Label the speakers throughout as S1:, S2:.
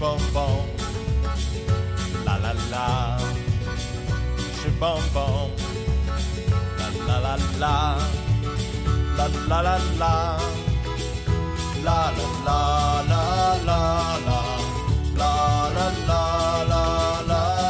S1: bonbon. La la la, je bonbon. La la la la, la la la la, la la la la la la, la la la la la.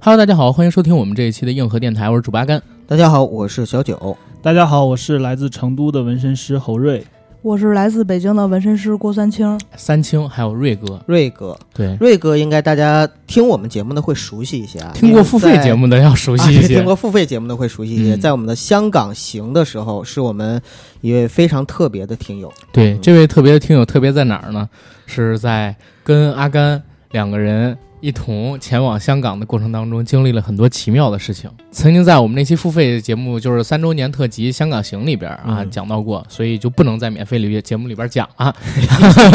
S2: Hello，大家好，欢迎收听我们这一期的硬核电台，我是主八竿。
S3: 大家好，我是小九。
S4: 大家好，我是来自成都的纹身师侯瑞。
S5: 我是来自北京的纹身师郭三清，
S2: 三清还有瑞哥，
S3: 瑞哥，
S2: 对，
S3: 瑞哥应该大家听我们节目的会熟悉一些啊，
S2: 听过付费节目的要熟
S3: 因为在。
S2: 悉一
S3: 啊
S2: 些
S3: 听。过付费节目的会熟悉一些。
S2: 嗯
S3: 在我们的香港行的时候，是我们一位非常特别的听友，嗯
S2: 对，这位特别的听友特别在哪儿呢？是在跟阿甘两个人一同前往香港的过程当中，经历了很多奇妙的事情。曾经在我们那期付费节目，就是三周年特辑《香港行》里边啊、
S3: 嗯
S2: 讲到过，所以就不能在免费里边节目里边讲啊。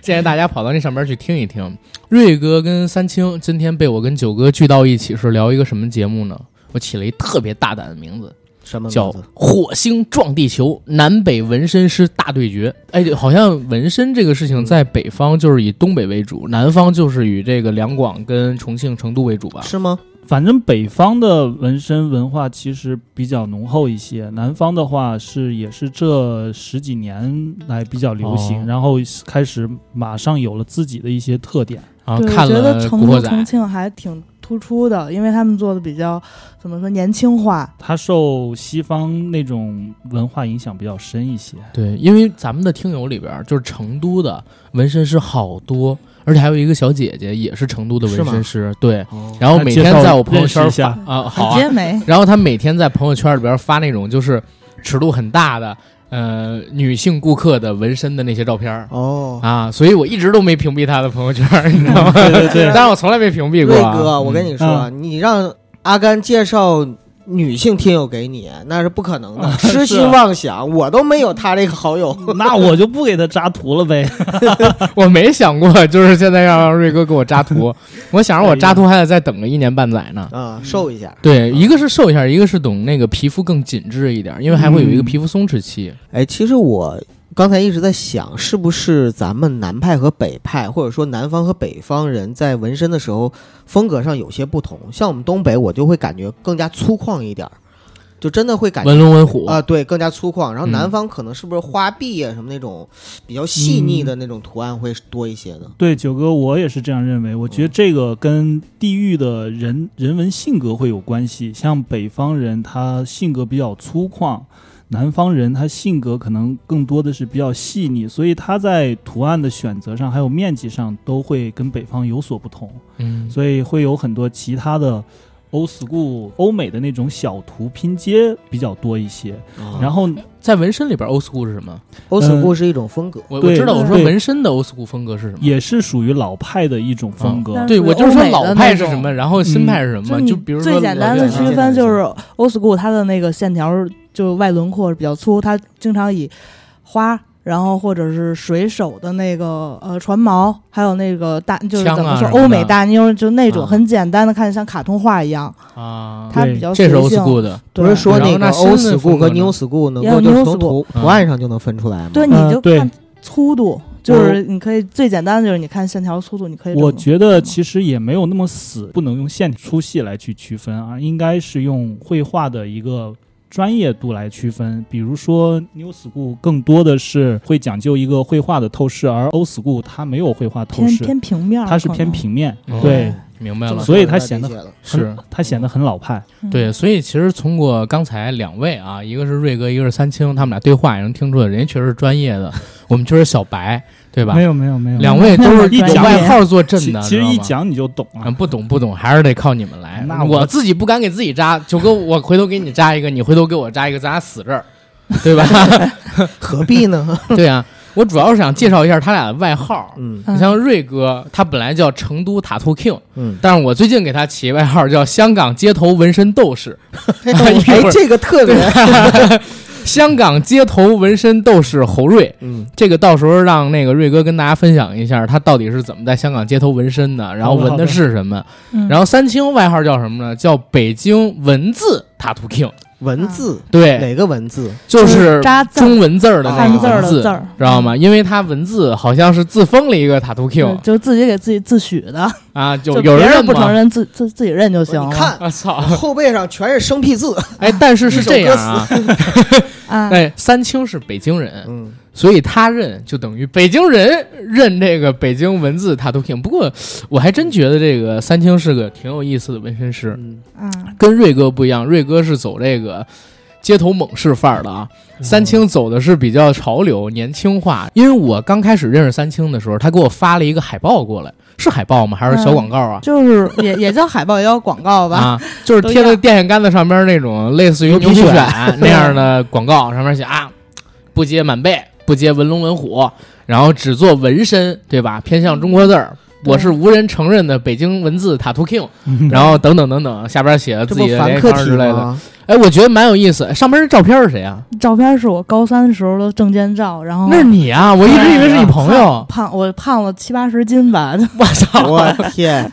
S2: 建议大家跑到那上边去听一听。瑞哥跟三清今天被我跟九哥聚到一起，是聊一个什么节目呢？我起了一特别大胆的名字，
S3: 什么名
S2: 叫
S3: 字
S2: “火星撞地球”，南北纹身师大对决。哎，对好像纹身这个事情在北方就是以东北为主，南方就是以这个两广跟重庆、成都为主吧。
S3: 啊是吗？
S4: 反正北方的纹身文化其实比较浓厚一些，南方的话是也是这十几年来比较流行，
S2: 哦
S4: 然后开始马上有了自己的一些特点。
S2: 啊，
S5: 对，我
S2: 看
S5: 觉
S2: 了
S5: 得
S2: 《
S5: 成
S2: 古
S5: 都、
S2: 惑仔
S5: 重》，庆还挺突出的，因为他们做的比较怎么说年轻化，
S4: 它受西方那种文化影响比较深一些。
S2: 对，因为咱们的听友里边就是成都的纹身师好多，而且还有一个小姐姐也是成都的纹身师，对。
S3: 哦，
S2: 然后每天在我朋友圈
S4: 认识一
S2: 发
S4: 下
S2: 啊，好啊
S5: 结，眉
S2: 然后她每天在朋友圈里边发那种就是尺度很大的呃女性顾客的纹身的那些照片儿
S3: 哦，
S2: 啊，所以我一直都没屏蔽他的朋友圈，你知道吗？
S4: 对 对对，
S2: 但是我从来没屏蔽
S3: 瑞
S2: 过啊。嗯
S3: 哥，我跟你说啊，你让阿甘介绍。女性听友给你那是不可能的，痴
S4: 是
S3: 心
S4: 啊
S3: 妄想，我都没有他这个好友。
S4: 那我就不给他扎图了呗。
S2: 嗯，我没想过，就是现在要让瑞哥给我扎图，我想着我扎图还得再等个一年半载呢。
S3: 啊，瘦一下。
S2: 对，一个是瘦一下，一个是等那个皮肤更紧致一点，因为还会有一个皮肤松弛期。
S3: 哎，其实我刚才一直在想，是不是咱们南派和北派，或者说南方和北方人在纹身的时候风格上有些不同？像我们东北，我就会感觉更加粗犷一点儿，就真的会感觉
S2: 文龙文虎
S3: 啊、对，更加粗犷。然后南
S2: 嗯
S3: 方可能是不是花臂啊什么那种比较细腻
S2: 嗯
S3: 的那种图案会多一些呢？
S4: 对，九哥，我也是这样认为。我觉得这个跟地域的人人文性格会有关系。像北方人，他性格比较粗犷；南方人，他性格可能更多的是比较细腻，所以他在图案的选择上还有面积上都会跟北方有所不同，
S2: 嗯，
S4: 所以会有很多其他的。old school 欧美的那种小图拼接比较多一些，然
S3: 后
S4: 后
S2: 在纹身里边，old school 是什么？
S3: 欧式
S4: 嗯
S3: 哦
S2: 呃
S3: 故是一种风格，
S2: 我我
S4: 对
S2: 知道，我说
S4: 对
S2: 纹身的 old school 风格是什么？
S4: 也是属于老派的一种风格。
S5: 但
S2: 对，我就是说老派是什
S5: 欧
S2: 么，
S5: 美的那种
S2: 然后新派是什么？
S5: 你
S2: 就比如说
S5: 最简单的
S3: 老
S2: 啊
S5: 区
S3: 人
S5: 分就是 old school 它的那个线条就外轮廓比较粗，它经常以花。然后或者是水手的那个呃船锚，还有那个大就是
S2: 枪啊
S5: 怎么说
S2: 什么的
S5: 欧美大妞，就那种
S2: 啊
S5: 很简单的，看着像卡通画一样，
S2: 啊，
S5: 它
S4: 对
S5: 比较
S2: 这
S5: 随
S2: 是 old
S5: 性。
S2: school 的，
S3: 不是说
S2: 然后
S3: 那个
S2: 那深
S3: 欧
S2: 的
S3: 式
S2: 风
S3: 故和
S2: 格
S3: new
S2: 呢
S3: school 能
S5: 也
S3: 够
S5: 有
S3: 就是
S5: new
S3: 从图
S2: 嗯
S3: 图案上就能分出来吗？
S5: 对，你
S4: 呃
S5: 就
S4: 对
S5: 看粗度，就是你可以最简单的就是你看线条粗度，你可以这么。
S4: 我觉得其实也没有那么死，不能用线粗细来去区分啊，应该是用绘画的一个专业度来区分。比如说 New School 更多的是会讲究一个绘画的透视，而 Old School 它没有绘画透
S5: 偏
S4: 视，
S5: 偏平面儿可能，
S4: 它是偏平面，
S2: 哦
S4: 对，
S2: 明白了，
S4: 所以它显得
S3: 这么理解了
S2: 是
S4: 它显得很老派。
S5: 嗯，
S2: 对，所以其实通过刚才两位啊，一个是瑞哥，一个是三清，他们俩对话也能听出来，人家确实是专业的， 我们确实小白，对吧？
S4: 有没有没
S2: 两位都是
S4: 一
S2: 有
S4: 讲
S2: 外号坐镇
S4: 其
S2: 的，
S4: 其实
S2: 知
S4: 一
S2: 道吗。
S4: 讲你就懂
S2: 嗯
S4: 了。
S2: 不懂不懂，还是得靠你们来。
S4: 那
S2: 我
S4: 我
S2: 自己不敢给自己扎，九哥，我回头给你扎一个，你回头给我扎一个，咱俩死这儿，对 吧？
S3: 何必呢？
S2: 对啊，我主要是想介绍一下他俩的外号。
S3: 嗯
S2: 你
S5: 嗯
S2: 像瑞哥，他本来叫成都塔兔 king，
S3: 嗯。
S2: 但是我最近给他起外号叫香港街头纹身斗士。
S3: 哎，这个特别，
S2: 香港街头纹身斗士侯瑞，
S3: 嗯，
S2: 这个到时候让那个瑞哥跟大家分享一下，他到底是怎么在香港街头纹身的，然后纹的是什么。
S5: 嗯
S2: 然后三清外号叫什么呢？叫北京文字塔图 king，
S3: 文字，
S2: 对，
S3: 哪个文字？
S2: 就是
S5: 扎字儿
S2: 中文字儿的那
S3: 汉
S2: 个
S5: 汉字儿
S2: 文
S5: 的字儿，
S2: 知道吗？因为它文字好像是自封了一个塔图
S5: 对
S2: Q
S5: 就自己给自己自诩的，
S2: 啊，嗯就
S5: 就
S2: 有
S5: 别
S2: 认
S5: 不承
S2: 吗？
S5: 认，自自自己认就行
S3: 哦你
S5: 了。
S3: 看
S2: 我操！
S3: 后背上全是生僻字，
S2: 哎，但是是这样 啊，
S5: 啊，
S2: 哎，三清是北京人，
S3: 嗯，
S2: 所以他认就等于北京人认这个北京文字塔图 Q。不过我还真觉得这个三清是个挺有意思的纹身师，
S3: 嗯
S5: 嗯，
S2: 跟瑞哥不一样，瑞哥是走这个街头猛士范儿的啊。三清走的是比较潮流、年轻化，因为我刚开始认识三清的时候，他给我发了一个海报过来，是海报吗？还是小广告啊？
S5: 就是 也也叫海报，也叫广告吧。
S2: 啊，就是贴在
S5: 都一样
S2: 电线杆子上边那种类似于牛
S3: 牛皮
S2: 皮
S3: 癣
S2: 癣那样的广告，上面写啊，不接满背，不接文龙文虎，然后只做纹身，对吧？偏向中国字儿，
S5: 对
S2: 我是无人承认的北京文字塔图 King，然
S4: 嗯
S2: 后等等等等，下边写了
S3: 这
S2: 自
S3: 不
S2: 己的
S3: 凡
S2: 联
S3: 客
S2: 系方式
S3: 体
S2: 之类的。
S3: 吗？
S2: 哎，我觉得蛮有意思。上边这照片是谁啊？
S5: 照片是我高三时候的证件照，然后哎
S2: 那是你啊！我一直以为是你朋友。
S5: 胖，我胖了七八十斤吧，
S2: 我操！
S3: 我天，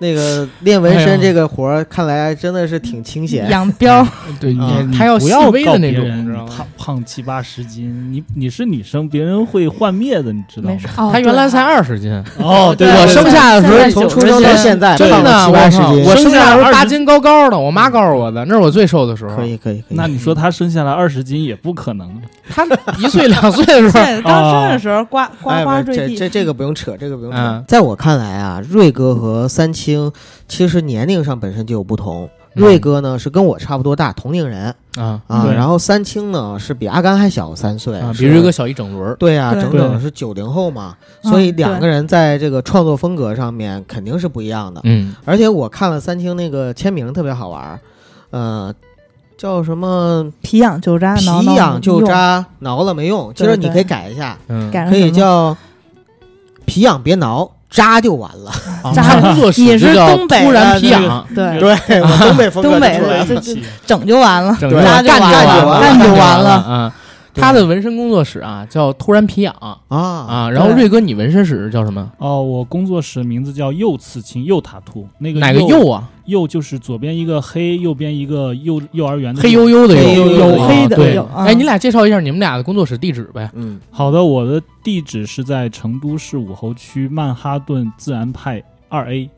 S3: 那个练纹
S2: 哎呀
S3: 身这个活儿，看来真的是挺清闲。
S5: 养膘。
S2: 对，
S3: 啊
S2: 他要
S4: 不
S2: 细
S4: 嗯要
S2: 微
S4: 告
S2: 的
S4: 别
S2: 那种，你知
S4: 人
S2: 道吗
S4: 胖？胖七八十斤，你你是女生，别人会幻灭的，你知道
S5: 没
S4: 吗
S5: 事？，哦
S2: 他原来才。
S5: 对
S2: 二十斤，
S4: 哦，对，
S5: 对
S2: 我
S4: 对
S2: 生
S4: 对
S2: 下的时候
S5: 现在
S3: 从
S5: 九
S3: 出
S5: 十
S3: 生到
S5: 斤
S3: 现在
S2: 真
S3: 胖
S2: 的，
S3: 哎了七
S2: 我
S3: 八十
S2: 操！
S3: 斤，
S2: 我生下来时候
S4: 生下来
S2: 八
S4: 二十
S2: 斤高高的，我妈告诉我的，那是我最瘦的时候
S3: 可。以可以可以。
S4: 那你说她生下来二十斤也不可能，
S2: 他一岁两岁的 时候，
S5: 对，刚生的时候呱呱
S3: 哎
S5: 呱
S3: 不是
S5: 坠地，
S3: 这这这个不用扯，这个不用扯。
S2: 嗯
S3: 在我看来啊，瑞哥和三清其实年龄上本身就有不同。
S2: 嗯
S3: 瑞哥呢是跟我差不多大，同龄人
S2: 啊
S3: 啊，
S4: 对
S3: 然后三清呢是比阿甘还小三岁，
S2: 啊，比
S3: 是
S2: 瑞哥小一整轮儿。
S3: 对啊，
S5: 对
S3: 整整
S4: 对
S3: 是九零后嘛，
S5: 嗯
S3: 所以两个人在这个创作风格上面肯定是不一样的。
S2: 嗯，
S3: 而且我看了三清那个签名特别好玩儿，呃，叫什么
S5: 皮痒就扎，啊挠
S3: 皮
S5: 挠
S3: 痒就
S5: 用，
S3: 扎，挠了没用。其实
S5: 对
S3: 你
S5: 对
S3: 可以改一下，
S2: 嗯，
S5: 改成
S3: 可以
S5: 什么
S3: 叫皮痒别挠，扎就完了。
S2: 啊
S5: 扎
S2: 他工作室
S5: 你是
S2: 就叫
S5: 东北
S2: 突然
S3: 的
S2: 皮
S3: 那
S4: 个
S2: 痒，
S5: 对，
S3: 对，我 东北风格就
S5: 东北
S3: 出来
S5: 的
S3: 了
S5: 就 就整就完了，
S2: 整
S3: 对
S2: 个
S5: 扎
S2: 干
S5: 就完
S2: 完
S5: 了，
S2: 干
S5: 干就
S2: 完
S5: 完了。
S2: 啊。他的纹身工作室啊，叫突然皮痒
S3: 啊
S2: 啊。然后
S5: 对
S2: 瑞哥，你纹身室叫什么？
S4: 哦，我工作室名字叫右刺青，右塔图，那个
S2: 哪个
S4: 右
S2: 右啊？
S4: 右就是左边一个黑，右边一个幼幼儿园的
S2: 黑
S4: 幼
S2: 黝黝的
S3: 黑黝黝的
S2: 啊
S5: 黑的
S2: 对
S5: 有。啊
S2: 哎，你俩介绍一下你们俩的工作室地址呗？
S3: 嗯，
S4: 好的，我的地址是在成都市武侯区曼哈顿自然派二 A，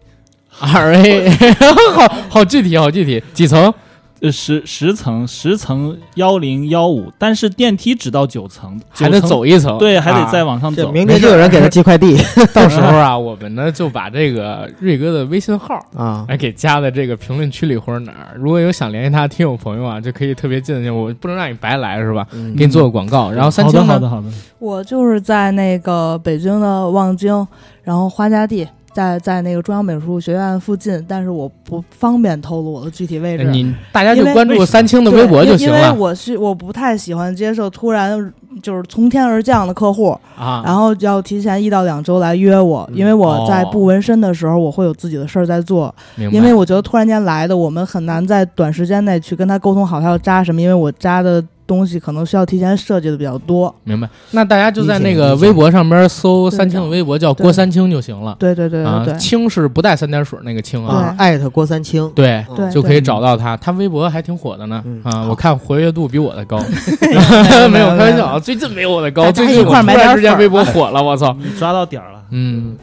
S2: 二 A，好 好具体，好具体，几层？
S4: 呃十十层，十层幺零幺五，但是电梯只到九层，
S2: 还得
S4: 九层，
S2: 走一层，
S4: 对，还得再
S2: 啊
S4: 往上
S3: 这
S4: 走。
S3: 明天就有人给他寄快递
S2: 到时候啊，我们呢就把这个瑞哥的微信号
S3: 啊。
S2: 哎给加在这个评论区里或者哪儿，如果有想联系他的听友朋友啊，就可以特别近的，我不能让你白来是吧？
S3: 嗯
S2: 给你做个广告，然后三
S4: 好的，
S2: 清
S4: 好
S2: 呢
S4: 的，好的。
S5: 我就是在那个北京的望京，然后花家地，在在那个中央美术学院附近，但是我不方便透露我的具体位置。
S2: 哎你大家就
S5: 因为
S2: 关注三清的
S5: 对
S2: 微博
S5: 因
S2: 就行
S5: 因为
S2: 了
S5: 我是我不太喜欢接受突然就是从天而降的客户，
S2: 啊。
S5: 然后要提前一到两周来约我，因为我在
S2: 哦
S5: 不纹身的时候，我会有自己的事儿在做，
S2: 明白
S5: 因为我觉得突然间来的，我们很难在短时间内去跟他沟通好他要扎什么，因为我扎的东西可能需要提前设计的比较多。
S2: 明白。那大家就在那
S3: 理解
S2: 个
S3: 理解
S2: 微博上边搜
S5: 对
S2: 三清的微博，叫
S5: 对
S2: 郭三清就行了。
S5: 对对对对
S2: 啊
S5: 对，，
S2: 清是不带三点水那个清啊，
S3: 啊，艾特郭三清，
S2: 对，
S3: 嗯
S5: 对
S2: 就可以找到他。他微博还挺火的呢
S3: 嗯
S2: 啊，
S3: 好
S2: 我看活跃度比我的 高， 没
S5: 没
S2: 有
S5: 有
S2: 开玩笑，啊，最近没有我的高，
S5: 大家
S2: 最近
S5: 一块儿
S2: 我
S5: 买
S2: 突然
S5: 点
S2: 之间
S5: 粉儿
S2: 微博火了，我操，
S4: 你抓到点儿了。
S2: 嗯。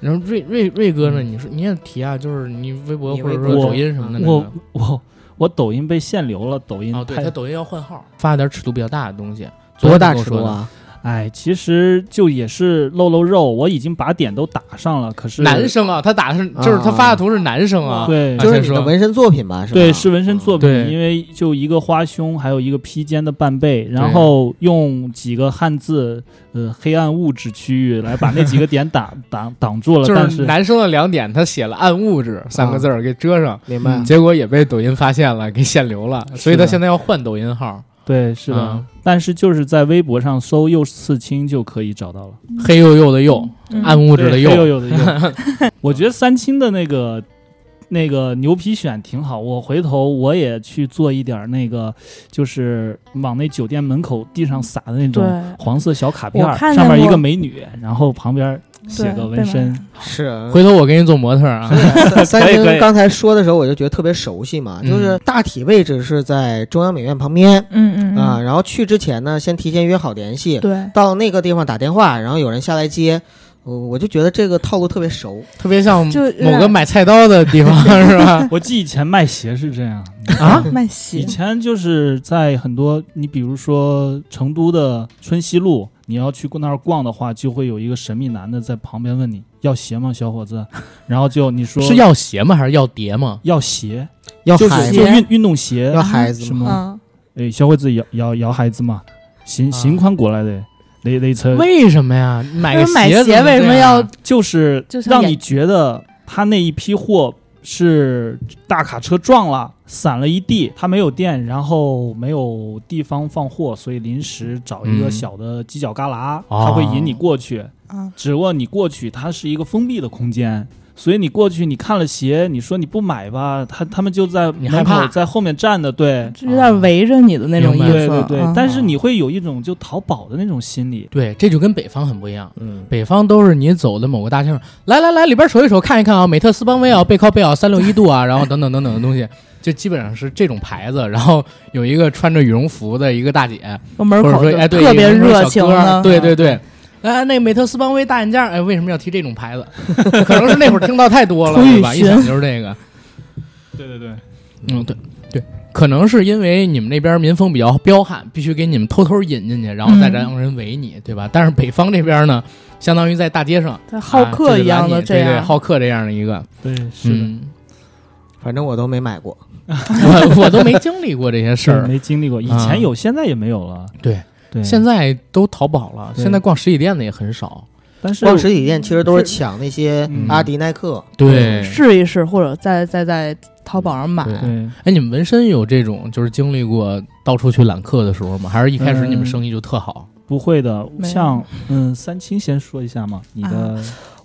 S2: 然后瑞瑞瑞哥呢？你说你也提啊，就是你微博
S3: 你
S2: 或者
S3: 微
S2: 说
S4: 博
S2: 抖音什么的那
S4: 我
S2: 个。
S4: 我我抖音被限流了，抖音
S2: 哦，对
S4: 太
S2: 他抖音要换号，发点尺度比较大的东西。
S3: 多大尺
S2: 昨天他跟我
S3: 度
S2: 说的？
S3: 啊？
S4: 哎，其实就也是露露肉，我已经把点都打上了，可是
S2: 男生啊，他打的是就是他发的图是男生啊，
S4: 对
S2: 啊
S3: 就是
S2: 先
S3: 你的
S2: 说
S3: 纹身作品吧？是吧？
S4: 对是纹身作品，
S2: 对
S4: 因为就一个花胸，还有一个披肩的半背，然后用几个汉字，呃，黑暗物质区域来把那几个 点打挡挡住了，
S2: 就
S4: 但
S2: 是
S4: 是
S2: 男生的两点，他写了“暗物质”三个字儿给遮上，
S3: 明白
S4: 嗯。
S2: 结果也被抖音发现了，给限流了，所以他现在要换抖音号。
S4: 对是的，
S2: 嗯
S4: 但是就是在微博上搜“右刺青”就可以找到了，
S2: 黑黝黝的黝，
S5: 嗯
S2: 暗物质的
S4: 对黑黝
S2: 黝，
S4: 黝的黝。 我觉得三清的那个那个牛皮癣挺好，我回头我也去做一点儿那个，就是往那酒店门口地上撒的那种
S5: 对
S4: 黄色小卡片儿，
S5: 我看见
S4: 上面一
S5: 过
S4: 个美女，然后旁边写个纹
S5: 被
S4: 身
S5: 埋，
S3: 是
S2: 回头我给你做模特儿啊，
S3: 三三
S4: 可以可
S3: 星
S4: 以
S3: 刚才说的时候，我就觉得特别熟悉嘛，
S2: 嗯
S3: 就是大体位置是在中央美院旁边
S5: 嗯嗯嗯
S3: 啊。然后去之前呢，先提前约好联系，
S5: 对，
S3: 到那个地方打电话，然后有人下来接，我我就觉得这个套路特别熟。
S2: 特别像
S5: 就有
S2: 某个
S5: 点
S2: 买菜刀的地 方是吧？
S4: 我记以前卖鞋是这 样，
S2: 啊，
S5: 卖
S4: 以
S5: 鞋，
S4: 前就是在很多，你比如说成都的春熙路，你要去那儿逛的话，就会有一个神秘男的在旁边问你要鞋吗，小伙子？然后就你说
S2: 是要鞋吗？还是要碟吗？
S4: 要鞋，
S3: 要
S4: 就是
S3: 孩
S4: 就
S3: 子，
S5: 鞋
S4: 运运动鞋
S3: 要，孩子
S4: 什
S3: 嘛，
S4: 么？
S5: 嗯，
S4: 哎，小伙子要要要孩子嘛？行
S2: 啊
S4: 行款过来的，那那车
S2: 为什么呀？买个
S5: 呃买鞋
S2: 怎这
S5: 为什么要
S2: 样
S4: 啊就是
S5: 就像
S4: 让
S5: 演
S4: 你觉得他那一批货是大卡车撞了，散了一地，他没有电，然后没有地方放货，所以临时找一个
S2: 嗯
S4: 小的犄角旮旯，
S2: 哦
S4: 他会引你过去。
S5: 啊，
S4: 只不过你过去，它是一个封闭的空间。所以你过去，你看了鞋，你说你不买吧，他他们就在
S2: 你害
S4: 门
S2: 怕
S4: 口在后面站着，对
S5: 就有点围着你的那种
S2: 啊
S5: 意
S2: 买
S5: 思，
S4: 对对对。
S5: 嗯
S4: 但是你会有一种就淘宝的那种心理，
S2: 对，这就跟北方很不一样。
S3: 嗯，
S2: 北方都是你走的某个大厅，来来来，里边瞅一瞅，看一看啊，美特斯邦威啊，背靠 背啊，三六一度啊，然后等等等等的东西，就基本上是这种牌子。然后有一个穿着羽绒服的一个大姐，
S5: 我门
S2: 或者
S5: 口
S2: 说
S5: 就
S2: 哎，对，
S5: 特别
S2: 有一个小
S5: 热
S2: 哥
S5: 情啊的，
S2: 对对对。哎，那美特斯邦威大眼镜，哎，为什么要提这种牌子？ 可能是那会儿听到太多了，
S5: 出
S2: 对
S5: 雨
S2: 吧？一
S5: 群
S2: 想就是这个。
S4: 对对对，
S2: 嗯，对对，可能是因为你们那边民风比较彪悍，必须给你们偷偷引进去，然后再
S5: 嗯
S2: 让人围你，对吧？但是北方这边呢，相当于在大街上
S5: 对，好
S2: 啊
S5: 客
S2: 就
S5: 一
S2: 是拦
S5: 样的
S2: 你
S5: 这
S2: 对对，
S5: 样，
S2: 好客这样的一个，
S4: 对是的，
S2: 嗯、
S3: 反正我都没买过。
S2: 我我都没经历过这些事
S4: 是
S2: 儿。
S4: 没经历过，以
S2: 啊
S4: 前有，现在也没有了。
S2: 对，
S4: 对，
S2: 现在都淘宝了，
S4: 对
S2: 现在逛实体店的也很少。
S4: 但是
S3: 逛实体店其实都是抢那些
S4: 嗯
S3: 阿迪、耐克，
S2: 对
S5: 试一试，或者再再在淘宝上买，
S2: 对
S4: 对，
S2: 哎，你们纹身有这种就是经历过到处去揽客的时候吗？还是一开始你们
S4: 嗯
S2: 生意就特好？
S4: 不会的，
S5: 没有啊
S4: 像嗯，三清先说一下嘛，你的、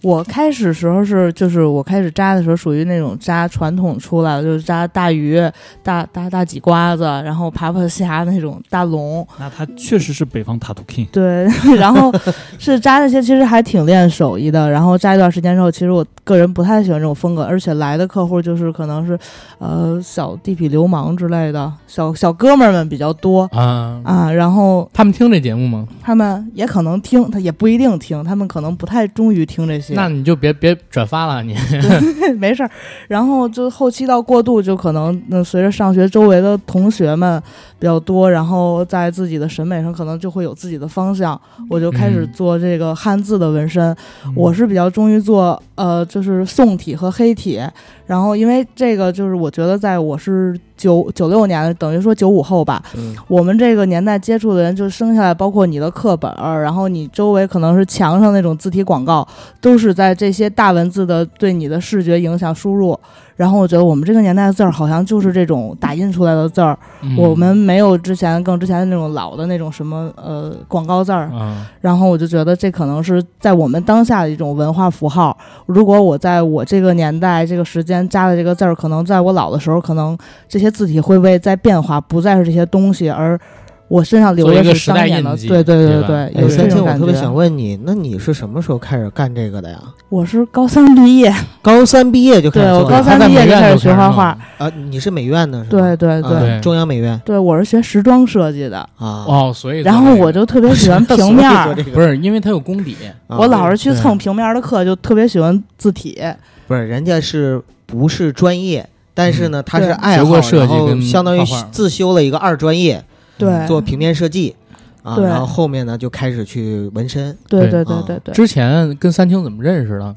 S5: 我开始时候是，就是我开始扎的时候，属于那种扎传统出来的，就是扎大鱼、大大大脊瓜子，然后爬爬虾那种大龙，
S4: 那他确实是北方 tattoo king，
S5: 对， 然后是扎那些，其实还挺练手艺的。然后扎一段时间之后，其实我个人不太喜欢这种风格，而且来的客户就是可能是，呃，小地痞流氓之类的小小哥们儿们比较多
S2: 啊，
S5: 啊。然后
S2: 他们听这节目吗？
S5: 他们也可能听，他也不一定听，他们可能不太忠于听这些。
S2: 那你就别别转发了，你
S5: 没事儿。然后就后期到过渡，就可能嗯，随着上学，周围的同学们比较多，然后在自己的审美上可能就会有自己的方向。我就开始
S2: 嗯
S5: 做这个汉字的纹身，
S4: 嗯
S5: 我是比较忠于做呃，就是宋体和黑体。然后因为这个，就是我觉得在我是九九六年的，等于说九五后吧，
S3: 嗯，
S5: 我们这个年代接触的人，就生下来，包括你的课本儿，然后你周围可能是墙上那种字体广告，都是在这些大文字的对你的视觉影响输入。然后我觉得我们这个年代的字儿好像就是这种打印出来的字儿，
S2: 嗯
S5: 我们没有之前更之前的那种老的那种什么呃广告字儿，
S2: 啊，
S5: 然后我就觉得这可能是在我们当下的一种文化符号。如果我在我这个年代、这个时间扎的这个字儿，可能在我老的时候，可能这些字体会为在变化，不再是这些东西，而我身上留
S2: 作为
S5: 的
S2: 一个
S5: 是
S2: 时
S5: 当
S2: 代
S5: 年
S2: 印
S5: 的。
S2: 记
S5: 对对
S2: 对吧
S5: 对，
S2: 哎
S5: 有
S2: 对
S5: 这
S3: 三
S5: 种
S3: 清，我
S5: 感
S3: 特别想
S5: 觉。啊
S3: 问你，那你是什么时候开始干这个的呀？
S5: 我是高三毕业，
S3: 高三毕业就开始
S5: 对我
S3: 做
S5: 高
S3: 了
S5: 三毕业就开始学画
S2: 哦他在美院就开始
S5: 画
S2: 弄，
S3: 啊？你是美院的是吧？
S5: 对对
S3: 啊
S5: 对
S2: 对
S3: 中央美院
S5: 对，我是学时装设计的，
S3: 啊。
S2: 哦，所以
S5: 然后我就特别喜欢平
S3: 所
S5: 面
S3: 以 说
S5: 儿。
S3: 这个
S2: 不是因为他有功底，
S3: 啊
S5: 我老是去
S2: 对
S5: 蹭平面儿的课，就特别喜欢字体。
S3: 不是人家是不是专业？但是呢，他是
S5: 对
S2: 嗯
S3: 爱
S2: 学
S3: 好，
S2: 过设
S3: 然
S2: 计
S3: 后
S2: 跟
S3: 相当于
S2: 画画
S3: 自修了一个二专业，
S2: 嗯
S5: 对
S3: 做平面设计啊。
S5: 对
S3: 然后后面呢，就开始去纹身。
S5: 对
S2: 对嗯
S5: 对对
S3: 啊
S5: 对对，
S2: 之前跟三清怎么认识的？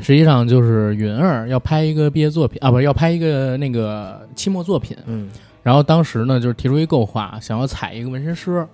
S2: 实际上就是云儿要拍一个毕业作品啊，不是要拍一个那个期末作品，
S3: 嗯
S2: 然后当时呢，就是提出一构画，想要采一个纹身师。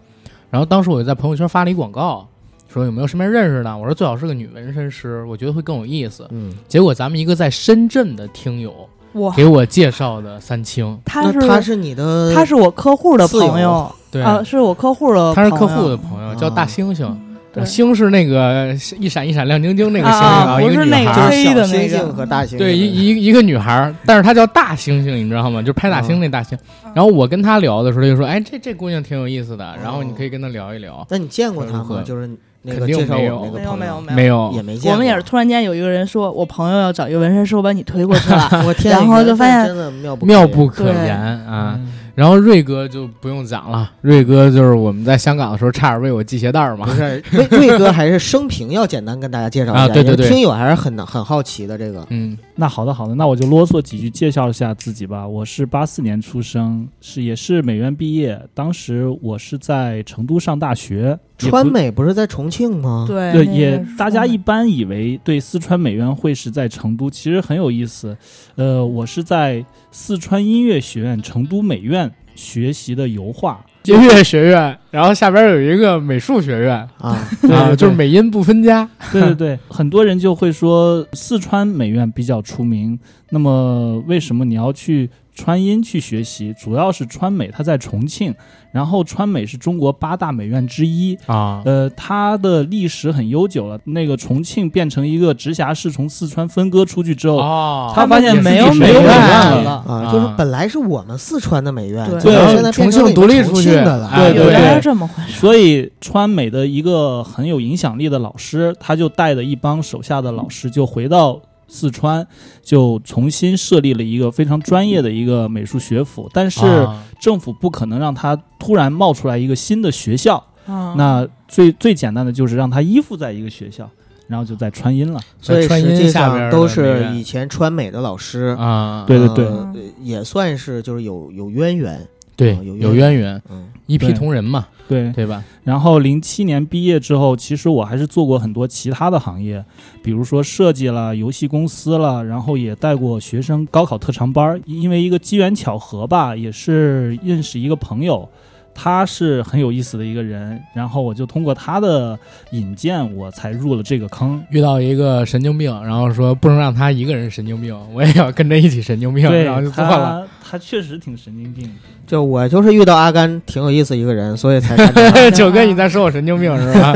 S2: 然后当时我就在朋友圈发了一广告，说有没有身边认识的？我说最好是个女纹身师，我觉得会更有意思。
S3: 嗯，
S2: 结果咱们一个在深圳的听友
S5: 哇，
S2: 给我介绍的三清，
S5: 他
S3: 那
S5: 是
S3: 他是你的，
S5: 他是我客户的
S3: 自由
S5: 朋友，
S2: 对，
S5: 啊，是哦我客户的，
S2: 他是客户的，朋友，叫大
S3: 啊
S2: 猩猩。
S5: 对
S2: 呃星是那个一闪一闪亮晶晶那个星星
S5: 啊啊
S2: 一
S5: 不
S2: 个
S5: 是
S2: 女
S5: 那
S2: 孩
S5: 个
S3: 就
S2: 儿，
S3: 是
S5: 黑
S3: 小
S5: 的
S3: 星
S5: 那个
S3: 星和大猩
S2: 对一
S3: 一
S2: 一一个女孩儿，但是她叫大猩猩，你知道吗？就是拍大星那大星。然后我跟她聊的时候，就说，哎，这这姑娘挺有意思的，然后你可以跟她聊一聊。
S3: 那你见过他
S2: 如何
S3: 吗？就是那个
S2: 肯定
S3: 介绍
S2: 没有
S3: 我那
S5: 没
S3: 个
S5: 有没
S3: 朋
S5: 有
S3: 友
S2: 没有
S5: 没有
S3: 也没见过，
S5: 我们也是突然间有一个人说，我朋友要找一个纹身师，我把你推过去了。
S3: 我天，
S5: 然后
S3: 你这
S5: 就发现
S3: 真的妙不
S2: 妙
S3: 妙
S2: 不可
S5: 对
S2: 言啊。
S4: 嗯
S2: 然后瑞哥就不用讲了，瑞哥就是我们在香港的时候差点为我系鞋带儿嘛
S3: 不。是瑞瑞哥还是生平要简单跟大家介绍一下，
S2: 啊对对
S3: 因为
S2: 对
S3: 听友还是很很好奇的这个。
S2: 嗯，
S4: 那好的好的，那我就啰嗦几句，介绍一下自己吧。我是八四年出生，是也是美院毕业，当时我是在成都上大学，也不
S3: 川美不是在重庆吗？
S5: 对
S4: 对，
S5: 那个
S4: 也
S5: 是
S4: 大
S5: 说
S4: 家
S5: 的
S4: 一般以为对四川美院会是在成都，其实很有意思。呃，我是在四川音乐学院成都美院学习的油画，
S2: 音乐学院，然后下边有一个美术学院
S3: 啊，
S4: 对
S2: 啊，
S4: 对
S2: 就是美音不分家。
S4: 对对对，很多人就会说四川美院比较出名，那么为什么你要去川音去学习？主要是川美它在重庆，然后川美是中国八大美院之一，
S2: 啊
S4: 呃，它的历史很悠久了。那个重庆变成一个直辖市，从四川分割出去之后，
S2: 哦
S4: 他发现
S5: 们没有
S4: 自己没
S5: 美
S4: 有
S5: 院
S4: 美院
S5: 了
S3: 啊，
S2: 啊
S3: 就是本来是我们四川的美院，
S5: 对
S3: 结果
S4: 对
S3: 现在变成
S2: 重庆独立
S3: 了你们重
S2: 出去
S3: 庆的了。
S2: 哎
S4: 对
S5: 原来
S4: 对
S5: 是这么回事。
S4: 所以，川美的一个很有影响力的老师，他就带着一帮手下的老师，就回到四川，就重新设立了一个非常专业的一个美术学府。但是
S2: 啊
S4: 政府不可能让他突然冒出来一个新的学校，
S5: 嗯
S4: 那最最简单的就是让他依附在一个学校，然后就在川音了。
S3: 所以
S2: 川
S3: 实
S2: 音
S3: 际
S2: 下边的
S3: 上都
S2: 美
S3: 是
S2: 院
S3: 以前川美的老师，
S2: 啊，
S4: 对对对
S5: 嗯
S3: 呃也算是就是有有渊源，
S2: 对
S3: 啊有
S2: 有
S3: 渊
S2: 渊源，
S3: 嗯，
S2: 一批
S4: 对
S2: 同仁嘛，
S4: 对，
S2: 对吧？
S4: 然后零七年毕业之后，其实我还是做过很多其他的行业，比如说设计了、游戏公司了，然后也带过学生高考特长班儿。因为一个机缘巧合吧，也是认识一个朋友，他是很有意思的一个人，然后我就通过他的引荐，我才入了这个 坑。
S2: 遇到一个神经病，然后说不能让他一个人神经病，我也要跟着一起神经病，
S4: 对
S2: 然后就做了。
S4: 他，他确实挺神经病。
S3: 就我就是遇到阿甘挺有意思一个人，所以才看
S2: 九哥，你在说我神经病是吧？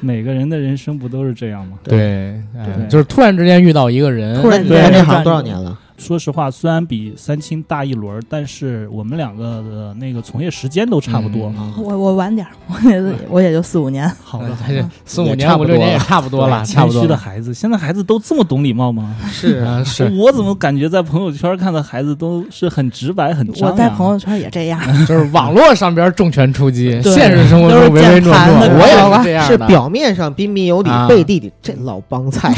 S4: 每个人的人生不都是这样吗？
S2: 对，哎
S4: 对
S2: 就是突然之间遇到一个人，
S3: 突然你
S4: 对
S3: 干这行多少年了？
S4: 说实话，虽然比三清大一轮儿，但是我们两个的那个从业时间都差不多。
S2: 嗯
S3: 啊
S5: 我我晚点儿，我也我也就四五年。
S4: 好的，
S2: 还是四
S3: 也
S2: 五年、
S3: 差不
S2: 五
S3: 多
S2: 六年也差不多了，差
S4: 谦
S2: 不多
S4: 虚的
S2: 了。
S4: 孩子，现在孩子都这么懂礼貌吗？
S3: 是啊，
S2: 嗯，是，
S4: 我怎么感觉在朋友圈看的孩子都是很直白、很张
S5: 我
S4: 扬？啊
S5: 在朋友圈也这样，
S2: 就是网络上边重拳出击，
S5: 对
S2: 现实生活中唯唯诺诺。
S5: 都是键盘的
S2: 我
S5: 知道
S2: 也
S5: 吧
S2: 是这样
S3: 是
S2: 的。
S3: 表面上彬彬有礼
S2: 啊，
S3: 背地里这老帮菜。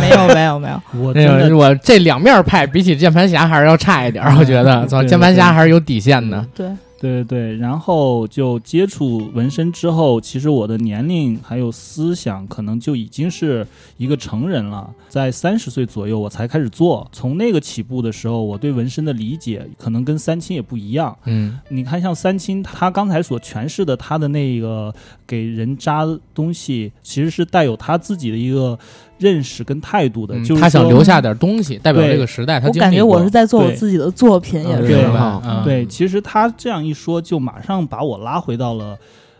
S5: 没有没有没有，
S4: 我真
S2: 那个
S4: 的嗯
S2: 我这两面派比起键盘侠还是要差一点儿，我觉得，操，
S4: 对
S2: 键盘侠还是有底线的。
S5: 对，
S4: 对对对，然后就接触纹身之后，其实我的年龄还有思想可能就已经是一个成人了，在三十岁左右我才开始做。从那个起步的时候，我对纹身的理解可能跟三清也不一样。
S2: 嗯，
S4: 你看，像三清，他刚才所诠释的他的那个给人扎东西，其实是带有他自己的一个认识跟态度的，
S2: 嗯
S4: 就是
S2: 他想
S4: 说
S2: 留下点东西，代表
S4: 对
S2: 这个时代。他
S5: 我
S2: 经
S5: 感
S2: 历
S5: 觉我
S2: 过
S5: 是在做我
S4: 对
S5: 自己的作品，也
S3: 嗯
S5: 是
S2: 对
S4: 对
S2: 吧？嗯
S4: 对，其实他这样一说，就马上把我拉回到了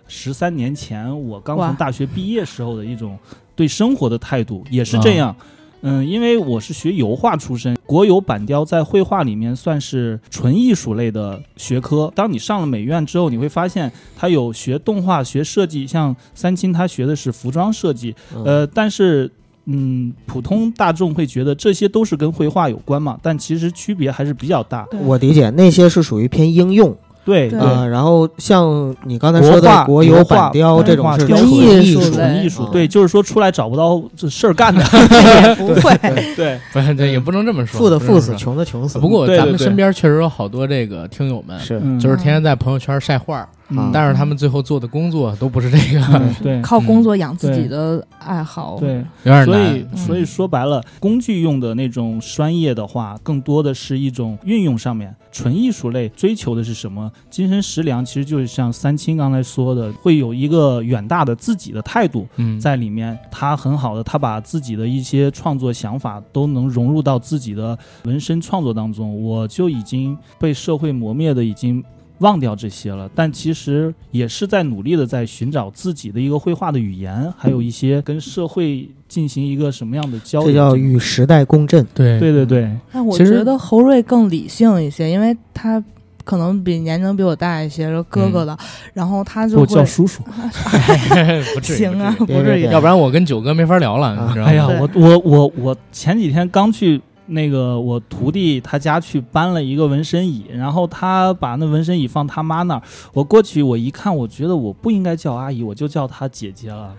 S4: 十三年前我刚
S5: 哇
S4: 从大学毕业时候的一种对生活的态度，也是这样。嗯，因为我是学油画出身，国油板雕在绘画里面算是纯艺术类的学科。当你上了美院之后，你会发现它有学动画、学设计，像三清他学的是服装设计，
S3: 嗯，
S4: 呃，但是嗯，普通大众会觉得这些都是跟绘画有关嘛，但其实区别还是比较大。
S5: 对
S3: 我理解那些是属于偏应用
S4: 对嗯
S5: 对
S3: 啊，然后像你刚才说
S4: 国
S3: 的
S4: 画
S3: 国油
S4: 油画
S3: 板雕这种
S4: 画
S3: 是
S4: 雕
S3: 纯
S5: 塑
S3: 艺
S5: 艺术
S3: 术
S5: 类
S4: 纯艺术
S3: 啊，
S4: 对，就是说出来找不到这事儿干的，
S5: 也不会，
S4: 对，
S2: 不是，这也不能这么说，
S3: 富的
S2: 不能这么
S3: 富死，
S2: 说
S3: 穷的穷死。
S2: 啊不过
S4: 对
S2: 咱
S4: 对
S2: 们
S4: 对
S2: 身边确实有好多这个听友们，
S3: 是
S4: 嗯
S2: 就是天天在朋友圈晒画儿，
S3: 嗯
S2: 但是他们最后做的工作都不是这个，
S4: 嗯对
S5: 靠工作养自己的爱好。
S4: 对，
S3: 嗯
S2: 有点
S4: 所以
S2: 难。嗯
S4: 所以说白了，工具用的那种专业的话，更多的是一种运用上面。纯艺术类追求的是什么？精神食粮其实就是像三清刚才说的，会有一个远大的自己的态度，
S2: 嗯，
S4: 在里面，他很好的，他把自己的一些创作想法都能融入到自己的纹身创作当中。我就已经被社会磨灭的，已经忘掉这些了，但其实也是在努力的在寻找自己的一个绘画的语言，还有一些跟社会进行一个什么样的交流。
S3: 这叫与时代共振。
S2: 对
S4: 对对对
S5: 但我
S2: 其实
S5: 觉得侯瑞更理性一些，因为他可能比年龄比我大一些，说哥哥的，然后他
S4: 给
S5: 就
S4: 我
S5: 会
S4: 叫叔叔。
S2: 不至于，
S5: 行啊，
S2: 不
S5: 不至于
S2: 至于，要不然我跟九哥没法聊了，你知道吗？
S4: 哎呀，
S5: 对
S4: 我我我我前几天刚去那个我徒弟他家去搬了一个纹身椅，然后他把那纹身椅放他妈那儿，我过去我一看，我觉得我不应该叫阿姨，我就叫她姐姐 了，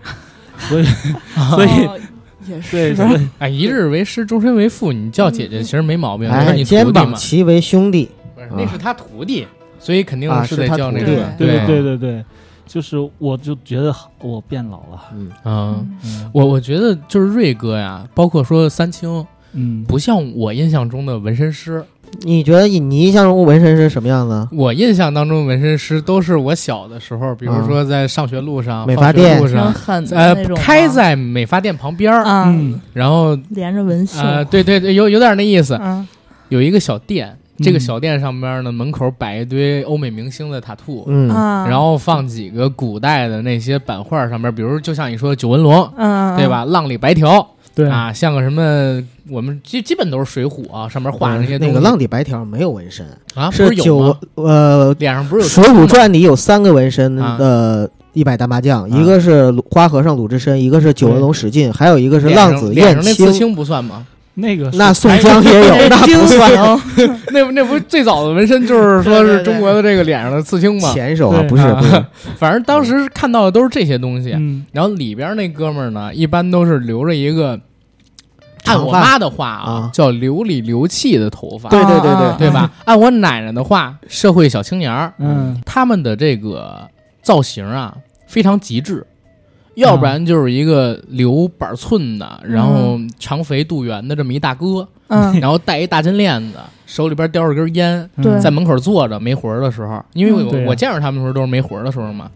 S4: 所以所以
S5: 哦也
S4: 对
S5: 是，
S4: 对
S2: 哎，一日为师，终身为父，你叫姐
S4: 嗯
S2: 姐其实没毛病，那是
S3: 哎，
S2: 你
S3: 肩
S2: 徒弟
S3: 膀
S2: 嘛，
S3: 齐为兄弟，
S2: 不是那是他徒弟，啊所以肯定
S3: 啊
S2: 得
S3: 是他
S2: 叫那
S3: 徒
S2: 个
S3: 弟
S2: 嘛，
S5: 对
S4: 对对对对，就是我就觉得我变老了，
S3: 嗯，
S2: 嗯。
S5: 嗯
S4: 嗯
S2: 我我觉得就是瑞哥呀，包括说三清，
S4: 嗯，
S2: 不像我印象中的纹身师。
S3: 你觉得你你印象中纹身是什么样子？
S2: 我印象当中纹身师都是我小的时候，比如说在上学路上、
S3: 啊美
S2: 放
S3: 发
S2: 学
S3: 店
S2: 路
S5: 挺
S2: 上，
S5: 狠的
S2: 呃
S5: 那，种吗，
S2: 开在美发店旁边儿，
S5: 啊，
S4: 嗯
S2: 然后
S5: 连着纹绣，
S2: 呃，对对对，有有点那意思。
S5: 嗯
S2: 有一个小店，
S4: 嗯
S2: 这个小店上边呢，门口摆一堆欧美明星的塔兔，
S3: 嗯，
S5: 啊，
S2: 然后放几个古代的那些版画上面，比如就像你说的九纹龙，
S5: 嗯，
S2: 对吧？浪里白条
S4: 对，
S2: 啊，像个什么，我们基基本都是水浒啊，上面画的那些东
S3: 嗯
S2: 西
S3: 那个浪里白条没有纹身，
S2: 啊，不
S3: 是
S2: 有
S3: 九
S2: 吗？
S3: 呃
S2: 脸上不
S3: 《
S2: 是有
S3: 水浒传》里有三个纹身
S2: 啊
S3: 的一百单八将，
S2: 啊
S3: 一个是鲁花和尚鲁智深，一个是九纹龙史进，还有一个是
S2: 脸
S3: 浪
S2: 上
S3: 子
S2: 脸
S3: 燕
S2: 上那刺
S3: 青。
S2: 青不算吗？
S4: 那个
S3: 那
S4: 是
S3: 宋
S4: 哎
S3: 江也有，那不算
S5: 行，
S2: 那不那不是最早的纹身 就是说
S5: 对对
S2: 是
S5: 对
S2: 中国的这个脸上的刺青吗？
S3: 前手啊，
S4: 对
S3: 不是
S2: 啊
S3: 不是，
S2: 反正当时看到的都是这些东西。
S4: 嗯
S2: 然后里边那哥们儿呢，一般都是留着一个，按我
S3: 长发
S2: 妈的话啊
S3: 啊，
S2: 叫流里流气的头发，
S3: 对对对
S5: 啊
S3: 对
S2: 对吧？按我奶奶的话，社会小青年儿，
S4: 嗯
S2: 他们的这个造型啊非常极致，要不然就是一个留板寸的，然后
S4: 嗯
S2: 长肥肚圆的这么一大哥，
S5: 嗯，
S2: 然后戴一大金链子，手里边叼着根烟，
S4: 嗯
S5: 对
S2: 在门口坐着没魂儿的时候，因为我、
S4: 嗯对啊
S2: 我见着他们的时候都是没魂儿的时候嘛。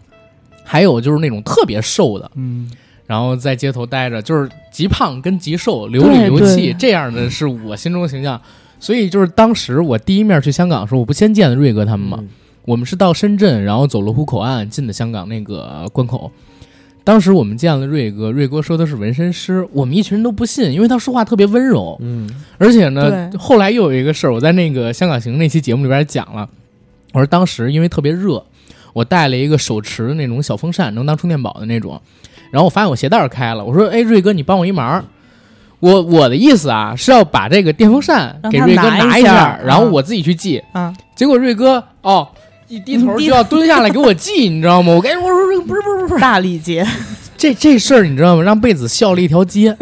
S2: 还有就是那种特别瘦的，
S4: 嗯
S2: 然后在街头待着，就是极胖跟极瘦，流里流
S5: 对
S2: 气
S5: 对
S2: 这样的是我心中的形象。所以就是当时我第一面去香港的时候，我不先见的瑞哥他们嘛，
S3: 嗯
S2: 我们是到深圳，然后走罗湖口岸进的香港那个关口。当时我们见了瑞哥，瑞哥说他是纹身师，我们一群人都不信，因为他说话特别温柔，
S3: 嗯，
S2: 而且呢，
S5: 对
S2: 后来又有一个事儿，我在那个香港行那期节目里边讲了，我说当时因为特别热，我带了一个手持的那种小风扇，能当充电宝的那种，然后我发现我鞋带儿开了，我说：“哎，瑞哥，你帮我一忙儿。”我我的意思啊，是要把这个电风扇给瑞哥
S5: 让他拿
S2: 拿
S5: 一
S2: 下，
S5: 下
S2: 然后我自己去系。
S5: 啊，
S2: 结果瑞哥哦一低头就
S5: 低
S2: 要蹲下来给我系，你知道吗？我跟你说，我说不是不是不是，
S5: 大力姐，
S2: 这这事儿你知道吗？让贝子笑了一条街，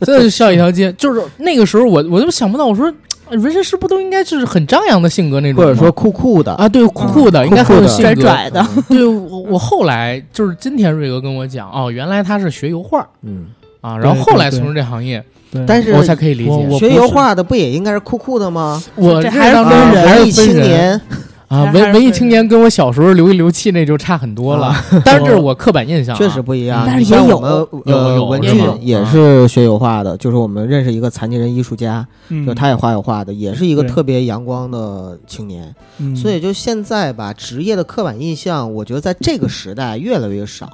S2: 真的是笑一条街。就是那个时候我我就想不到，我说呃纹身师不都应该就是很张扬的性格那种
S3: 或
S2: 吗，
S3: 者说酷酷的，
S2: 啊，对酷酷的，应该很有
S3: 酷酷的
S2: 性格。
S5: 拽拽的，
S2: 对我我后来就是今天瑞哥跟我讲哦，原来他是学油画
S3: 嗯，
S2: 啊，然后
S4: 对对
S2: 后来
S4: 对
S2: 从事这行业，
S4: 对，
S3: 但是
S2: 我才可以理
S4: 我
S2: 解。
S4: 我
S3: 学
S4: 不
S3: 油
S4: 是
S3: 画的不也应该是酷酷的吗？
S2: 我
S5: 这
S2: 这
S5: 还是
S2: 当
S5: 分
S2: 中
S5: 人
S2: 还
S3: 文艺
S2: 是分
S3: 青
S2: 人。
S3: 年，
S2: 啊，
S5: 还
S2: 文
S5: 是
S2: 文艺
S5: 分
S2: 青
S5: 人
S2: 年跟我小时候流一流气那就差很多了， 但是这是我刻板印象、啊，
S3: 确实不一样。
S5: 但是
S3: 你像
S5: 也有
S3: 我们
S2: 有
S3: 呃
S2: 有啊
S3: 文
S2: 是
S3: 俊
S2: 吗
S3: 也是学油画的，就是我们认识一个残疾人艺术家，
S4: 嗯
S3: 就他也画油画的，也是一个
S4: 对
S3: 特别阳光的青年。
S4: 嗯
S3: 所以就现在吧，职业的刻板印象，我觉得在这个时代越来越少。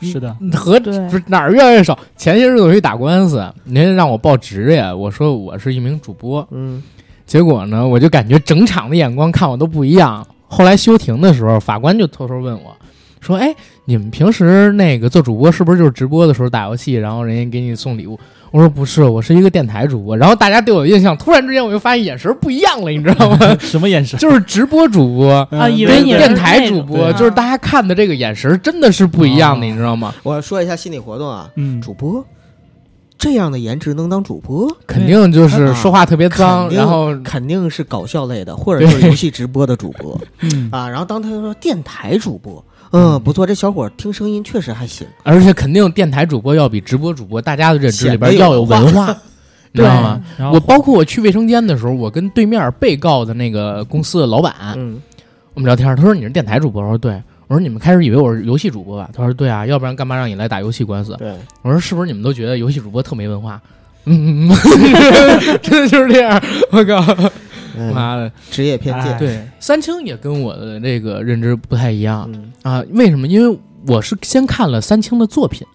S4: 是的，
S2: 和
S5: 对
S2: 不是哪儿越来越少。前些日子我去打官司，您让我报职业，我说我是一名主播，
S3: 嗯，
S2: 结果呢，我就感觉整场的眼光看我都不一样。后来休庭的时候，法官就偷偷问我。说，哎，你们平时那个做主播是不是就是直播的时候打游戏，然后人家给你送礼物？我说不是，我是一个电台主播。然后大家对我的印象，突然之间我就发现眼神不一样了，你知道吗？
S4: 什么眼神
S2: 就是直播主播，
S5: 啊以为
S2: 跟
S5: 你是
S2: 电台
S5: 那
S2: 主
S5: 种
S2: 播，
S4: 对
S2: 就是大家看的这个眼神儿真的是不一样的，
S4: 哦
S2: 你知道吗？
S3: 我说一下心理活动啊，
S4: 嗯
S3: 主播这样的颜值能当主播，
S2: 肯定就是
S3: 啊
S2: 说话特别脏，
S3: 肯定
S2: 然后
S3: 肯定是搞笑类的，或者就是游戏直播的主 播
S4: 嗯
S3: 啊。然后当他说电台主播，嗯，不错，这小伙儿听声音确实还行。
S2: 而且肯定电台主播要比直播主播大家的认知里边
S3: 显得
S2: 要有
S3: 有文
S2: 文
S3: 化
S2: 化，你知道 吗？
S4: 然后
S2: 我包括我去卫生间的时候，我跟对面被告的那个公司的老板，
S3: 嗯，
S2: 我们聊天，他说你是电台主播，我说对，我说你们开始以为我是游戏主播吧？他说对啊，要不然干嘛让你来打游戏官司？
S3: 对，
S2: 我说是不是你们都觉得游戏主播特没文 化？嗯，嗯嗯真的就是这样，我靠，
S3: 嗯，
S2: 妈的！
S3: 职业偏
S4: 哎
S3: 见。
S2: 对，三清也跟我的这个认知不太一样
S3: 嗯，
S2: 啊。为什么？因为我是先看了三清的作品，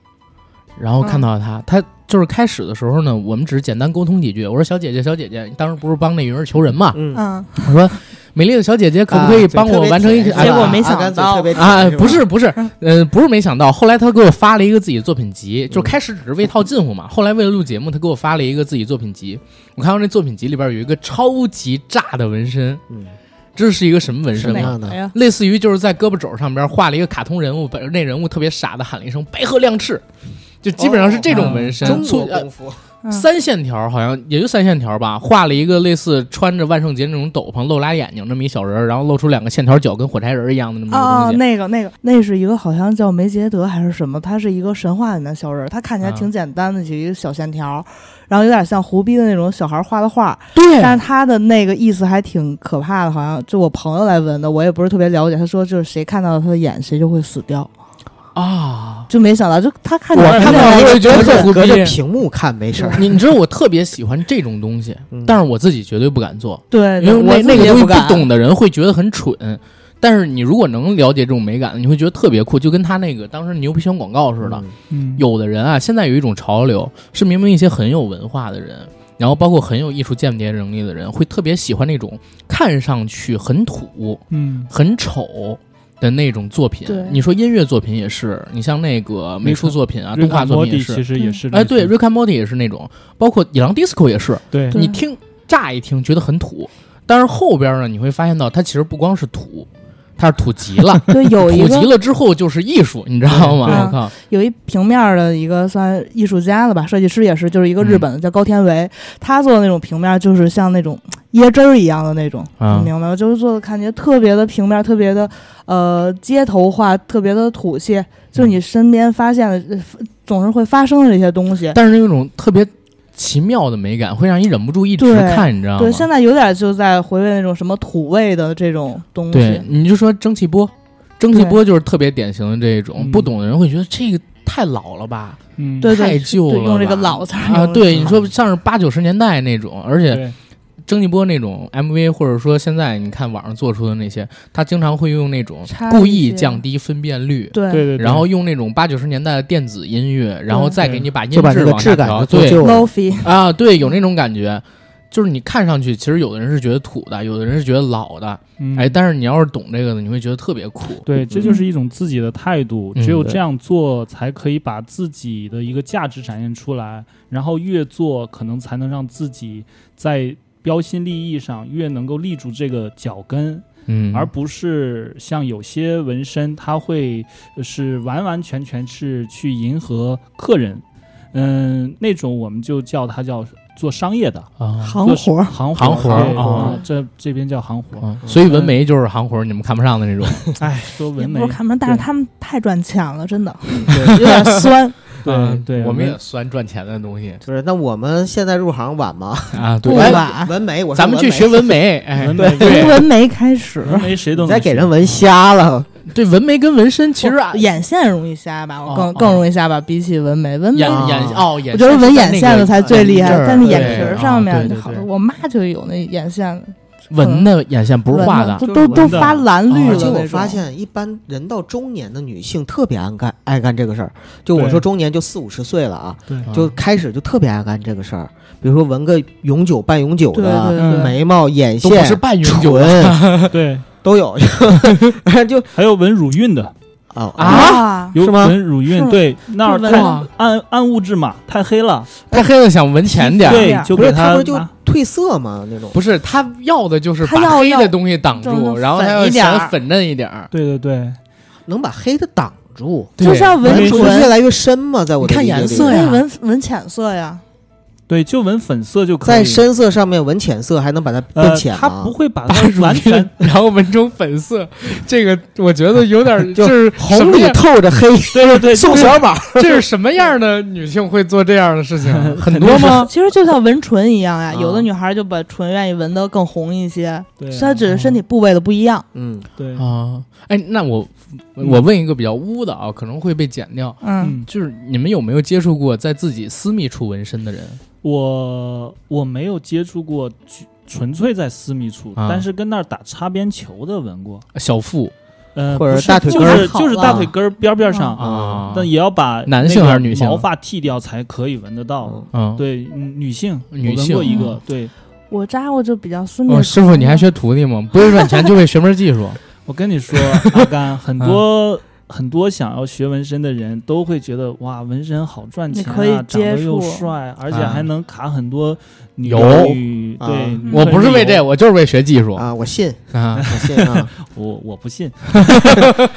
S2: 然后
S5: 嗯
S2: 看到他，他就是开始的时候呢，我们只是简单沟通几句。我说：“小姐姐，小姐姐，你当时不是帮那云儿求人嘛？”
S3: 嗯
S5: 嗯
S2: 我说：“美丽的小姐姐啊可不可以帮我完成一个？
S5: 啊对
S2: 哎
S5: 结果没嗯想到
S2: 啊，不是不是，呃，不是没想到，后来他给我发了一个自己作品集，
S5: 嗯
S2: 就开始只是为套近乎嘛，后来为了录节目，他给我发了一个自己作品集。我看到那作品集里边有一个超级炸的纹身，
S3: 嗯，
S2: 这是一个什么纹身
S3: 什么
S2: 吗？
S3: 呀
S5: 哪个哎呀？
S2: 类似于就是在胳膊肘上边画了一个卡通人物，把那人物特别傻的喊了一声“白鹤亮翅”，就基本上是这种纹身。
S3: 中
S2: 粗
S3: 国
S2: 呃
S3: 功夫，
S5: 嗯
S2: 三线条好像也就三线条吧，画了一个类似穿着万圣节那种斗篷露俩眼睛那么一小人儿，然后露出两个线条脚，跟火柴人儿一样的那么一个
S5: 哦，
S2: 东
S3: 啊
S2: 西。
S5: 那个那个，那是一个好像叫梅杰德还是什么，他是一个神话里面的小人儿，他看起来
S2: 啊
S5: 挺简单的，就一个小线条儿，然后有点像胡逼的那种小孩儿画的画，
S2: 对
S5: 但是他的那个意思还挺可怕的，好像就我朋友来纹的，我也不是特别了解。他说就是谁看到他的眼，谁就会死掉，
S2: 啊，
S5: 就没想到就他看
S2: 哦我看到
S5: 了
S2: 我就觉得
S3: 隔
S2: 特
S3: 着
S2: 胡
S3: 隔
S2: 逼
S3: 着。屏幕看没事儿，
S2: 你你知道我特别喜欢这种东西，
S3: 嗯
S2: 但是我自己绝对不敢做，
S5: 对，
S2: 因为
S5: 我
S2: 那那
S5: 自己
S2: 个
S5: 也
S2: 东西不
S5: 不敢
S2: 懂的人会觉得很蠢。但是你如果能了解这种美感，你会觉得特别酷，就跟他那个当时牛皮癣广告似的，
S3: 嗯，
S4: 嗯，
S2: 有的人啊，现在有一种潮流，是明明一些很有文化的人，然后包括很有艺术鉴别能力的人，会特别喜欢那种看上去很土、
S4: 嗯，
S2: 很丑的那种作品
S5: 对。
S2: 你说音乐作品也是，你像那个美术作品啊、
S4: 瑞
S2: 动画
S4: 卡莫
S2: 作品
S4: 蒂
S2: 也
S4: 其
S2: 是，
S4: 实也是类似，
S2: 哎，对，瑞克 m o 也是那种，包括野狼 disco 也是，
S4: 对
S5: 对。
S2: 你听乍一听觉得很土，但是后边呢，你会发现到它其实不光是土，它是土极了
S5: 对 有哦一
S2: 土极
S5: 个
S2: 了之后就是艺术，你知道吗？
S5: 对对
S2: 我靠，
S5: 有一平面儿的一个算艺术家了吧，设计师也是，就是一个
S2: 嗯
S5: 日本的叫高天维，他做的那种平面儿就是像那种椰汁儿一样的那种，
S2: 啊
S5: 你明白吗？就是做的感觉特别的平面儿，特别的呃街头化，特别的土气，
S2: 嗯
S5: 就是你身边发现的，呃总是会发生的这些东西。
S2: 但是那种特别奇妙的美感，会让你忍不住一直
S5: 对
S2: 看，你知道吗？
S5: 对，现在有点就在回味那种什么土味的这种东
S2: 对
S5: 西。
S2: 你就说蒸汽波，蒸汽波就是特别典型的这种，
S4: 嗯
S2: 不懂的人会觉得这个太老了吧，
S4: 嗯，
S5: 对
S2: 太旧了
S5: 对
S2: 吧，
S5: 用这个老词儿
S2: 啊，
S5: 用
S2: 对，
S5: 这个
S2: 你说像是八九十年代那种，而且
S4: 对，
S2: 蒸汽波那种 MV，或者说现在你看网上做出的那些，他经常会用那种
S5: 插一些
S2: 故意降低分辨率。
S5: 对
S4: 对对，
S2: 然后用那种八九十年代的电子音乐，然后再给你把音
S3: 就把这
S2: 质
S3: 个
S2: 往下
S3: 质感
S2: 调，
S3: 就做
S2: 对，
S3: 旧了
S5: lofi
S2: 啊，对，有那种感觉，就是你看上去，其实有的人是觉得土的，有的人是觉得老的，
S4: 嗯
S2: 哎，但是你要是懂这个的，你会觉得特别酷。
S4: 对，这就是一种自己的态度，只有
S2: 嗯
S4: 这样做才可以把自己的一个价值展现出来，然后越做可能才能让自己在标新立异上越能够立住这个脚跟，
S2: 嗯
S4: 而不是像有些纹身，它会呃是完完全全是去迎合客人，嗯，那种我们就叫它叫做商业的
S2: 啊，
S5: 行
S4: 做
S5: 活儿，
S4: 行
S2: 行活
S4: 活
S2: 儿
S4: 对
S2: 啊
S4: 嗯这这边叫行活儿。
S2: 啊所以纹眉就是行活儿，你们看不上的那种。
S4: 哎，说
S5: 也
S4: 纹
S5: 不
S4: 眉
S5: 是，看门，但是
S4: 对
S5: 他们太赚钱了，真的
S4: 对
S5: 有点酸。
S4: 对
S2: 嗯
S4: 对，
S2: 我们也算赚钱的东西
S3: 就是那我们现在入行 晚吗？
S2: 啊。
S5: 不
S2: 对，哎
S5: 晚，
S3: 纹眉，我说
S2: 咱们去
S3: 纹眉
S2: 学纹眉，哎，
S4: 纹
S2: 对
S4: 眉
S5: 从
S2: 对嗯
S5: 纹眉开始，
S4: 纹眉谁都
S3: 你
S4: 能
S3: 再给
S4: 学
S3: 人纹瞎了，
S2: 对，纹眉跟纹身其实啊
S5: 哦眼线容易瞎吧，我
S2: 哦
S5: 更更容易瞎吧，比起纹眉，纹眉
S2: 眼眼哦眼，
S5: 嗯我觉得纹眼线的才最厉
S2: 眼
S5: 害
S2: 镜，儿
S5: 在那眼
S2: 嗯对
S5: 皮儿
S2: 啊
S5: 上面
S2: 对对
S5: 好
S2: 对
S5: 多。嗯我妈就有那眼线，
S2: 纹的眼线不是
S5: 纹
S2: 画的
S3: 就
S5: 都
S3: 是
S5: 都都
S4: 纹的
S5: 发蓝绿
S2: 哦
S5: 了
S3: 而
S5: 那
S3: 且
S5: 种。
S3: 我发现，一般人到中年的女性特别爱干爱干这个事儿。就我
S4: 对
S3: 说中年就四五十岁了啊，
S4: 对
S2: 啊
S3: 就开始就特别爱干这个事儿。比如说纹个永久半永久
S5: 对对
S2: 嗯
S3: 的，
S5: 对，
S3: 眉毛、眼
S2: 都不是
S3: 线、
S2: 半永 久的
S3: 唇
S4: 对，
S3: 都有， 就
S4: 还有纹乳晕的，
S3: 哦
S2: 啊
S5: 啊，
S4: 有
S3: 是吗
S4: 纹乳
S5: 是
S4: 晕，
S5: 吗
S4: 对，那儿
S5: 是纹
S4: 太
S5: 吗
S4: 暗暗物质嘛，太黑了，
S2: 太黑了，想纹浅点儿。
S5: 对
S4: 就
S3: 不是
S4: 给
S3: 他
S4: 它
S3: 不是就
S4: 拿
S3: 褪色吗？那种
S2: 啊不是他要的就是
S5: 他
S2: 把
S5: 要
S2: 黑
S5: 要
S2: 的东西挡
S5: 就是
S2: 住，
S5: 能
S2: 然后他
S5: 粉
S2: 要
S5: 一点
S2: 想
S5: 儿
S2: 粉嫩一点儿。
S4: 对对对，
S3: 能把黑的挡住，
S5: 就
S2: 对
S5: 是要
S4: 纹
S5: 纹
S3: 出
S5: 唇，
S3: 越来越深吗？在我的
S2: 你看
S3: 理解
S2: 颜
S3: 里
S2: 色
S5: 可
S2: 呀
S5: 以纹纹浅色呀。
S4: 对，就纹粉色就可以。
S3: 在深啊色上面纹浅色，还能把它
S4: 呃
S3: 变，浅
S4: 它
S3: 吗
S4: 不？会把
S2: 把
S4: 它
S2: 乳
S4: 完
S2: 晕
S4: 全，
S2: 然后纹成粉色，这个我觉得有点儿
S3: 就
S2: 就是什
S3: 红
S2: 么
S3: 里
S2: 样
S3: 透着黑，
S4: 对对对，
S3: 宋
S4: 就是
S3: 小宝，
S2: 这是什么样的女性会做这样的事情啊？ 很多
S4: 肯定
S2: 吗？
S5: 其实就像纹唇一样呀，有的
S3: 啊
S5: 女孩就把唇愿意纹得更红一些，
S4: 对
S5: 她只是身体部位的不一样。
S3: 嗯，
S4: 对，
S2: 啊，哎，那我我问一个比较污的啊，可能会被剪掉，
S5: 嗯，
S4: 嗯，
S2: 就是你们有没有接触过在自己私密处纹身的人？
S4: 我我没有接触过纯纯粹在私密处，
S2: 啊
S4: 但是跟那儿打擦边球的纹过，
S2: 小腹
S4: 呃，
S3: 或者
S4: 不是
S3: 大腿
S4: 就
S3: 根
S5: 儿
S4: 是就是大腿根儿边儿边儿上
S3: 啊
S4: 但也要把
S2: 嗯男
S4: 那
S2: 性
S4: 个
S2: 还是女性
S4: 毛发剃掉才可以闻得到。
S2: 嗯，
S4: 对，嗯女性，
S2: 女
S4: 我闻
S2: 性
S4: 过一个，对，
S5: 我扎过就比较孙女疼
S2: 哦，
S5: 嘛。
S2: 师傅，你还学徒弟 吗？不会赚钱就会学门技术，
S4: 我跟你说，阿甘，很多、
S2: 嗯
S4: 很多想要学纹身的人都会觉得哇，纹身好赚钱、
S5: 你
S4: 啊，
S5: 可以
S4: 长得
S5: 接
S4: 又
S5: 触
S4: 帅，而且
S2: 啊
S4: 还能卡很多女
S2: 油
S4: 女
S3: 啊
S4: 对
S5: 嗯，
S4: 女
S2: 我不是为
S4: 粉
S2: 这，
S4: 油
S2: 我就是为学技术
S4: 哦
S3: 啊，我信，
S2: 啊
S3: 我。信啊，
S4: 我我不信。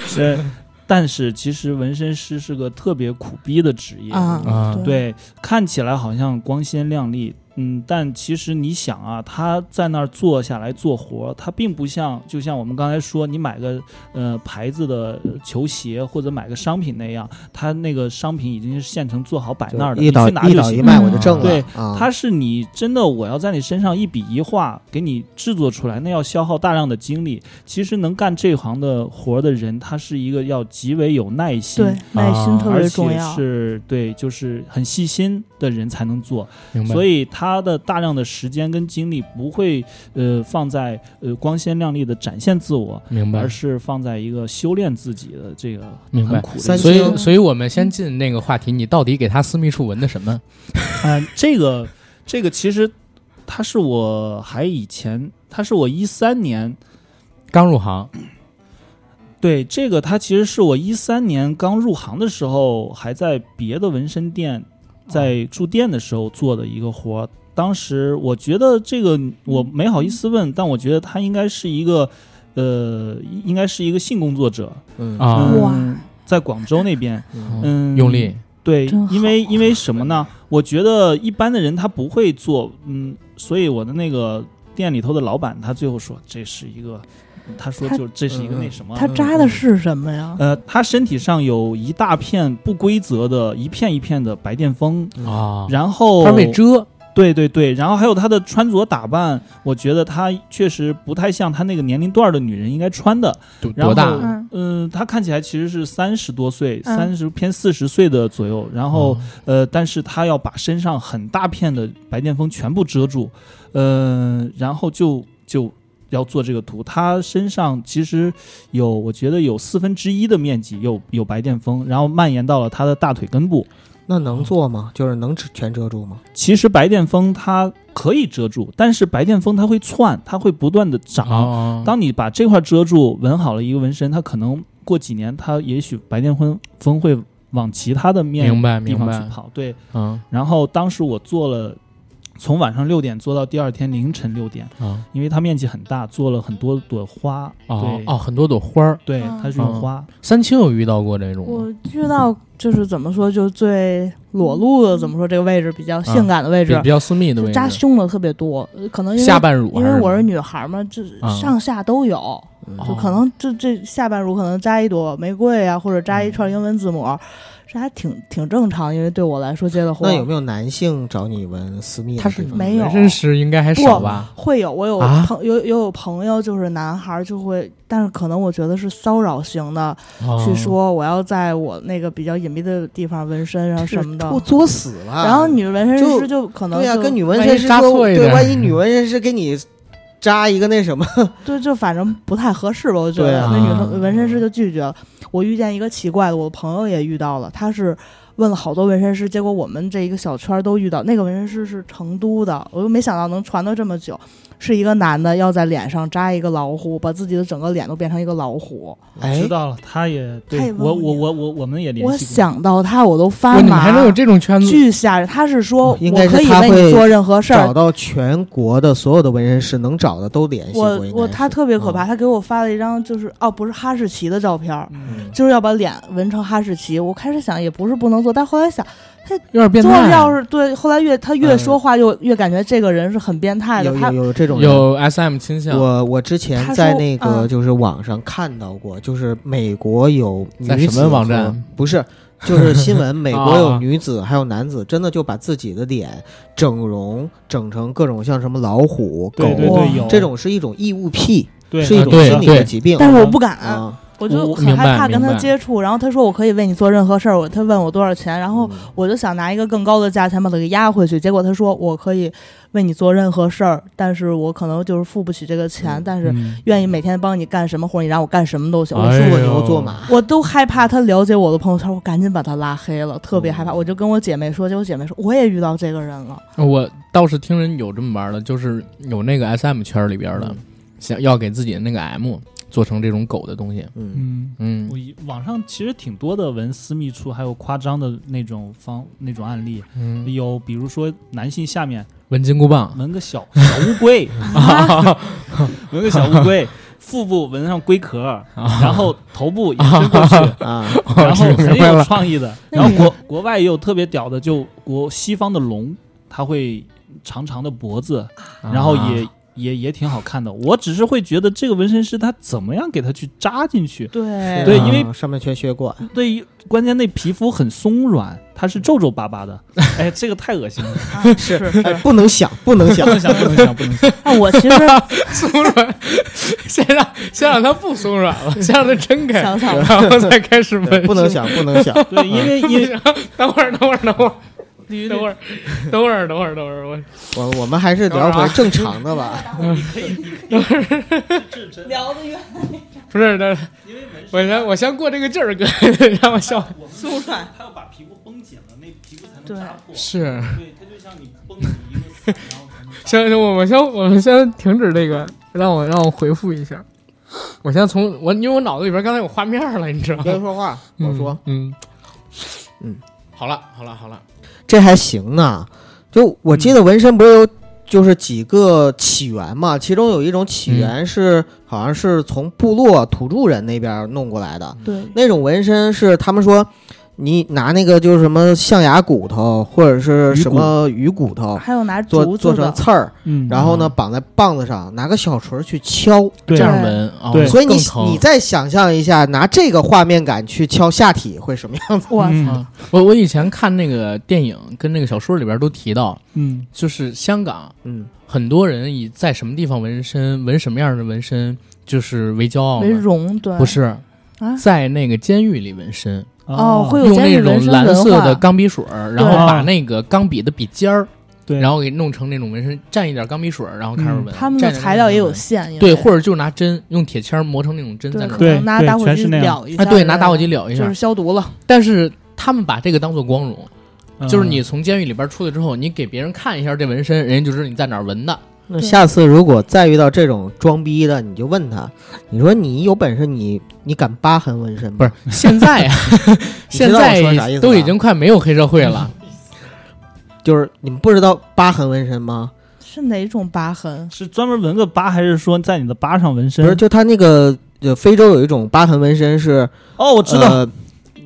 S4: 是，但是其实纹身师是个特别苦逼的职业
S2: 啊
S5: 啊，，
S4: 对，看起来好像光鲜亮丽，嗯，但其实你想啊，他在那儿坐下来做活儿，他并不像，就像我们刚才说，你买个呃牌子的呃球鞋或者买个商品那样，他那个商品已经是现成做好摆那儿的，
S3: 一
S4: 你
S3: 倒
S4: 去拿
S3: 一
S4: 就
S3: 倒一
S4: 行。
S3: 卖我就挣了。
S4: 对
S3: 啊，
S4: 它是你真的，我要在你身上一笔一画给你制作出来，那要消耗大量的精力。其实能干这行的活儿的人，他是一个要极为有耐心，
S5: 对，耐心特
S4: 而
S5: 别重
S4: 且
S5: 要。
S4: 是对，就是很细心的人才能做。
S2: 明白。
S4: 所
S2: 以
S4: 以他的大量的时间跟精力不会呃放在呃光鲜亮丽的展现自我，
S2: 明白
S4: 而。是放在一个修炼自己的这个
S2: 明白
S4: 很苦的
S3: 三
S4: 一个。
S2: 所以，
S3: 星
S2: 所以我们先进那个话题，你到底给他私密处纹的什么？
S4: 啊、这个这个其实他是我还以前，他是我一三年。
S2: 刚入行，
S4: 对这个，他其实是我一三年刚入行的时候，还在别的纹身店
S2: 哦
S4: 在驻店的时候做的一个活儿。当时我觉得这个我没好意思问，但我觉得他应该是一个，呃，应该是一个性工作者
S3: 嗯
S2: 啊
S4: 嗯
S5: 哇，
S4: 在广州那边，
S3: 嗯
S4: 嗯，
S2: 用力，
S4: 对
S5: 真，
S4: 因为
S5: 好
S4: 因为什么呢？我觉得一般的人他不会做，嗯，所以我的那个店里头的老板他最后说这是一个，他说
S5: 他
S4: 就这是一个
S3: 嗯
S4: 那
S3: 嗯
S4: 什么，
S5: 他扎的是什么呀？
S4: 呃，他身体上有一大片不规则的一片一片的白癜风，
S2: 啊，
S4: 嗯然后
S2: 他为遮，
S4: 对对对，然后还有他的穿着打扮，我觉得他确实不太像他那个年龄段的女人应该穿的。
S2: 多
S4: 然
S2: 多
S4: 后
S2: 大？
S5: 嗯
S4: 嗯，他看起来其实是三十多岁，
S5: 嗯
S4: 三十偏四十岁的左右，然后。
S2: 嗯
S4: 呃，但是他要把身上很大片的白癜风全部遮住，呃，然后就就要做这个图。他身上其实有，我觉得有四分之一的面积有有白癜风，然后蔓延到了他的大腿根部。
S3: 那能做吗？就是能遮全遮住吗？
S4: 其实白癜风它可以遮住，但是白癜风它会窜，它会不断的长。
S2: 哦，
S4: 当你把这块遮住，纹好了一个纹身，它可能过几年，它也许白癜风风会往其他的面
S2: 明白
S4: 地
S2: 明
S4: 方
S2: 白
S4: 去，跑。对，
S2: 嗯
S4: 然后当时我做了，从晚上六点做到第二天凌晨六点，
S2: 啊
S4: 因为它面积很大，做了很多朵花。
S2: 哦
S4: 对、
S2: 哦，很多朵花儿。
S4: 对，
S5: 嗯
S4: 它是用花。
S2: 三清有遇到过这种吗
S5: 我遇到就是怎么说，就最裸露的，怎么说这个位置比较性感的位
S2: 比
S5: 置
S2: 比，较私密的
S5: 就
S2: 位
S5: 扎
S2: 置，
S5: 胸的特别多，呃可能因为
S2: 下半乳还
S5: 因
S2: 什么，
S5: 为我是女孩嘛，就是
S2: 啊
S5: 上下都有，就
S2: 哦
S5: 可能这这下半乳可能扎一朵玫瑰啊，或者扎一串英文字母，这还挺挺正常，因为对我来说接的活
S3: 那有没有男性找你纹私密的
S2: 他
S3: 地
S2: 是
S3: 方？
S5: 没有
S2: 真是应该还少吧？
S5: 会有，我有
S2: 啊
S5: 朋有有有朋友就是男孩儿就会，但是可能我觉得是骚扰型的，
S2: 哦
S5: 去说我要在我那个比较隐蔽的地方纹身啊什么的
S3: 我，作死了。
S5: 然后女纹身
S3: 啊就
S5: 师就可能
S3: 对呀、啊
S5: 就
S3: 跟女纹身师
S2: 万一扎
S3: 说，
S2: 错一
S3: 对，
S2: 点
S3: 万一女纹身师给你扎一个那 什么，
S5: 对，就反正不太合适吧，我觉
S3: 对
S5: 得、
S3: 啊
S5: 那女生
S2: 嗯
S5: 纹身师就拒绝了。我遇见一个奇怪的，我朋友也遇到了，他是问了好多纹身师，结果我们这一个小圈儿都遇到。那个纹身师是成都的，我又没想到能传到这么久。是一个男的要在脸上扎一个老虎，把自己的整个脸都变成一个老虎。
S3: 哎
S4: 知，道了，他也
S5: 他
S4: 对
S5: 也问
S4: 我
S5: 过你啊
S4: 我我我我们也联
S5: 我
S4: 系过。
S5: 想到他，我都
S2: 哇
S5: 发
S2: 你们
S5: 麻。
S2: 还能有这种圈子？
S5: 巨吓人！他是说
S3: 应
S5: 我
S3: 该是
S5: 可以
S3: 他
S5: 为
S3: 会
S5: 你做任何事儿
S3: 找，到全国的所有的纹身师能找的都联系过。
S5: 我
S3: 应该
S5: 我
S3: 是嗯
S5: 他特别可怕，他给我发了一张就是哦不是哈士奇的照片儿，
S4: 嗯
S5: 就是要把脸纹成哈士奇。我开始想也不是不能做，但后来想
S2: 有点变
S5: 做
S2: 态。啊
S5: 要是对，后来越他越
S3: 嗯
S5: 说话越越感觉这个人是很变态的
S3: 有，
S2: 嗯
S5: 他
S3: 有有这种人
S2: 有 S M 倾向，
S3: 我我之前
S5: 他
S3: 在
S5: 说
S3: 那个
S5: 嗯
S3: 就是网上看到过，就是美国有
S2: 在
S3: 女
S2: 什
S3: 子
S2: 么网
S3: 和
S2: 站？
S3: 不是，就是新闻，美国
S2: 啊
S3: 有女子还有男子，真的就把自己的脸整容，整成各种像什么老虎、狗
S4: 对对
S5: 哇
S4: 对，有
S3: 这种是一种异物癖，
S4: 对
S3: 是一种
S2: 对
S3: 心理
S2: 对
S3: 的疾病。
S5: 但是我不敢，
S3: 啊，
S5: 我就
S2: 嗯我
S5: 很
S2: 明
S5: 害
S2: 白
S5: 怕跟
S2: 明
S5: 他
S2: 白
S5: 接触。然后他说我可以为你做任何事儿，我他问我多少钱，然
S2: 嗯
S3: 嗯
S5: 后我就想拿一个更高的价钱把他给压回去。结果他说我可以为你做任何事儿，但是我可能就是付不起这个钱，
S3: 嗯
S5: 但是
S4: 嗯
S5: 愿意每天帮你干什么活儿，你让我干什么都行。我
S2: 哎
S5: 说
S3: 做
S5: 我
S2: 呦
S3: 牛做 马，
S5: 我都害怕他了解我的朋友圈，我赶紧把他拉黑了，特别害怕。我就跟我姐妹说，结果姐妹说我也遇到这个人了。
S2: 哦我倒是听人有这么玩的，就是有那个 SM 圈里边
S3: 嗯
S2: 的，想要给自己的那个 M 做成这种狗的东西，
S3: 嗯，
S4: 嗯，
S2: 嗯
S4: 我一网上其实挺多的文私密处还有夸张的那种方那种案例，
S2: 嗯，
S4: 有比如说男性下面
S2: 纹金箍棒，
S4: 纹个小小乌龟，
S5: 啊
S4: 纹个小乌龟，腹部纹上龟壳儿，然后头部延伸过去，
S3: 啊，
S4: 然后
S2: 明
S4: 很
S2: 白
S4: 有
S2: 了，
S4: 创意的。
S5: 那
S4: 然后
S5: 你
S4: 国国外也有特别屌的，就国西方的龙，它会长长的脖子，
S2: 啊
S4: 然后也、也也挺好看的。我只是会觉得这个纹身师他怎么样给它去扎进去？
S5: 对
S4: 对
S3: 啊
S4: 因为
S3: 上面全血管，
S4: 对于关键那皮肤很松软，它是皱皱巴巴的。哎，这个太恶心了，
S5: 啊是是
S3: 哎，不能想，不能想
S4: 不，能想，不能想，不能想。
S5: 那啊我 其实
S2: 松软，先让先让它不松软了，先让它睁开，
S5: 想想，
S2: 然后再开始纹，
S3: 不能。想，不能想，
S4: 对，因 为因为
S2: 等会儿，等会儿，等会儿，
S4: 对于
S2: 等会儿，等会儿，等会儿，等会儿，我
S3: 我我们还是聊回正常的 吧。
S5: 聊得远
S2: 不是，等会儿我先我先过这个劲 儿，哥，让我笑。
S5: 松软，
S4: 他要把皮肤绷紧了，那皮肤才能
S5: 对
S4: 扎破。
S2: 是，
S4: 对，它就像你绷紧一个伞，然后才能扎
S2: 行行，我们先我们先停止这个，让我让我回复一下。我先从我因为我脑子里边刚才有画面了，你知道
S3: 别
S2: 吗？
S3: 说话，我说，
S2: 嗯，
S3: 嗯，
S2: 好了好了好了，
S3: 这还行呢。就我记得纹身不是有就是几个起源嘛，其中有一种起源是好像是从部落土著人那边弄过来的，
S5: 对，
S3: 那种纹身是他们说。你拿那个就是什么象牙骨头或者是什么鱼骨头
S5: 还有拿
S3: 做
S5: 啊竹
S3: 做
S5: 子
S3: 成
S5: 的，
S3: 刺儿，
S4: 嗯
S3: 然后呢绑在棒子上，拿个小锤儿去敲。
S4: 对
S2: 这样纹啊，
S4: 对
S3: 所以你
S2: 更疼
S3: 你再想象一下，拿这个画面感去敲下体会什么样子？
S5: 我
S4: 嗯
S2: 啊，我我以前看那个电影跟那个小说里边都提到，
S4: 嗯
S2: 就是香港
S3: 嗯，
S2: 很多人以在什么地方纹身、纹什么样的纹身就是为骄傲嘛
S5: 为荣，对，
S2: 不是
S5: 啊
S2: 在那个监狱里纹身，
S4: 嗯
S5: 哦，会有
S2: 用
S5: 监
S2: 那
S5: 狱
S2: 种
S5: 纹身
S2: 蓝
S5: 文
S2: 色的
S5: 化，
S2: 钢笔水儿，然后
S4: 对
S2: 把那个钢笔的笔尖儿，
S4: 对，
S2: 然后给弄成那种纹身，蘸一点钢笔水儿，然后开始
S4: 嗯
S2: 纹。
S5: 他们
S2: 蘸
S5: 的
S2: 一点
S5: 材料也有
S2: 钢笔水
S5: 限，因
S2: 儿对，
S5: 为
S2: 或者就拿针用铁签儿磨成那种针在
S5: 对，
S2: 那
S5: 可
S2: 儿。
S4: 对
S5: 能拿打火
S4: 全
S5: 机
S4: 是那样
S5: 燎一下，
S2: 啊，对，拿打火机，燎一下
S5: 就是，消毒了，
S2: 但是他们把这个当做光荣，
S4: 嗯
S2: 就是你从监狱里边出来之后，你给别人看一下这纹身，人家就知道你在哪儿纹的。
S3: 那
S5: 对
S3: 下次如果再遇到这种装逼的，你就问他，你说你有本事你你敢疤痕纹身吗？
S2: 不是，现在啊，
S3: 你知
S2: 现
S3: 道我
S2: 在
S3: 说啥意思吧
S2: 都已经快没有黑社会了。
S3: 就是你们不知道疤痕纹身吗？
S5: 是哪种疤痕？
S4: 是专门纹个疤，还是说在你的疤上纹
S3: 不是，
S4: 身？
S3: 就他那个呃，非洲有一种疤痕纹身是，
S4: 哦，我知道，
S3: 呃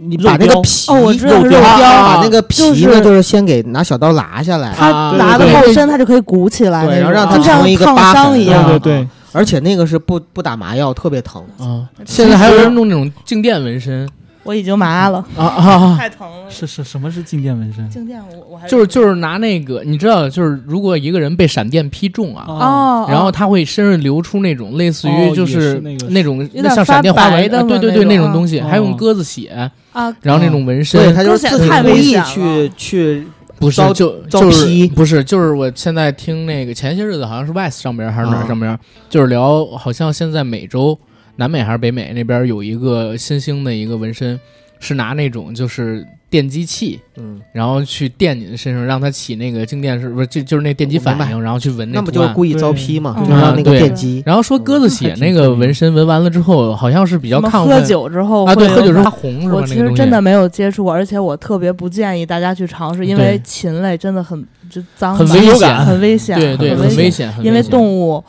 S3: 你把那
S4: 肉
S3: 个
S4: 雕
S3: 皮
S5: 哦我知道
S3: 肉
S5: 肉
S3: 雕
S5: 雕
S3: 把那个皮
S5: 就
S3: 呢，
S5: 是
S3: 就是先给拿小刀剌下来，
S5: 他
S2: 啊对
S5: 拿
S2: 对
S5: 到
S2: 对
S5: 后身，他就可以鼓起来那种，
S3: 对，然后让它
S5: 就
S3: 成为一个
S5: 像
S3: 疤
S5: 烫伤
S3: 痕，
S5: 一样。
S4: 对对对
S3: 而且那个是不不打麻药，特别疼。
S2: 啊，
S5: 其
S2: 现在还有
S5: 实
S2: 人弄那种静电纹身
S5: 我已经麻了，
S2: 啊啊，
S5: 太疼了。
S4: 是是什么是静电纹身？
S5: 静电，我我还
S2: 就是就是拿那个，你知道，就是如果一个人被闪电劈中啊。
S4: 哦，
S5: 哦，
S2: 然后他会身上流出那种类似
S4: 哦
S2: 于就
S4: 也是那个
S2: 那种
S5: 有点
S2: 像闪电花
S5: 发
S2: 纹
S5: 白的
S2: 啊对对对
S5: 那
S2: 那
S5: 种
S2: 种东西，
S4: 哦
S2: 还用鸽子血，
S5: 啊，
S2: 然后那种纹
S3: 对，
S2: 身
S3: 他就是
S5: 勾
S3: 自
S5: 起
S3: 己
S5: 来太
S3: 故
S5: 危
S3: 意
S5: 险
S3: 去
S5: 了
S3: 去
S2: 不是
S3: 招
S2: 就
S3: 招
S2: 就是
S3: 批
S2: 不是就是我现在听那个前些日子好像是 Vice 上边儿还是哪
S3: 啊
S2: 儿上边儿，就是聊好像现在美洲南美还是北美那边儿有一个新兴的一个纹身，是拿那种就是电击器，
S3: 嗯，
S2: 然后去电你的身上，让它起那个静电是不是就就是那电击
S3: 我明
S2: 反
S3: 白
S2: 应，然后去纹
S3: 那不
S2: 图
S3: 就是
S2: 案
S3: 故意嗯招批嘛？
S5: 嗯
S3: 然后那个
S2: 对
S3: 电击，
S2: 然后说鸽子血那个纹身纹完了之后，好像是比较
S5: 什么
S2: 亢
S5: 喝
S2: 奋
S5: 酒之后
S2: 啊，对，
S5: 会
S2: 喝酒
S5: 有
S2: 之后
S5: 反
S2: 它红是吧？
S5: 我
S2: 那
S5: 其
S2: 个
S5: 实
S2: 东西
S5: 真的没有接触过，而且我特别不建议大家去尝试，因为
S2: 对
S5: 禽类真的很就脏嘛，
S2: 很危险，
S5: 很危险，
S2: 对对，
S5: 很
S2: 很危
S5: 危
S2: 险，很
S5: 因
S2: 危
S5: 为
S2: 险
S5: 动物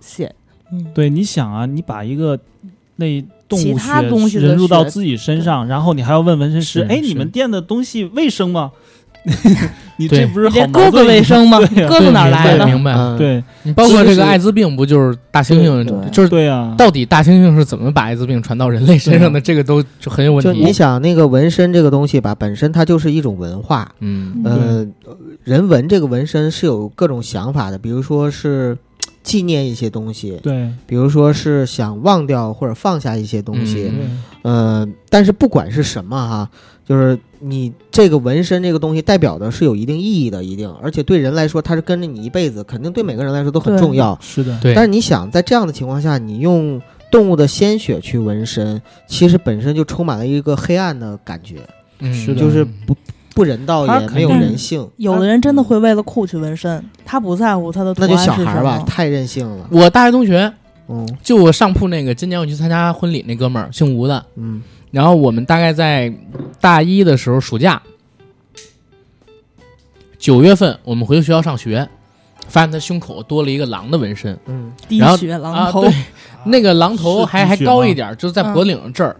S5: 血，嗯，
S4: 对，你想啊，你把一个那动
S5: 其
S4: 物
S5: 他
S4: 血
S5: 东西的
S4: 融入到
S5: 血
S4: 自己身上，然后你还要问纹身师
S2: 是：“
S4: 哎，你
S2: 是
S4: 们店的东西卫生吗？”你
S2: 对
S4: 这不是好
S5: 连
S4: 矛
S5: 鸽子
S4: 盾
S5: 卫生吗？
S4: 对呀
S5: 鸽
S2: 对
S5: 子哪儿
S2: 明白
S5: 来的？
S2: 明白，
S3: 嗯，
S4: 对
S2: 你包括
S4: 其
S2: 这个
S4: 实是
S2: 艾滋病，不就是大猩猩？
S5: 对
S2: 就是
S4: 对啊，
S2: 到底大猩猩是怎么把艾滋病传到人类身上的？这个都就很有问
S3: 就你
S2: 题。
S3: 想那个纹身这个东西吧，本身它就是一种文化。
S2: 嗯
S5: 嗯
S3: 呃，人纹这个纹身是有各种想法的，比如说是纪念一些东西，
S4: 对
S3: 比如说是想忘掉或者放下一些东西，
S2: 嗯
S4: 对
S3: 呃，但是不管是什么哈，就是你这个纹身这个东西代表的是有一定意义的，一定，而且对人来说它是跟着你一辈子，肯定对每个人来说都很
S5: 对
S3: 重要。
S4: 是的，
S2: 对
S3: 但是你想，在这样的情况下，你用动物的鲜血去纹身，其实本身就充满了一个黑暗的感觉，
S2: 嗯
S4: 是的
S3: 就是不不人道
S4: 它
S3: 也
S4: 肯
S3: 没有
S5: 定
S3: 人性。
S5: 有的人真的会为了酷去纹身，他不在乎他的图
S3: 那
S5: 案
S3: 就是小孩
S5: 什
S3: 儿吧，
S5: 么
S3: 太任性了。
S2: 我大学同学，
S3: 嗯
S2: 就我上铺那个，今年我去参加婚礼那哥们儿，姓吴的。
S3: 嗯，
S2: 然后我们大概在大一的时候，暑假九月份，我们回学校上学，发现他胸口多了一个狼的纹身
S3: 嗯，
S5: 滴
S2: 然后
S5: 血狼
S2: 啊，
S5: 头
S2: 对，， 那个狼头
S4: 是
S2: 还
S4: 滴
S2: 还
S4: 血
S2: 高
S4: 吗
S2: 一点儿，就是在
S5: 嗯
S2: 脖领这儿，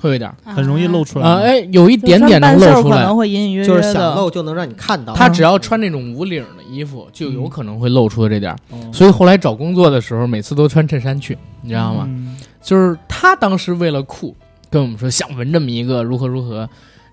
S2: 会有一点儿
S4: 很容易露出来
S2: 啊，
S4: 嘛。
S2: 哎，有一
S5: 一
S2: 点点能露出
S5: 可
S2: 来
S5: 能。会隐隐约约
S3: 就
S5: 的
S3: 是想露就能让你看到。
S2: 他只要穿那种无领儿的衣服，就有
S4: 嗯
S2: 可能会露出这点儿。
S4: 哦，
S2: 所以后来找工作的时候，每次都穿衬衫去，你知道吗？
S4: 嗯
S2: 就是他当时为了酷，跟我们说想纹这么一个如何如何，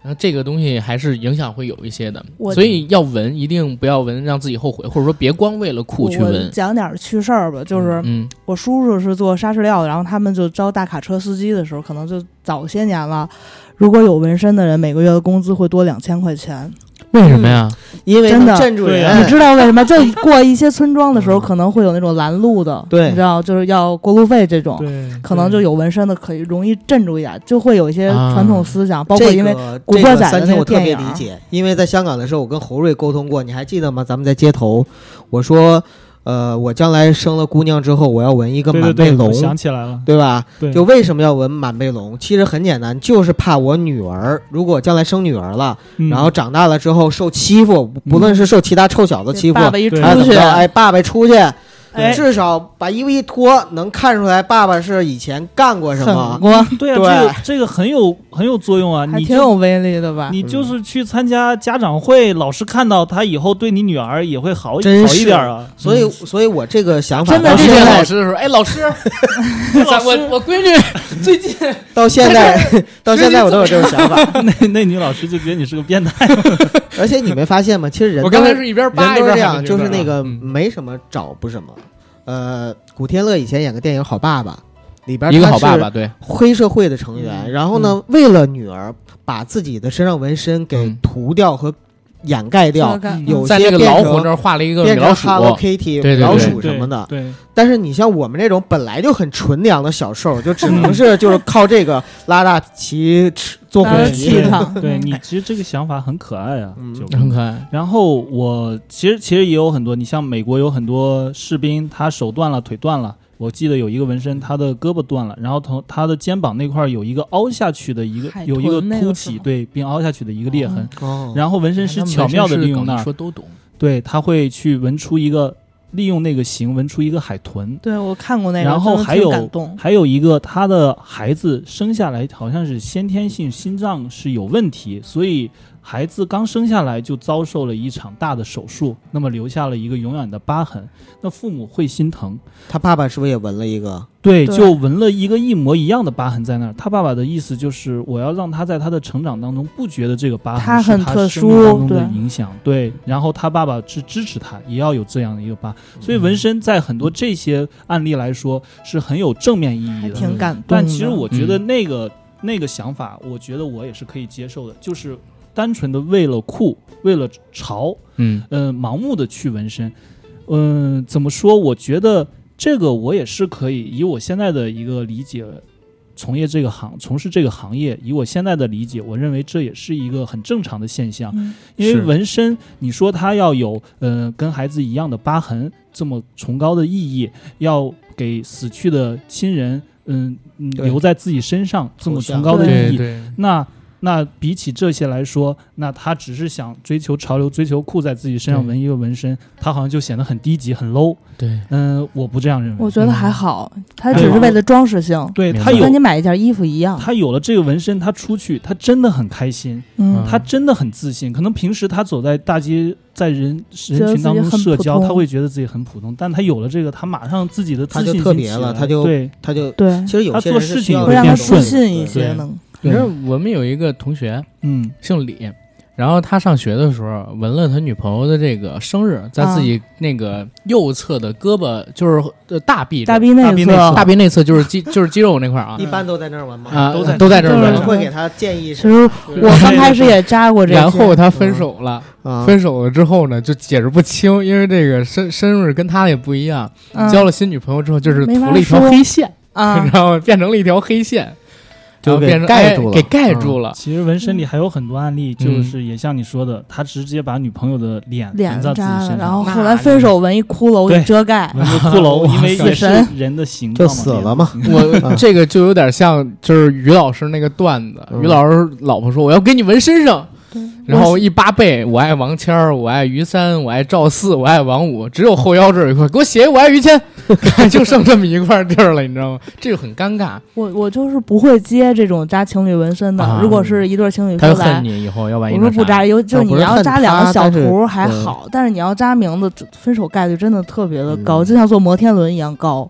S2: 然后这个东西还是影响会有一些的，
S5: 我
S2: 所以要纹一定不要纹让自己后悔，或者说别光为了酷
S5: 我
S2: 去纹。
S5: 讲点儿趣事儿吧，就是
S2: 嗯
S5: 我叔叔是做沙石料的，然后他们就招大卡车司机的时候，可能就早些年了。如果有纹身的人，每个月的工资会多两千块钱。
S2: 为什么呀？
S3: 因为
S5: 真的
S3: 能镇住
S4: 对
S3: 人
S4: 啊，
S5: 你知道为什么？ 就过一些村庄的时候，
S3: 嗯
S5: 可能会有那种拦路的，
S3: 对
S5: 你知道，就是要过路费这种，
S4: 对，
S5: 可能就有纹身的可以容易镇住一点，就会有一些
S2: 啊
S5: 传统思想，包括
S3: 这
S5: 因为
S3: 个
S5: 古
S3: 这
S5: 惑
S3: 个
S5: 仔的
S3: 三
S5: 那
S3: 天
S5: 个
S3: 我特别
S5: 电影啊
S3: 理
S5: 儿
S3: 解，因为在香港的时候，我跟侯瑞沟通过，你还记得吗？咱们在街头，我说，呃，我将来生了姑娘之后，我要纹一个
S4: 对
S3: 满
S4: 对
S3: 背
S4: 对，
S3: 龙
S4: 我，想起来了，
S3: 对吧？
S4: 对，
S3: 就为什么要纹满背龙？其实很简单，就是怕我女儿，如果我将来生女儿了，
S4: 嗯
S3: 然后长大了之后受欺负，不论是受其他臭小子欺负，
S5: 爸爸一出
S4: 对
S3: 还是怎
S5: 去
S3: 么，着，哎，爸爸出去，
S5: 哎
S3: 至少把衣服一脱，能看出来爸爸是以前干过什么
S5: 狠。过，
S4: 对啊，
S3: 对
S4: 这个这个很有很有作用啊，
S5: 还
S4: 你
S5: 挺
S4: 就
S5: 有威力的吧？
S4: 你就是去参加家长会，老师看到他以后对你女儿也会好一
S3: 真
S4: 好
S3: 是嗯
S4: 一点啊。
S3: 所以，所以我这个想法
S5: 嗯真的
S3: 到
S2: 当时
S5: 这
S3: 现
S2: 见
S5: 个
S2: 老
S3: 在
S2: 师的时候，哎，老 师，
S4: 老师
S2: 我我闺女最近
S3: 到现在到现在我都有这种想 法。
S4: 嗯那 那女老师就觉得你是个变态，
S3: 而且你没发现吗？其实人
S2: 我刚
S3: 都
S2: 才
S3: 是
S2: 是一边
S3: 人
S2: 扒一
S3: 都
S2: 边
S3: 是
S2: 喊着
S3: 这样，就
S2: 呢
S3: 是那个
S2: 嗯
S3: 没什么找不什么。呃，古天乐以前演个电影《好爸爸》，里边
S2: 一个
S3: 他
S2: 好爸
S3: 是
S2: 爸，对，
S3: 黑社会的成
S5: 嗯
S3: 员，然后呢，为了女儿把自己的身上纹身给
S2: 嗯
S3: 涂掉和掩盖掉，
S5: 这
S3: 有
S2: 在
S3: 些
S2: 那个
S3: 变
S2: 老
S3: 成
S2: 虎那儿画了一个米
S3: 变
S2: 老
S3: 成
S2: 鼠，
S3: Hello
S2: 对
S3: Kitty
S2: 对
S3: 老
S2: 对
S3: 鼠什么的。
S4: 对，对
S3: 但是你像我们这种本来就很纯良的小兽，就 只能是就是靠这个拉大旗吃做
S5: 拉
S3: 火
S5: 大旗
S3: 鸡
S5: 气。场
S4: 对
S5: 嗯
S4: 你其实这个想法很可爱啊
S3: 嗯，
S4: 就
S2: 很可爱。
S4: 然后我其实其实也有很多，你像美国有很多士兵，他手断了、腿断了。我记得有一个纹身，他的胳膊断了，然后从他的肩膀那块儿有一个凹下去的一个
S5: 海
S4: 有一个
S5: 豚那
S4: 凸
S5: 个
S4: 起，
S5: 是吗
S4: 对，并凹下去的一个裂痕
S5: 哦。
S3: 哦，
S4: 然后纹身师巧妙的利用那
S2: 你
S4: 儿，
S2: 说都懂，
S4: 对，他会去纹出一个，利用那个形纹出一个海豚。
S5: 对我看过那个，
S4: 然后
S5: 真的
S4: 还
S5: 挺
S4: 有
S5: 感动，
S4: 还有一个，他的孩子生下来好像是先天性心脏是有问题，所以孩子刚生下来就遭受了一场大的手术，那么留下了一个永远的疤痕。那父母会心疼，
S3: 他爸爸是不是也纹了一个？
S4: 对，
S5: 对
S4: 就纹了一个一模一样的疤痕在那儿。他爸爸的意思就是，我要让他在他的成长当中不觉得这个疤
S5: 他
S4: 痕是
S5: 很
S4: 他
S5: 特
S4: 生命当
S5: 殊
S4: 中的
S5: 对
S4: 影响。对，然后他爸爸是支持他，也要有这样的一个疤。
S5: 嗯
S4: 所以纹身在很多这些案例来说是很有正面意义
S5: 还
S4: 的。
S5: 挺感动的。
S4: 但其实我觉得那个、那个想法，我觉得我也是可以接受的，就是单纯的为了酷，为了潮，
S2: 嗯，
S4: 呃，盲目的去纹身，嗯、怎么说？我觉得这个我也是可以以我现在的一个理解，从业这个行，从事这个行业，以我现在的理解，我认为这也是一个很正常的现象。
S5: 嗯
S4: 因为
S2: 是
S4: 纹身，你说它要有呃跟孩子一样的疤痕这么崇高的意义，要给死去的亲人嗯、嗯
S3: 对
S4: 留在自己身上这么
S3: 头像
S4: 崇高的
S2: 对
S4: 意义，
S2: 对，
S4: 那那比起这些来说，那他只是想追求潮流、追求酷，在自己身上
S2: 对
S4: 纹一个纹身，他好像就显得很低级、很 low。
S2: 对，
S4: 嗯、我不这样认为嗯
S5: 我。觉得还好，它只是为了装饰性，
S4: 对
S2: 明白
S4: 他
S5: 跟你
S4: 有
S5: 买一件衣服一样。
S4: 他有了这个纹身，他出去他真的很开心，
S5: 嗯
S2: 嗯，
S4: 他真的很自信。可能平时他走在大街，在人
S5: 得
S4: 人群当中
S5: 自己很
S4: 社
S5: 普
S4: 交，
S5: 通
S4: 他会觉得自己很普通，但他有了这个，他马上自己的自
S3: 他就
S4: 信心
S3: 特别
S4: 起来
S3: 了他就
S4: 对
S3: 他就
S5: 对
S3: 其，实有些人是需要
S4: 他做事情
S5: 会
S4: 有
S5: 让
S4: 点
S5: 他
S3: 这
S5: 舒
S3: 种
S4: 顺
S5: 心一
S3: 对
S5: 些呢。
S2: 你知道我们有一个同学
S4: 嗯
S2: 姓李，然后他上学的时候，纹了他女朋友的这个生日，在自
S5: 啊
S2: 己那个右侧的胳膊，就是呃大臂这儿啊
S5: 大臂内
S4: 大臂内
S5: 侧
S4: 侧
S2: 大臂内侧就是肌 就是肌肉那块儿啊
S3: 一般嗯都在那儿玩吗？
S2: 啊
S4: 都在
S2: 都在这儿
S5: 都在
S3: 我
S2: 纹
S3: 们
S5: 这儿
S2: 上。
S3: 会给他建议
S5: 其，实我刚开始也扎过这些，
S2: 然后他分手了，
S5: 嗯
S3: 啊
S2: 分手了之后呢，就解释不清，因为这个身身份跟他的也不一样。
S5: 嗯
S2: 交了新女朋友之后，就是涂
S5: 没法
S2: 了一条
S5: 说
S2: 黑线，
S5: 啊
S2: 然，后变成了一条黑线，然后
S3: 就给
S2: 变成
S3: 盖
S2: 哎
S3: 住了
S2: 给盖住了。
S4: 其实纹身里还有很多案例，
S2: 嗯
S4: 就是也像你说的，他直接把女朋友的脸
S5: 脸
S4: 纹到自己
S5: 扎
S4: 身
S5: 了，然
S4: 上，
S5: 后后来分手纹一骷髅
S4: 对
S5: 给遮盖，
S4: 纹个骷 髅，因为
S5: 死
S4: 也是
S5: 神
S4: 人的形状
S3: 就
S4: 嘛
S3: 死
S4: 脸
S3: 了嘛。
S2: 我
S3: 啊
S2: 这个就有点像，就是于老师那个段子。
S3: 嗯
S2: 于老师老婆说：“我要给你纹身上。”然后一扒背，我爱王谦儿，我爱于三，我爱赵四，我爱王五，只有后腰这儿一块，给我写一我爱于 谦，就剩这么一块地儿了，你知道吗？这个很尴尬，
S5: 我我就是不会接这种扎情侣纹身的。
S2: 啊
S5: 如果是一对情侣
S2: 他
S5: 说
S2: 就
S5: 来
S2: 恨，你以后，要万一
S5: 我说
S2: 那
S5: 不
S2: 啥
S5: 扎，有就是
S3: 我不
S5: 你
S3: 是
S5: 要
S3: 恨
S5: 扎两
S3: 他
S5: 个小
S3: 但是
S5: 图还
S3: 对
S5: 好，但是你要扎名字，这分手概率真的特别的高，
S3: 嗯
S5: 就像坐摩天轮一样高。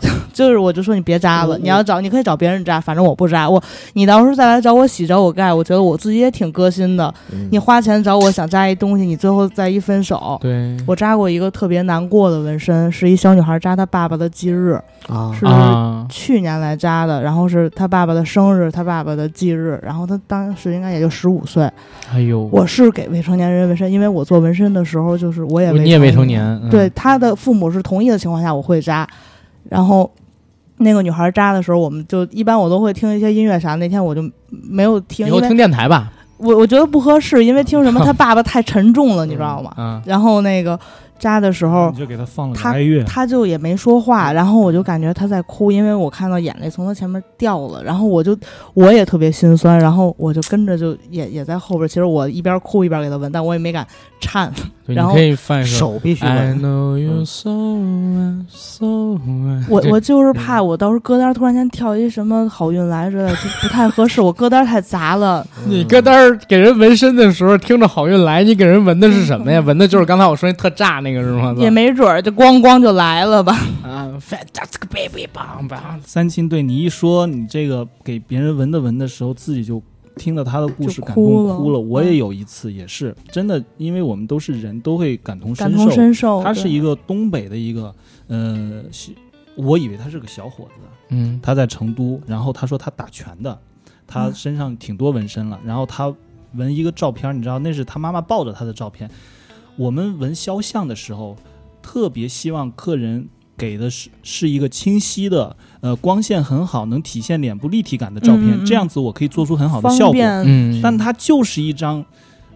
S5: 就是我就说你别扎了，
S3: 嗯
S5: 你要找你可以找别人扎，反正我不扎。我你到时候再来找我洗找我盖，我觉得我自己也挺割心的。
S3: 嗯
S5: 你花钱找我想扎一东西，你最后再一分手。
S2: 对，
S5: 我扎过一个特别难过的纹身，是一小女孩扎她爸爸的忌日，
S3: 啊
S5: 是
S2: 啊，
S5: 去年来扎的，然后是她爸爸的生日，她爸爸的忌日，然后她当时应该也就十五岁。
S2: 哎呦，
S5: 我是给未成年人纹身，因为我做纹身的时候就是我也
S2: 你也未成年，，嗯
S5: 对，他的父母是同意的情况下我会扎，然后。那个女孩扎的时候，我们就一般我都会听一些音乐啥。那天我就没有听，
S2: 以
S5: 因
S2: 后
S5: 为
S2: 听电台吧，
S5: 我我觉得不合适，因为听 什么他爸爸太沉重了，你知道吗？
S2: 嗯，
S5: 然后那个扎的时候
S4: 你，就给他放了个
S5: 他
S4: 哀乐，
S5: 他就也没说
S4: 嗯
S5: 话，然后我就感觉他在哭，因为我看到眼泪从他前面掉了，然后我就我也特别心酸，然后我就跟着就也也在后边，其实我一边哭一边给他闻，但我也没敢 颤，
S2: 对
S5: 然
S2: 你
S5: 后
S2: 可以放一首
S3: 手必须
S2: I
S3: 纹。
S2: know you so well, so well。
S5: 我
S2: 这
S5: 我就是
S4: 嗯
S5: 怕我到时候歌单突然间跳一什么好运来之类的，就不太合适，我歌单太杂了，
S2: 你搁那儿给人纹身的时候，听着好运来，你给人纹的是什 么呀？纹的就是刚才我说那特炸那个是吗？
S5: 也没准儿就咣咣就来了 吧。
S2: 啊，fantastic baby，棒棒。
S4: 三清对你一说你这个给别人闻的闻的时候，自己就听了他的故事
S5: 就
S4: 感
S5: 哭
S4: 动
S5: 了
S4: 哭了。我
S5: 嗯
S4: 也有一次，也是真的，因为我们都是人，都会感同
S5: 感
S4: 身
S5: 同
S4: 受。
S5: 身受，
S4: 他是
S5: 对
S4: 一个东北的一个，呃，是我以为他是个小伙子，啊
S2: 嗯，
S4: 他在成都，然后他说他打拳的，他
S5: 嗯
S4: 身上挺多纹身了，然后他纹一个照片，你知道那是他妈妈抱着他的照片。我们纹肖像的时候，特别希望客人给的是是一个清晰的，呃，光线很好，能体现脸部立体感的照片，
S5: 嗯嗯嗯
S4: 这样子我可以做出很好的效
S5: 方
S4: 果。
S5: 便
S2: 嗯，
S4: 但它就是一张，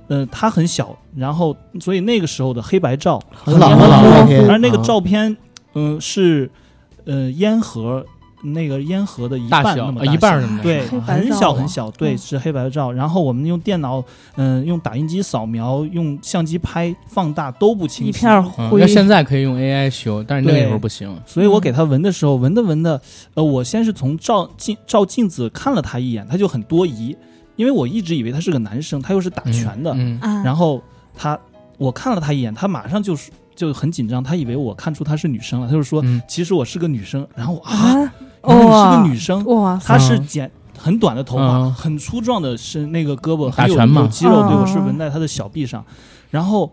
S4: 呃，它很小，然后所以那个时候的黑白照
S3: 很老
S5: 很
S3: 很
S5: 老
S3: 老的片
S4: 而那个
S3: 啊
S4: 照片，嗯、是，呃，烟盒那个烟盒的一
S2: 大
S4: 半
S2: 小
S4: 那么
S2: 啊
S4: 大小
S2: 一半儿那么大
S4: 对，
S5: 黑白
S4: 很
S5: 照
S4: 小
S5: 啊
S4: 很小，对，
S5: 嗯
S4: 是黑白照。然后我们用电脑，嗯、用打印机扫描，用相机拍放大都不清
S5: 一
S4: 晰。
S5: 片儿
S2: 嗯
S5: 灰
S2: 要，现在可以用 AI 修，但是那个时候不行。
S4: 所以我给他闻的时候，闻着闻着，呃，我先是从照镜照镜子看了他一眼，他就很多疑，因为我一直以为他是个男生，他又是打
S2: 嗯
S4: 拳的，
S2: 嗯
S5: 啊
S4: 然后他，我看了他一眼，他马上就是就很紧张，他以为我看出她是女生了，他就说，
S2: 嗯
S4: 其实我是个女生。 然后我啊，
S5: 啊，
S4: 原来你是
S5: 哇
S4: 个女生，
S5: 哇塞，
S4: 她是剪很短的头发，
S2: 嗯
S4: 很粗壮的身，那个胳膊
S2: 打
S4: 很有
S2: 拳嘛
S4: 有肌肉，对
S5: 嗯
S4: 我是纹在她的小臂上。然后，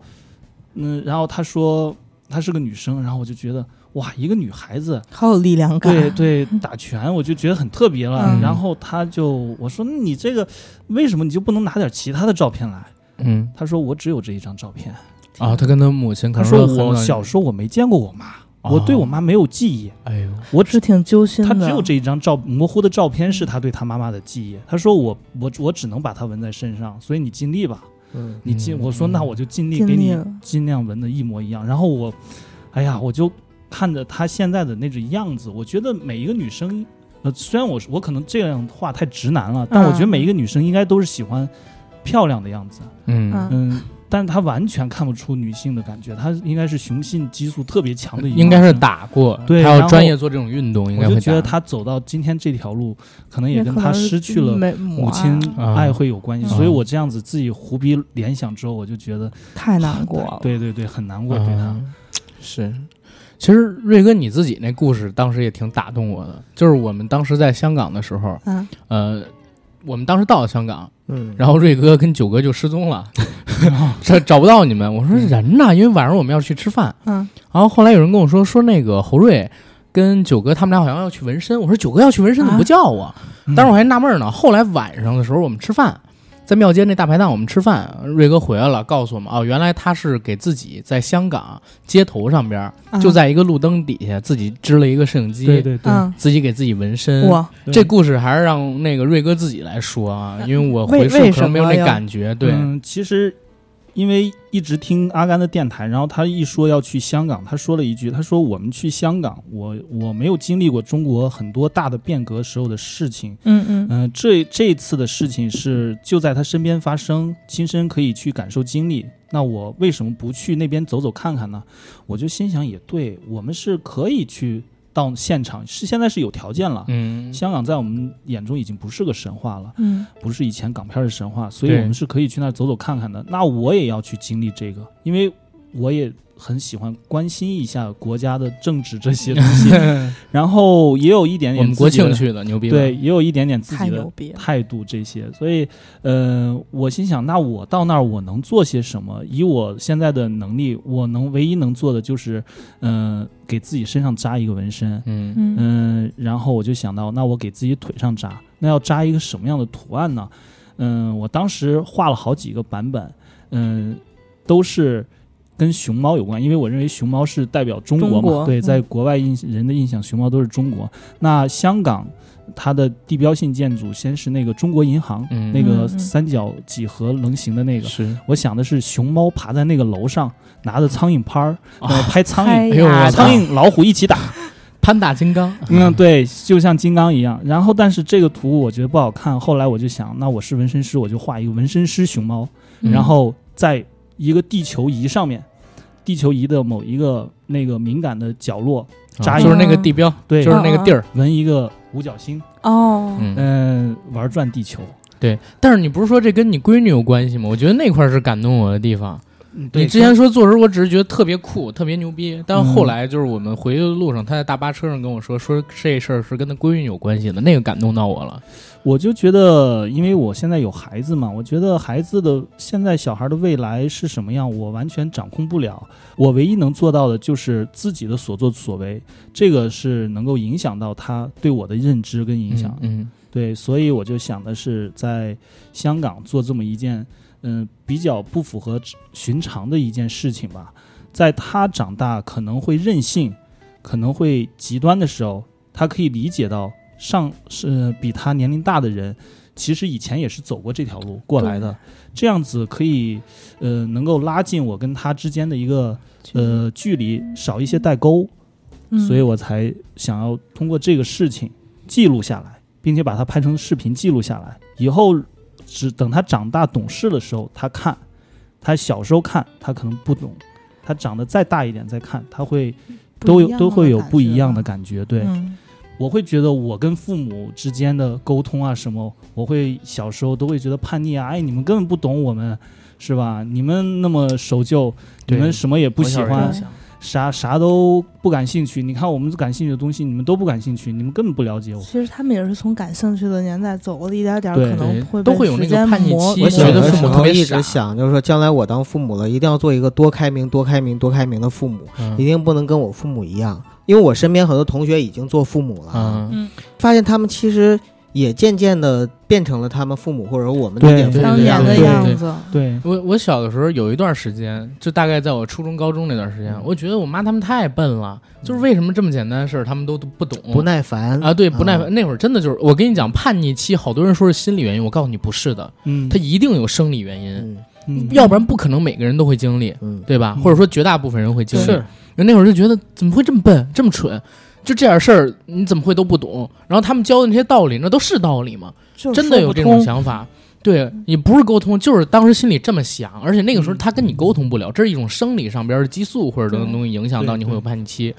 S4: 嗯，然后她说她是个女生，然后我就觉得哇，一个女孩子。
S5: 好有力量感，
S4: 对 对，打拳我就觉得很特别了。
S5: 嗯
S4: 然后她就我说你这个为什么你就不能拿点其他的照片来？
S2: 嗯，
S4: 她说我只有这一张照片。
S2: 啊，他跟他母亲可能
S4: 他说
S2: 很
S4: 我
S2: 早就
S4: 小，时候我没见过我妈，
S2: 哦
S4: 我对我妈没有记忆，
S2: 哎呦，
S4: 我
S5: 是
S4: 只
S5: 挺揪心
S4: 他
S5: 的。
S4: 只有这一张照模糊的照片
S2: 嗯
S4: 是他对他妈妈的记忆。他说我我我只能把它纹在身上，所以你尽力吧，
S3: 嗯
S4: 你尽、
S2: 嗯
S4: 我说那我就尽力
S5: 尽
S4: 给
S5: 力
S4: 你
S5: 了
S4: 尽量纹的一模一样。然后我，哎呀，我就看着他现在的那种样子，我觉得每一个女生。呃，虽然我是我可能这样的话太直男了，但我觉得
S5: 嗯
S4: 每一个女生应该都是喜欢漂亮的样子。
S2: 嗯
S5: 嗯，
S4: 嗯，但是他完全看不出女性的感觉，他应该是雄性激素特别强的一个，
S2: 应该是。打过，
S4: 对
S2: 他
S4: 然
S2: 要
S4: 后
S2: 专业做这种运动，应
S4: 我
S2: 该会
S4: 就
S2: 打。
S4: 觉得他走到今天这条路，可能也
S5: 那
S4: 跟
S5: 可
S4: 他
S5: 能
S4: 失去了
S5: 没
S4: 母
S5: 母
S4: 亲
S2: 啊
S4: 爱会有关系，
S5: 嗯
S4: 所以我这样子自己胡逼联想之后，我就觉得
S5: 太难过了。
S4: 对对对，很难过对他。
S2: 嗯是。其实瑞哥你自己那故事当时也挺打动我的，就是我们当时在香港的时候，
S5: 嗯
S2: 呃，我们当时到了香港，
S3: 嗯，
S2: 然后瑞哥跟九哥就失踪 了，找找不到你们。我说
S4: 嗯
S2: 人呢？因为晚上我们要去吃饭。
S5: 嗯，
S2: 然后后来有人跟我说说那个侯瑞跟九哥他们俩好像要去纹身。我说九哥要去纹身怎么不叫我？
S4: 嗯
S2: 当时我还纳闷呢。后来晚上的时候我们吃饭，在庙街那大排档我们吃饭，瑞哥回来了，告诉我们哦，原来他是给自己在香港街头上边，
S5: 啊嗯
S2: 就在一个路灯底下自己支了一个摄影机，
S4: 对对对，
S5: 嗯，
S2: 自己给自己纹身。
S5: 我
S4: 对
S2: 这故事还是让那个瑞哥自己来说啊，因为我
S5: 为
S2: 回述
S5: 为
S2: 可能没有
S5: 什么
S2: 那
S5: 呀
S2: 感觉。对，
S4: 嗯，其实因为一直听阿甘的电台，然后他一说要去香港，他说了一句，他说我们去香港，我我没有经历过中国很多大的变革时候的事情，
S5: 嗯嗯
S4: 嗯、这这次的事情是就在他身边发生，亲身可以去感受经历。那我为什么不去那边走走看看呢？我就心想，也对，我们是可以去到现场，是现在是有条件了。
S2: 嗯，
S4: 香港在我们眼中已经不是个神话了，
S5: 嗯，
S4: 不是以前港片的神话，所以
S2: 对
S4: 我们是可以去那儿走走看看的。那我也要去经历这个，因为我也很喜欢关心一下国家的政治这些东 西，然后也有一点
S2: 我
S4: 点
S2: 们国
S4: 自己的
S2: 庆去的，牛逼吧
S4: 对，，也有一点点自
S5: 太
S4: 己
S5: 牛
S4: 的
S5: 逼了，
S4: 态度这些，所以，呃，我心想，那我到那儿我能做些什么？以我现在的能力，我能唯一能做的就是，嗯、给自己身上扎一个纹身，
S2: 嗯
S5: 嗯
S4: 嗯、然后我就想到，那我给自己腿上扎，那要扎一个什么样的图案呢？嗯、我当时画了好几个版本，嗯、都是跟熊猫有关，因为我认为熊猫是代表中国嘛，
S5: 中国
S4: 对，
S5: 嗯
S4: 在国外印人的印象，熊猫都是中国。那香港它的地标性建筑，先是那个中国银行，
S2: 嗯
S4: 那个
S5: 嗯嗯嗯
S4: 三角几何棱形的那个。
S2: 是，
S4: 我想的是熊猫爬在那个楼上，拿着苍蝇拍儿，呃，拍苍
S5: 哎
S4: 蝇，
S2: 哎呦
S5: 呀
S2: 我操
S4: 苍蝇老虎一起打，
S2: 潘大金刚，
S4: 嗯，对，就像金刚一样。然后，但是这个图我觉得不好看。后来我就想，那我是纹身师，我就画一个纹身师熊猫，
S2: 嗯
S4: 然后在一个地球仪上面，地球仪的某一个那个敏感的角落扎一嗯
S2: 就是那个地标，
S4: 对
S2: 就是那个地儿，
S4: 纹一个五角星，
S5: 哦，
S2: 嗯，
S4: 嗯、玩转地球。
S2: 对。但是你不是说这跟你闺女有关系吗？我觉得那块儿是感动我的地方。
S4: 嗯，对
S2: 你之前说做时，我只是觉得特别酷，特别牛逼。但是
S4: 嗯
S2: 后来就是我们回去的路上，她在大巴车上跟我说，说这事儿是跟她闺女有关系的，那个感动到我了。
S4: 我就觉得，因为我现在有孩子嘛，我觉得孩子的现在小孩的未来是什么样，我完全掌控不了。我唯一能做到的就是自己的所作所为，这个是能够影响到他对我的认知跟影响。
S2: 嗯，
S4: 对，所以我就想的是，在香港做这么一件，嗯、比较不符合寻常的一件事情吧。在他长大可能会任性，可能会极端的时候，他可以理解到上是、比他年龄大的人，其实以前也是走过这条路过来的。这样子可以，呃，能够拉近我跟他之间的一个呃距离，少一些代沟。
S5: 嗯
S4: 所以我才想要通过这个事情记录下来，并且把它拍成视频记录下来。以后只等他长大懂事的时候，他看，他小时候看，他可能不懂，他长得再大一点再看，他会都有都会有不一样的感觉。对，
S5: 嗯
S4: 我会觉得我跟父母之间的沟通啊什么，我会小时候都会觉得叛逆啊，哎，你们根本不懂我们，是吧？你们那么守旧，你
S2: 对
S4: 们什么也不
S2: 我
S4: 喜
S2: 小时候
S4: 欢
S2: 也，想
S4: 啥啥都不感兴趣。你看我们感兴趣的东西，你们都不感兴趣，你们根本不了解我。
S5: 其实他们也是从感兴趣的年代走过的一点点儿，
S4: 对
S5: 可能
S2: 对
S5: 会
S2: 都
S5: 被
S2: 会有那
S5: 时
S2: 个
S5: 间
S2: 叛逆
S5: 磨
S2: 期
S5: 磨
S2: 我
S3: 我
S2: 觉
S3: 小
S2: 得
S3: 的
S2: 父
S3: 时
S2: 母
S3: 候
S2: 特别
S3: 一
S2: 傻
S3: 直想，就是说，将来我当父母了，一定要做一个多开明、多开明、多开明的父母，
S2: 嗯
S3: 一定不能跟我父母一样。因为我身边很多同学已经做父母了，
S4: 啊
S2: 嗯
S3: 发现他们其实也渐渐的变成了他们父母或者我们
S4: 对
S3: 那点父
S4: 对
S3: 母
S5: 当
S3: 的
S5: 年
S3: 样
S5: 的
S3: 子。
S5: 样子，
S4: 对，
S2: 我我小的时候有一段时间，就大概在我初中、高中那段时间，
S4: 嗯
S2: 我觉得我妈他们太笨了，就是为什么这么简单的事儿他们都不懂，
S3: 不耐烦
S2: 啊，对，不耐
S3: 啊
S2: 烦。那会儿真的就是，我跟你讲，叛逆期，好多人说是心理原因，我告诉你不是的，
S4: 嗯，
S2: 它一定有生理原因，
S3: 嗯
S4: 嗯
S2: 要不然不可能每个人都会经历，
S3: 嗯，
S2: 对吧？
S4: 嗯
S2: 或者说绝大部分人会经历。
S4: 是，
S2: 那会儿就觉得怎么会这么笨，这么蠢。就这点事儿，你怎么会都不懂？然后他们教的那些道理，那都是道理吗？
S5: 就是
S2: 真的有
S5: 说不
S2: 这种
S5: 通
S2: 想法？对，也不是沟通，就是当时心里这么想，而且那个时候
S4: 嗯
S2: 他跟你沟通不了，这是一种生理上边的激素或者等等
S5: 对
S2: 东西影响到
S4: 对
S2: 你
S4: 对
S2: 会有叛逆期。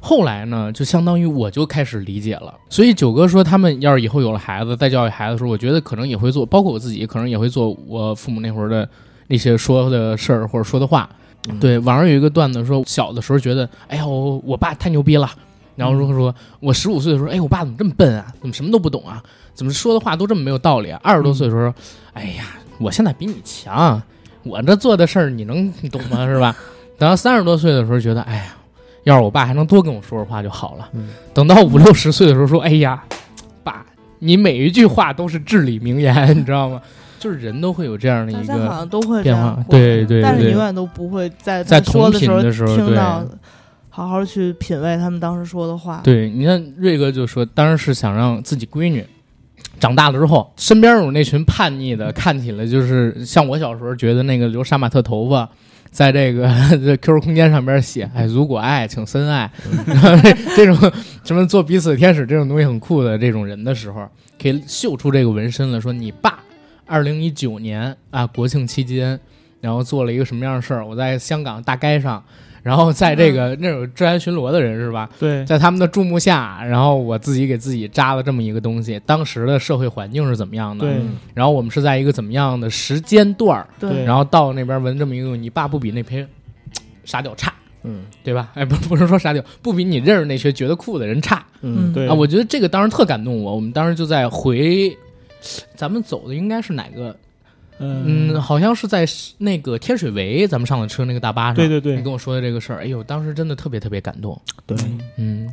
S2: 后来呢，就相当于我就开始理解了。所以九哥说，他们要是以后有了孩子，再教育孩子的时候，我觉得可能也会做，包括我自己，可能也会做我父母那会儿的那些说的事儿或者说的话。
S3: 嗯
S2: 对，网上有一个段子说，小的时候觉得，哎呀，我我爸太牛逼了。然后如
S4: 嗯
S2: 果说我十五岁的时候，哎，我爸怎么这么笨啊？怎么什么都不懂啊？怎么说的话都这么没有道理啊？二十多岁的时候，哎呀，我现在比你强，我这做的事儿你能懂 吗？是吧？等到三十多岁的时候，觉得哎呀，要是我爸还能多跟我说说话就好了。
S3: 嗯
S2: 等到五六十岁的时候，说哎呀，爸，你每一句话都是至理名言，你知道吗？就是人都会有这样的
S5: 大
S2: 一
S5: 家好
S2: 个，
S5: 像都会这
S2: 变
S5: 样
S2: 化
S5: 过
S2: 对对
S5: 但是
S2: 对
S5: 永远都不会在
S2: 在
S5: 他说
S2: 同频
S5: 候
S2: 的时候
S5: 听
S2: 对
S5: 到，好好去品味他们当时说的话。
S2: 对，你看瑞哥就说，当然是想让自己闺女。长大了之后，身边有那群叛逆的，看起来就是像我小时候觉得那个留杀马特头发，在这个 这 QQ 空间上边写“哎，如果爱，请深爱”， 这种什么做彼此天使这种东西很酷的这种人的时候，可以秀出这个纹身了，说你爸二零一九年啊国庆期间，然后做了一个什么样的事儿？我在香港大街上，然后在这个、那种治安巡逻的人是吧？
S4: 对，
S2: 在他们的注目下，然后我自己给自己扎了这么一个东西。当时的社会环境是怎么样的？
S4: 对
S3: 嗯
S2: 然后我们是在一个怎么样的时间段儿？
S4: 对
S2: 然后到那边纹这么一个，你爸不比那陪傻屌差，
S3: 嗯
S2: 对吧？ 哎，不不是说傻屌，不比你认识那些觉得酷的人差
S3: 嗯
S4: 对
S2: 啊！我觉得这个当时特感动我。我们当时就在回，咱们走的应该是哪个？
S4: 嗯
S2: 嗯，，好像是在那个天水围，咱们上的车那个大巴上。
S4: 对对对
S2: 你跟我说的这个事儿，哎呦，当时真的特别特别感动。
S3: 对，
S2: 嗯，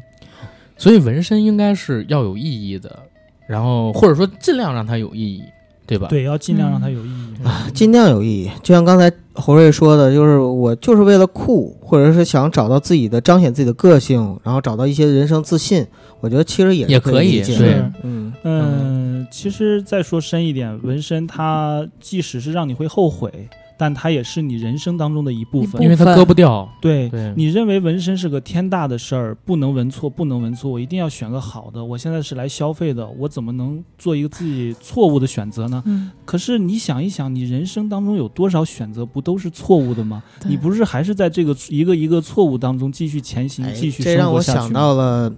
S2: 所以纹身应该是要有意义的，然后或者说尽量让它有意义，对吧？，
S4: 对，要尽量让
S5: 嗯
S4: 它有意义。
S2: 嗯
S3: 啊尽量有意义。就像刚才侯瑞说的，就是我就是为了酷，或者是想找到自己的彰显自己的个性，然后找到一些人生自信，我觉得其实也
S2: 也
S3: 是可
S2: 可以
S3: 理解
S2: 对
S3: 的。
S4: 是
S3: 嗯
S4: 嗯，其实再说深一点，纹身它即使是让你会后悔，但它也是你人生当中的一部
S5: 一
S4: 分
S5: 部。
S2: 因为它
S5: 分
S2: 割不掉。
S4: 对，
S2: 对
S4: 你认为纹身是个天大的事儿，不能纹错，不能纹错，我一定要选个好的。我现在是来消费的，我怎么能做一个自己错误的选择呢？
S5: 嗯，
S4: 可是你想一想，你人生当中有多少选择不都是错误的吗？
S3: 哎
S4: 你不是还是在这个一个一个错误当中继续前行，
S3: 哎
S4: 继续
S3: 这
S4: 生
S3: 让
S4: 活
S3: 我
S4: 下
S3: 想
S4: 去吗？
S3: 到了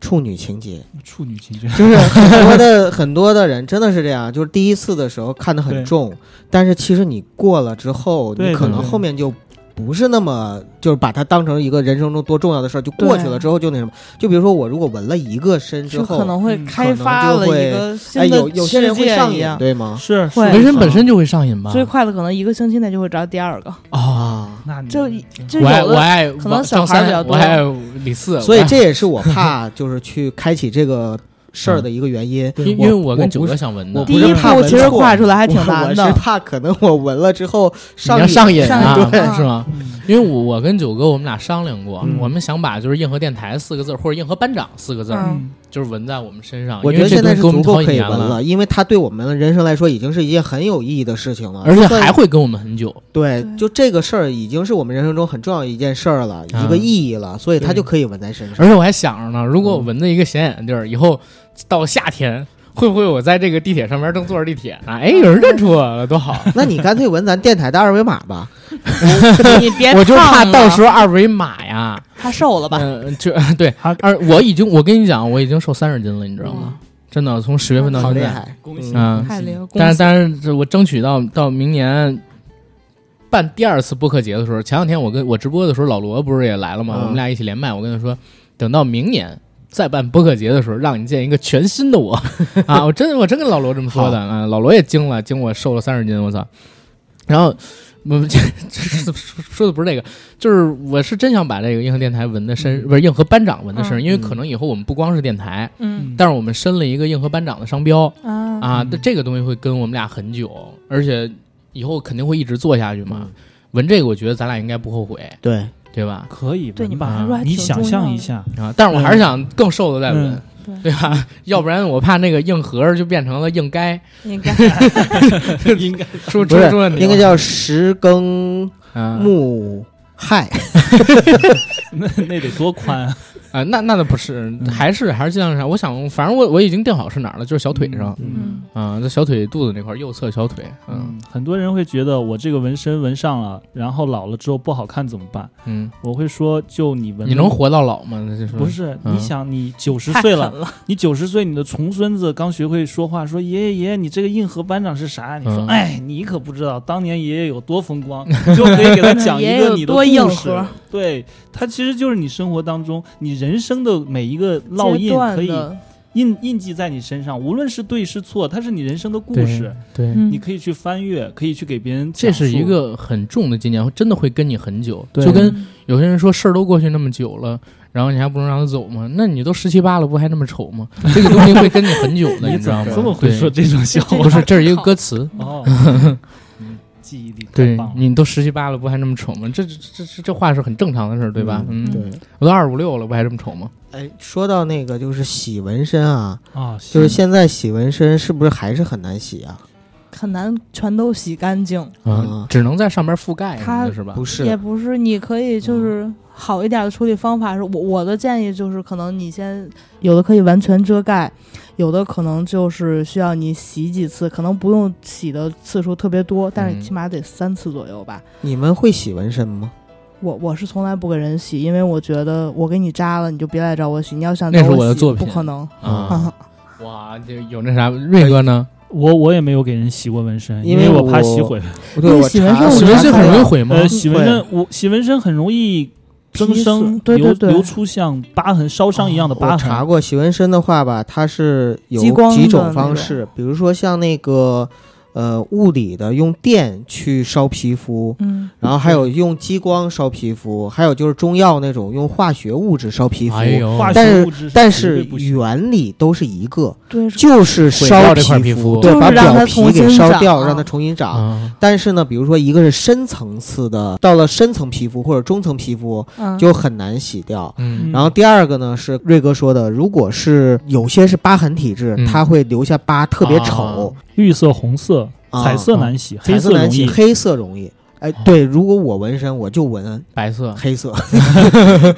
S3: 处女情节，
S4: 处女情节，
S3: 就是很多的很多的人真的是这样，就是第一次的时候看得
S4: 对
S3: 很重，但是其实你过了之后，
S4: 对
S3: 你可能
S4: 对对
S3: 后面就不是那么就是把它当成一个人生中多重要的事儿，就过去了之后就那什么。就比如说我如果纹了一个身之
S5: 就
S3: 后，
S5: 可能会
S4: 嗯
S5: 开
S3: 可能
S5: 发
S3: 就
S5: 了
S3: 会
S5: 一个
S3: 哎
S5: 新的
S3: 有有些人
S5: 世
S3: 会
S5: 界
S3: 上
S5: 一
S3: 瘾
S5: 样，
S3: 对吗？
S4: 是是
S5: 会
S2: 纹身本身就会上瘾吧？哦
S5: 最快的可能一个星期内就会找第二个，
S2: 啊，
S4: 那你
S5: 就就
S2: 我爱
S5: 有
S2: 我
S5: 的
S2: 爱
S5: 可能小
S2: 张
S5: 孩比较
S2: 三，
S5: 多
S2: 我爱李四，
S3: 所以
S2: 我爱
S3: 这也是我怕就是去开启这个事儿的一个原因。
S2: 因因为我跟九哥想纹的
S3: 我，
S5: 第
S3: 不是
S5: 一
S3: 怕
S5: 步
S3: 纹
S5: 其实
S3: 错
S5: 跨出来还挺
S3: 我
S5: 难
S3: 我是
S5: 的，
S3: 怕可能我纹了之后
S2: 你要
S3: 瘾，
S2: 上瘾啊，
S5: 上瘾
S2: 是吗？
S4: 嗯
S2: 因为我我跟九哥我们俩商量过，
S4: 嗯
S2: 我们想把就是硬核电台四个字儿或者硬核班长四个字儿，
S5: 嗯
S2: 就是纹在我们身上。
S3: 我
S2: 啊因
S3: 觉
S2: 为
S3: 得
S2: 这
S3: 现在
S2: 东西给我
S3: 是足
S2: 们
S3: 够
S2: 好
S3: 可
S2: 几
S3: 以
S2: 年
S3: 纹了，因为它对我们的人生来说已经是一件很有意义的事情了，
S2: 而且
S3: 算
S2: 还会跟我们很久。
S3: 对
S5: 对，
S3: 就这个事儿已经是我们人生中很重要的一件事儿了，
S2: 啊
S3: 一个意义了，所以它
S4: 对
S3: 就可以纹在身上。
S2: 而且我还想着呢，如果我闻的一个显眼的地儿，以后到夏天会不会我在这个地铁上面正坐着地铁呢？哎，有人认出我了，多好！
S3: 那你干脆纹咱电台的二维码吧，
S5: 你别
S2: 我就怕
S5: 胖
S2: 到
S5: 了
S2: 时候二维码呀，
S5: 他瘦了吧？
S2: 啊嗯、就对
S4: 他，
S2: 二我已经我跟你讲，我已经瘦三十斤了，你知道吗？真的，从十月份到
S3: 好
S2: 现
S3: 厉
S2: 在，
S3: 害！
S4: 恭喜
S2: 嗯
S5: 嗯太厉害！
S2: 但是但是这我争取到到明年。办第二次播客节的时候，前两天我跟我直播的时候，老罗不是也来了吗？
S3: 嗯
S2: 我们俩一起连麦，我跟他说，等到明年再办播客节的时候，让你见一个全新的我啊！我真我真跟老罗这么说的啊，老罗也惊了，惊我瘦了三十斤，我操！然后我们说说的不是这个，就是我是真想把这个硬核电台纹的身，不是硬核班长纹的身上，因为可能以后我们不光是电台，
S5: 嗯
S2: 但是我们申了一个硬核班长的商标，
S5: 啊，
S2: 啊，
S4: 嗯
S2: 这这个东西会跟我们俩很久，而且以后肯定会一直做下去嘛。纹这个，我觉得咱俩应该不后悔，
S3: 对，
S2: 对吧？
S4: 可以吧，
S5: 对你
S2: 爸
S5: 们
S4: 把
S5: 来说还
S4: 你
S5: 挺
S4: 想
S5: 重要
S4: 象一
S5: 的
S4: 下，
S2: 啊，但是我还是想更瘦的再纹
S4: 嗯，
S2: 对吧？要不然我怕那个硬核就变成了硬该，
S5: 应该
S2: 嗯
S4: 应该
S2: 出
S3: 不
S2: 出
S3: 是
S2: 出问题了。
S3: 应该叫石更
S2: 啊
S3: 木害，
S4: 那那得多宽啊！
S2: 啊，那那倒不是，还是还是尽量啥？我想，反正我我已经定好是哪儿了，就是小腿上
S4: 嗯，
S2: 啊，在小腿肚子那块儿，右侧小腿，嗯
S4: 嗯，很多人会觉得我这个纹身纹上了，然后老了之后不好看怎么办？
S2: 嗯，
S4: 我会说，就你纹，
S2: 你能？活到老吗？那就是
S4: 不是，
S2: 嗯
S4: 你想，你九十
S5: 太
S4: 岁
S5: 狠
S4: 了，
S5: 了，
S4: 你九十岁，你的重孙子刚学会说话，说爷爷爷爷，你这个硬核班长是啥？你说，
S2: 嗯
S4: 哎，你可不知道，当年爷爷有多风 光，你就可以给他讲一
S5: 爷爷
S4: 个
S5: 有
S4: 你的
S5: 多硬
S4: 故事
S5: 核。
S4: 对他其实就是你生活当中，你人生的每一个烙
S5: 阶
S4: 印
S5: 段
S4: 可以
S5: 的
S4: 印印记在你身上，无论是对是错，它是你人生的故事，
S2: 对，
S5: 嗯
S4: 你可以去翻阅，可以去给别人
S2: 这
S4: 讲述。
S2: 是一个很重的经验，真的会跟你很久。
S4: 对
S2: 就跟有些人说事儿都过去那么久了，然后你还不能让他走吗？那你都十七八了，不还那么丑吗？ 这个东西会跟你很久的，你
S4: 你
S2: 知
S4: 怎
S2: 道
S4: 么
S2: 吗？
S4: 这么会
S2: 对
S4: 说这种笑话？
S2: 不是，这是一个歌词。
S4: 哦，嗯记忆力太
S2: 对
S4: 棒了。
S2: 你都十七八了，不还那么丑吗？这这这这这话是很正常的事儿，对吧？嗯，
S5: 对
S2: 我都二十五六了，不还这么丑吗？
S3: 哎，说到那个就是洗纹身啊，
S4: 啊，
S3: 就是
S4: 行
S3: 现在洗纹身是不是还是很难洗啊？
S5: 很难全都洗干净，
S3: 啊
S2: 只能在上面覆盖什么
S5: 它
S2: 的嗯是吧？
S3: 不
S5: 也
S3: 是，
S5: 不是你可以就是好一点的处理方法是，我我的建议就是可能你先有的可以完全遮盖，有的可能就是需要你洗几次，可能不用洗的次数特别多，但是
S2: 嗯
S5: 起码得三次左右吧。
S3: 你们会洗纹身吗？
S5: 我我是从来不给人洗，因为我觉得我给你扎了，你就别来找我洗。你要想
S2: 那
S5: 找
S2: 是我
S5: 洗，
S2: 的作品
S5: 不可能。
S2: 啊，哇，这有那啥，瑞哥呢？
S4: 我我也没有给人洗过纹身，
S3: 因
S4: 因
S3: 为
S4: 我怕
S3: 我
S4: 洗毁。
S3: 不对，
S5: 你
S3: 我
S5: 洗纹
S3: 查
S5: 身我
S2: 洗
S5: 觉
S2: 纹
S5: 得
S2: 身
S5: 它
S2: 很容易
S5: 有
S2: 毁吗？
S4: 呃，洗纹身，我洗纹身很容易增
S5: 劈
S4: 生
S5: 损，对对对
S4: 留留出像疤痕、烧伤一样的疤
S3: 哦我
S4: 痕。
S3: 查过洗纹身的话吧，它是有
S5: 激光的
S3: 几种方式，比如说像那个呃物理的用电去烧皮肤，
S5: 嗯，
S3: 然后还有用激光烧皮肤，还有就是中药那种用化学物质烧皮肤。
S2: 哎呦，
S4: 化
S3: 但
S4: 学
S3: 是
S4: 物质
S3: 但
S4: 绝对
S3: 是
S4: 不行
S3: 原理都是一个，
S5: 对，
S3: 就是烧
S2: 毁掉这块皮肤
S3: 对，
S5: 就是
S3: 把
S5: 让它
S3: 表
S5: 重
S3: 皮
S5: 新
S3: 给烧
S5: 长
S3: 掉，让它重新长。
S2: 啊，
S3: 但是呢，比如说一个是深层次的，到了深层皮肤或者中层皮肤
S5: 嗯
S3: 就很难洗掉。
S2: 嗯
S3: 然后第二个呢是瑞哥说的，如果是有些是疤痕体质，
S2: 嗯
S3: 它会留下疤，特别丑，
S4: 绿色、红色、
S3: 啊
S4: 彩色难洗，
S3: 彩
S4: 黑
S3: 色难
S4: 容
S3: 洗，
S4: 易。啊
S3: 黑色容易。哎，对，如果我纹身，我就纹
S2: 白色，
S3: 黑 色，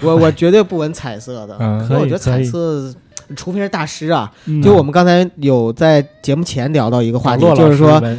S3: 我我绝对不纹彩色的。
S2: 嗯
S3: 因为我觉得
S4: 啊可以可
S3: 彩
S4: 以
S3: 色，除非是大师啊。
S4: 嗯
S3: 就我们刚才有在节目前聊到一个话题
S2: 洛，老师
S3: 就是说，
S2: 纹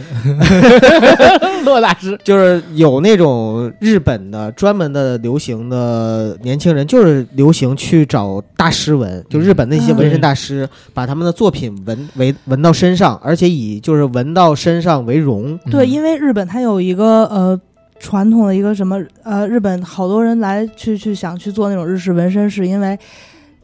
S2: 骆大师，
S3: 就是有那种日本的专门的流行的年轻人，就是流行去找大师纹，就日本那些纹身大师，把他们的作品纹 纹纹到身上，而且以就是纹到身上为荣。
S5: 对，
S2: 嗯
S5: 因为日本它有一个呃传统的一个什么呃，日本好多人来去去想去做那种日式纹身，是因为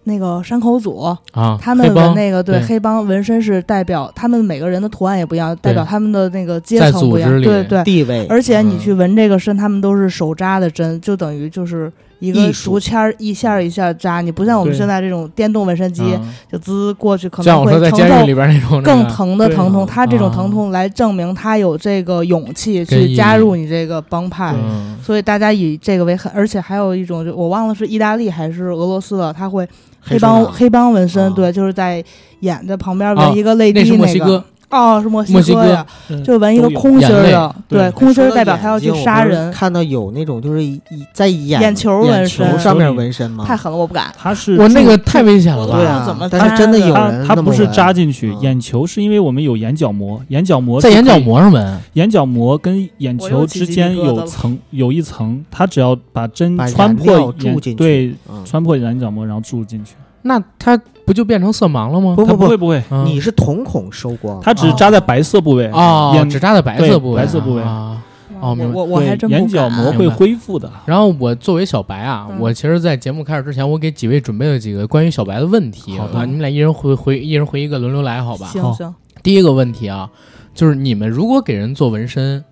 S5: 那个山口组
S2: 啊，
S5: 他们
S2: 黑帮
S5: 纹那个对
S2: 对
S5: 黑帮纹身是代表他们每个人的图案也不一样，代表他们的那个阶
S2: 在
S5: 层不一样
S2: 组织，里
S5: 对对。
S3: 地位，
S5: 而且你
S2: 嗯
S5: 去纹这个身，他们都是手扎的针，就等于就是一个
S3: 艺术
S5: 竹签儿一下儿一下儿扎，你不像我们
S4: 对
S5: 现在这种电动纹身机，
S2: 嗯
S5: 就滋过去可
S2: 像
S5: 能
S2: 我
S5: 会
S2: 说在
S5: 承
S2: 监
S5: 受
S2: 狱里边那种那
S5: 更
S2: 个，
S5: 疼的
S4: 对
S5: 疼痛，
S4: 啊
S5: 他这种
S2: 啊
S5: 疼痛来证明他有这个勇气
S2: 跟
S5: 去
S2: 意
S5: 加
S2: 义
S5: 入你这个帮派，
S2: 嗯
S5: 所以大家以这个为很，而且还有一种就我忘了是意大利还是俄罗斯的，他会黑帮
S3: 手党
S5: 黑帮纹身，
S3: 啊
S5: 对，就是在眼在旁边
S2: 啊
S5: 纹一个泪滴
S2: 那是墨西
S5: 个，
S2: 哥，
S5: 哦是墨
S2: 墨西
S5: 西
S2: 哥
S5: 呀，
S4: 嗯
S5: 就纹一个
S4: 都有
S5: 空心儿
S2: 眼
S5: 的，对，
S4: 对
S5: 空心儿
S3: 说到
S5: 代表他要
S3: 眼
S5: 去
S3: 睛
S5: 杀
S3: 我不是
S5: 人，
S3: 看到有那种就是一一在眼
S5: 眼球纹
S3: 眼球
S5: 身
S3: 上面纹身吗？
S5: 太狠了，我不敢，
S4: 它是
S2: 我那
S4: 注
S2: 个太危险了吧？
S3: 对啊，
S5: 怎么
S3: 但
S5: 扎
S3: 是真的
S5: 的
S3: 有
S4: 它
S3: 人
S4: 它
S3: 那
S4: 不
S3: 么
S4: 是
S3: 纹
S4: 扎进去，
S3: 嗯
S4: 眼球是因为我们有眼角膜，眼角膜
S2: 在
S4: 是
S2: 眼角
S4: 可以，
S2: 膜上纹，
S4: 眼角膜跟眼
S5: 我又
S4: 球
S5: 起
S4: 之
S5: 鸡皮
S4: 间
S5: 疙瘩
S4: 有
S5: 了
S4: 层有一层，它只要把针
S3: 把
S4: 穿
S3: 燃料
S4: 破
S3: 注
S4: 眼
S3: 进去，
S4: 对，
S3: 嗯
S4: 穿破眼角膜然后注入进去，
S2: 那他不就变成色盲了吗？
S3: 不
S4: 它
S3: 不
S4: 不
S3: 不啊
S4: 会，不会，
S2: 嗯
S3: 你是瞳孔收光，
S4: 它只是扎在白色部位
S2: 哦，
S4: 眼
S2: 只扎在白色
S4: 对
S2: 部位，
S4: 白色部位
S2: 啊。哦
S5: 我
S2: 明白
S5: 我我还
S4: 对
S5: 真
S4: 眼
S5: 不
S4: 角
S5: 敢，
S4: 膜
S2: 明
S4: 会
S2: 白
S4: 恢复的。
S2: 然后我作为小白啊，
S5: 嗯
S2: 我其实，在节目开始之前，我给几位准备了几个关于小白的问题
S4: 好的
S2: 啊，你们俩一人回回一人回一个，轮流来，好吧？
S5: 行
S4: 好
S5: 行，
S2: 第一个问题啊，就是你们如果给人做纹身，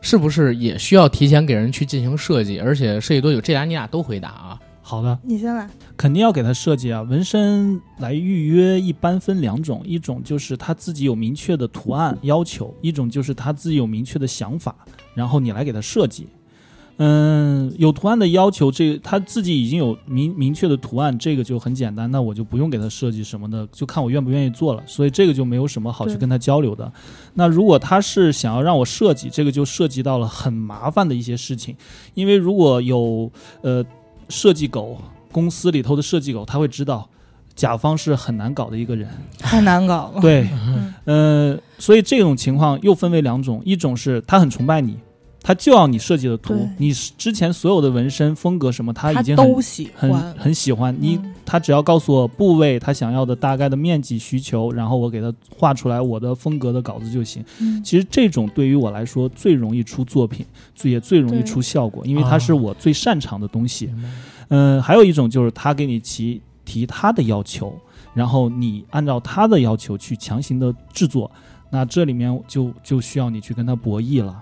S2: 是不是也需要提前给人去进行设计？而且设计多久？这俩你俩都回答啊。
S4: 好的，
S5: 你先来，
S4: 肯定要给他设计啊。纹身来预约一般分两种，一种就是他自己有明确的图案要求，一种就是他自己有明确的想法，然后你来给他设计。嗯，有图案的要求，这个他自己已经有明明确的图案，这个就很简单，那我就不用给他设计什么的，就看我愿不愿意做了。所以这个就没有什么好去
S5: 对
S4: 跟他交流的。那如果他是想要让我设计，这个就涉及到了很麻烦的一些事情，因为如果有呃设计狗公司里头的设计狗，他会知道甲方是很难搞的一个人。
S5: 太难搞了，
S4: 对，
S5: 嗯
S4: 呃，所以这种情况又分为两种，一种是他很崇拜你，他就要你设计的图
S5: 对，
S4: 你之前所有的纹身风格什么，他
S5: 他
S4: 已经很
S5: 都喜
S4: 很
S5: 欢，
S4: 很喜欢你
S5: 嗯，
S4: 他只要告诉我部位，他想要的大概的面积需求，然后我给他画出来我的风格的稿子就行。
S5: 嗯
S4: 其实这种对于我来说最容易出作品，最也最容易
S5: 对
S4: 出效果，因为
S2: 啊
S4: 它是我最擅长的东西。嗯、还有一种就是他给你起提他的要求，然后你按照他的要求去强行的制作，那这里面就就需要你去跟他博弈了。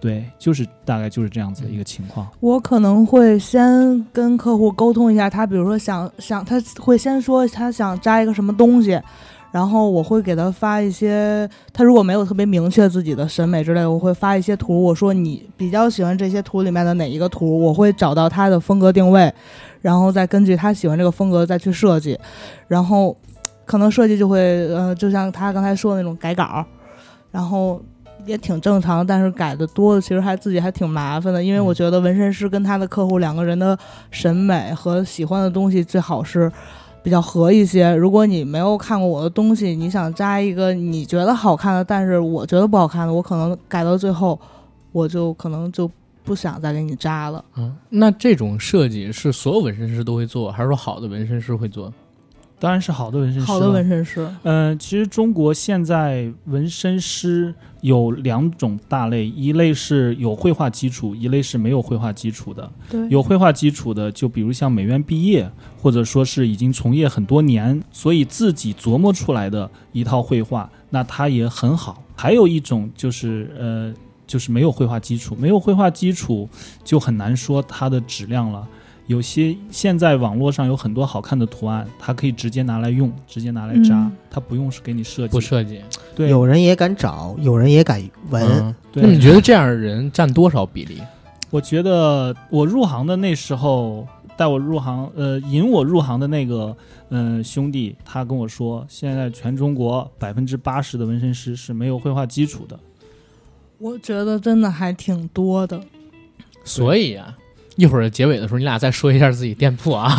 S4: 对，就是大概就是这样子的一
S5: 嗯
S4: 个情况。
S5: 我可能会先跟客户沟通一下，他比如说想想，他会先说他想扎一个什么东西，然后我会给他发一些，他如果没有特别明确自己的审美之类，我会发一些图，我说你比较喜欢这些图里面的哪一个图，我会找到他的风格定位，然后再根据他喜欢这个风格再去设计，然后可能设计就会呃，就像他刚才说的那种改稿，然后也挺正常，但是改的多的其实还自己还挺麻烦的，因为我觉得纹身师跟他的客户两个人的审美和喜欢的东西最好是比较合一些。如果你没有看过我的东西，你想扎一个你觉得好看的，但是我觉得不好看的，我可能改到最后，我就可能就不想再给你扎了。
S2: 嗯，那这种设计是所有纹身师都会做，还是说好的纹身师会做？
S4: 当然是好的纹身师了，
S5: 好的纹身师，
S4: 嗯，其实中国现在纹身师有两种大类，一类是有绘画基础，一类是没有绘画基础的。
S5: 对
S4: 有绘画基础的，就比如像美院毕业，或者说是已经从业很多年，所以自己琢磨出来的一套绘画，那它也很好。还有一种就是呃，就是没有绘画基础，没有绘画基础就很难说它的质量了。有些现在网络上有很多好看的图案，它可以直接拿来用，直接拿来扎，
S5: 嗯
S4: 它不用是给你设计。
S2: 不设计？
S4: 对，
S3: 有人也敢找，有人也敢纹，
S2: 嗯，
S4: 对
S2: 那你觉得这样的人占多少比例？
S4: 我觉得我入行的那时候，带我入行，呃，引我入行的那个，嗯、兄弟，他跟我说，现在全中国百分之八十的纹身师是没有绘画基础的。
S5: 我觉得真的还挺多的。
S2: 所以啊，一会儿结尾的时候，你俩再说一下自己店铺 啊。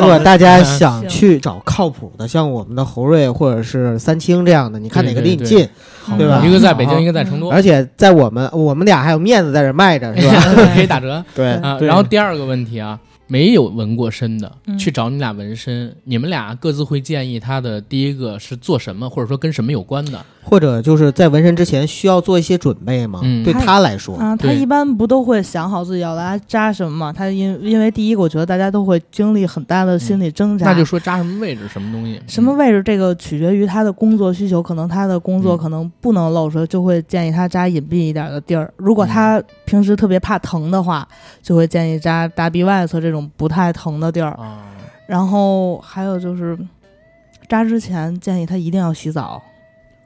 S3: 如果大 家想
S5: 行
S3: 去找靠谱的，像我们的侯瑞或者是三清这样的，你看哪个离你
S2: 对对
S3: 近，
S5: 嗯
S3: 对吧
S2: 一个在北
S3: 好
S2: 京，一个在成都，
S3: 而且在我们我们俩还有面子在这卖着，哎是吧？
S2: 可以打折
S3: 对
S2: 啊。
S4: 对
S2: 然后第二个问题啊，没有纹过身的
S5: 嗯
S2: 去找你俩纹身，你们俩各自会建议他的第一个是做什么，或者说跟什么有关的？
S3: 或者就是在纹身之前需要做一些准备吗？
S2: 嗯
S3: 对他来说，
S5: 啊，他
S2: 对
S5: 一般不都会想好自己要来扎什么吗？他因因为第一个，我觉得大家都会经历很大的心理挣
S2: 嗯
S5: 扎。
S2: 那就说扎什么位置，什么东西，
S5: 什么位置，这个取决于他的工作需求，可能他的工作
S2: 嗯
S5: 可能不能露出来，就会建议他扎隐蔽一点的地儿。如果他
S2: 嗯
S5: 平时特别怕疼的话，就会建议扎大臂外侧这种不太疼的地儿。
S2: 啊？
S5: 然后还有就是，扎之前建议他一定要洗澡，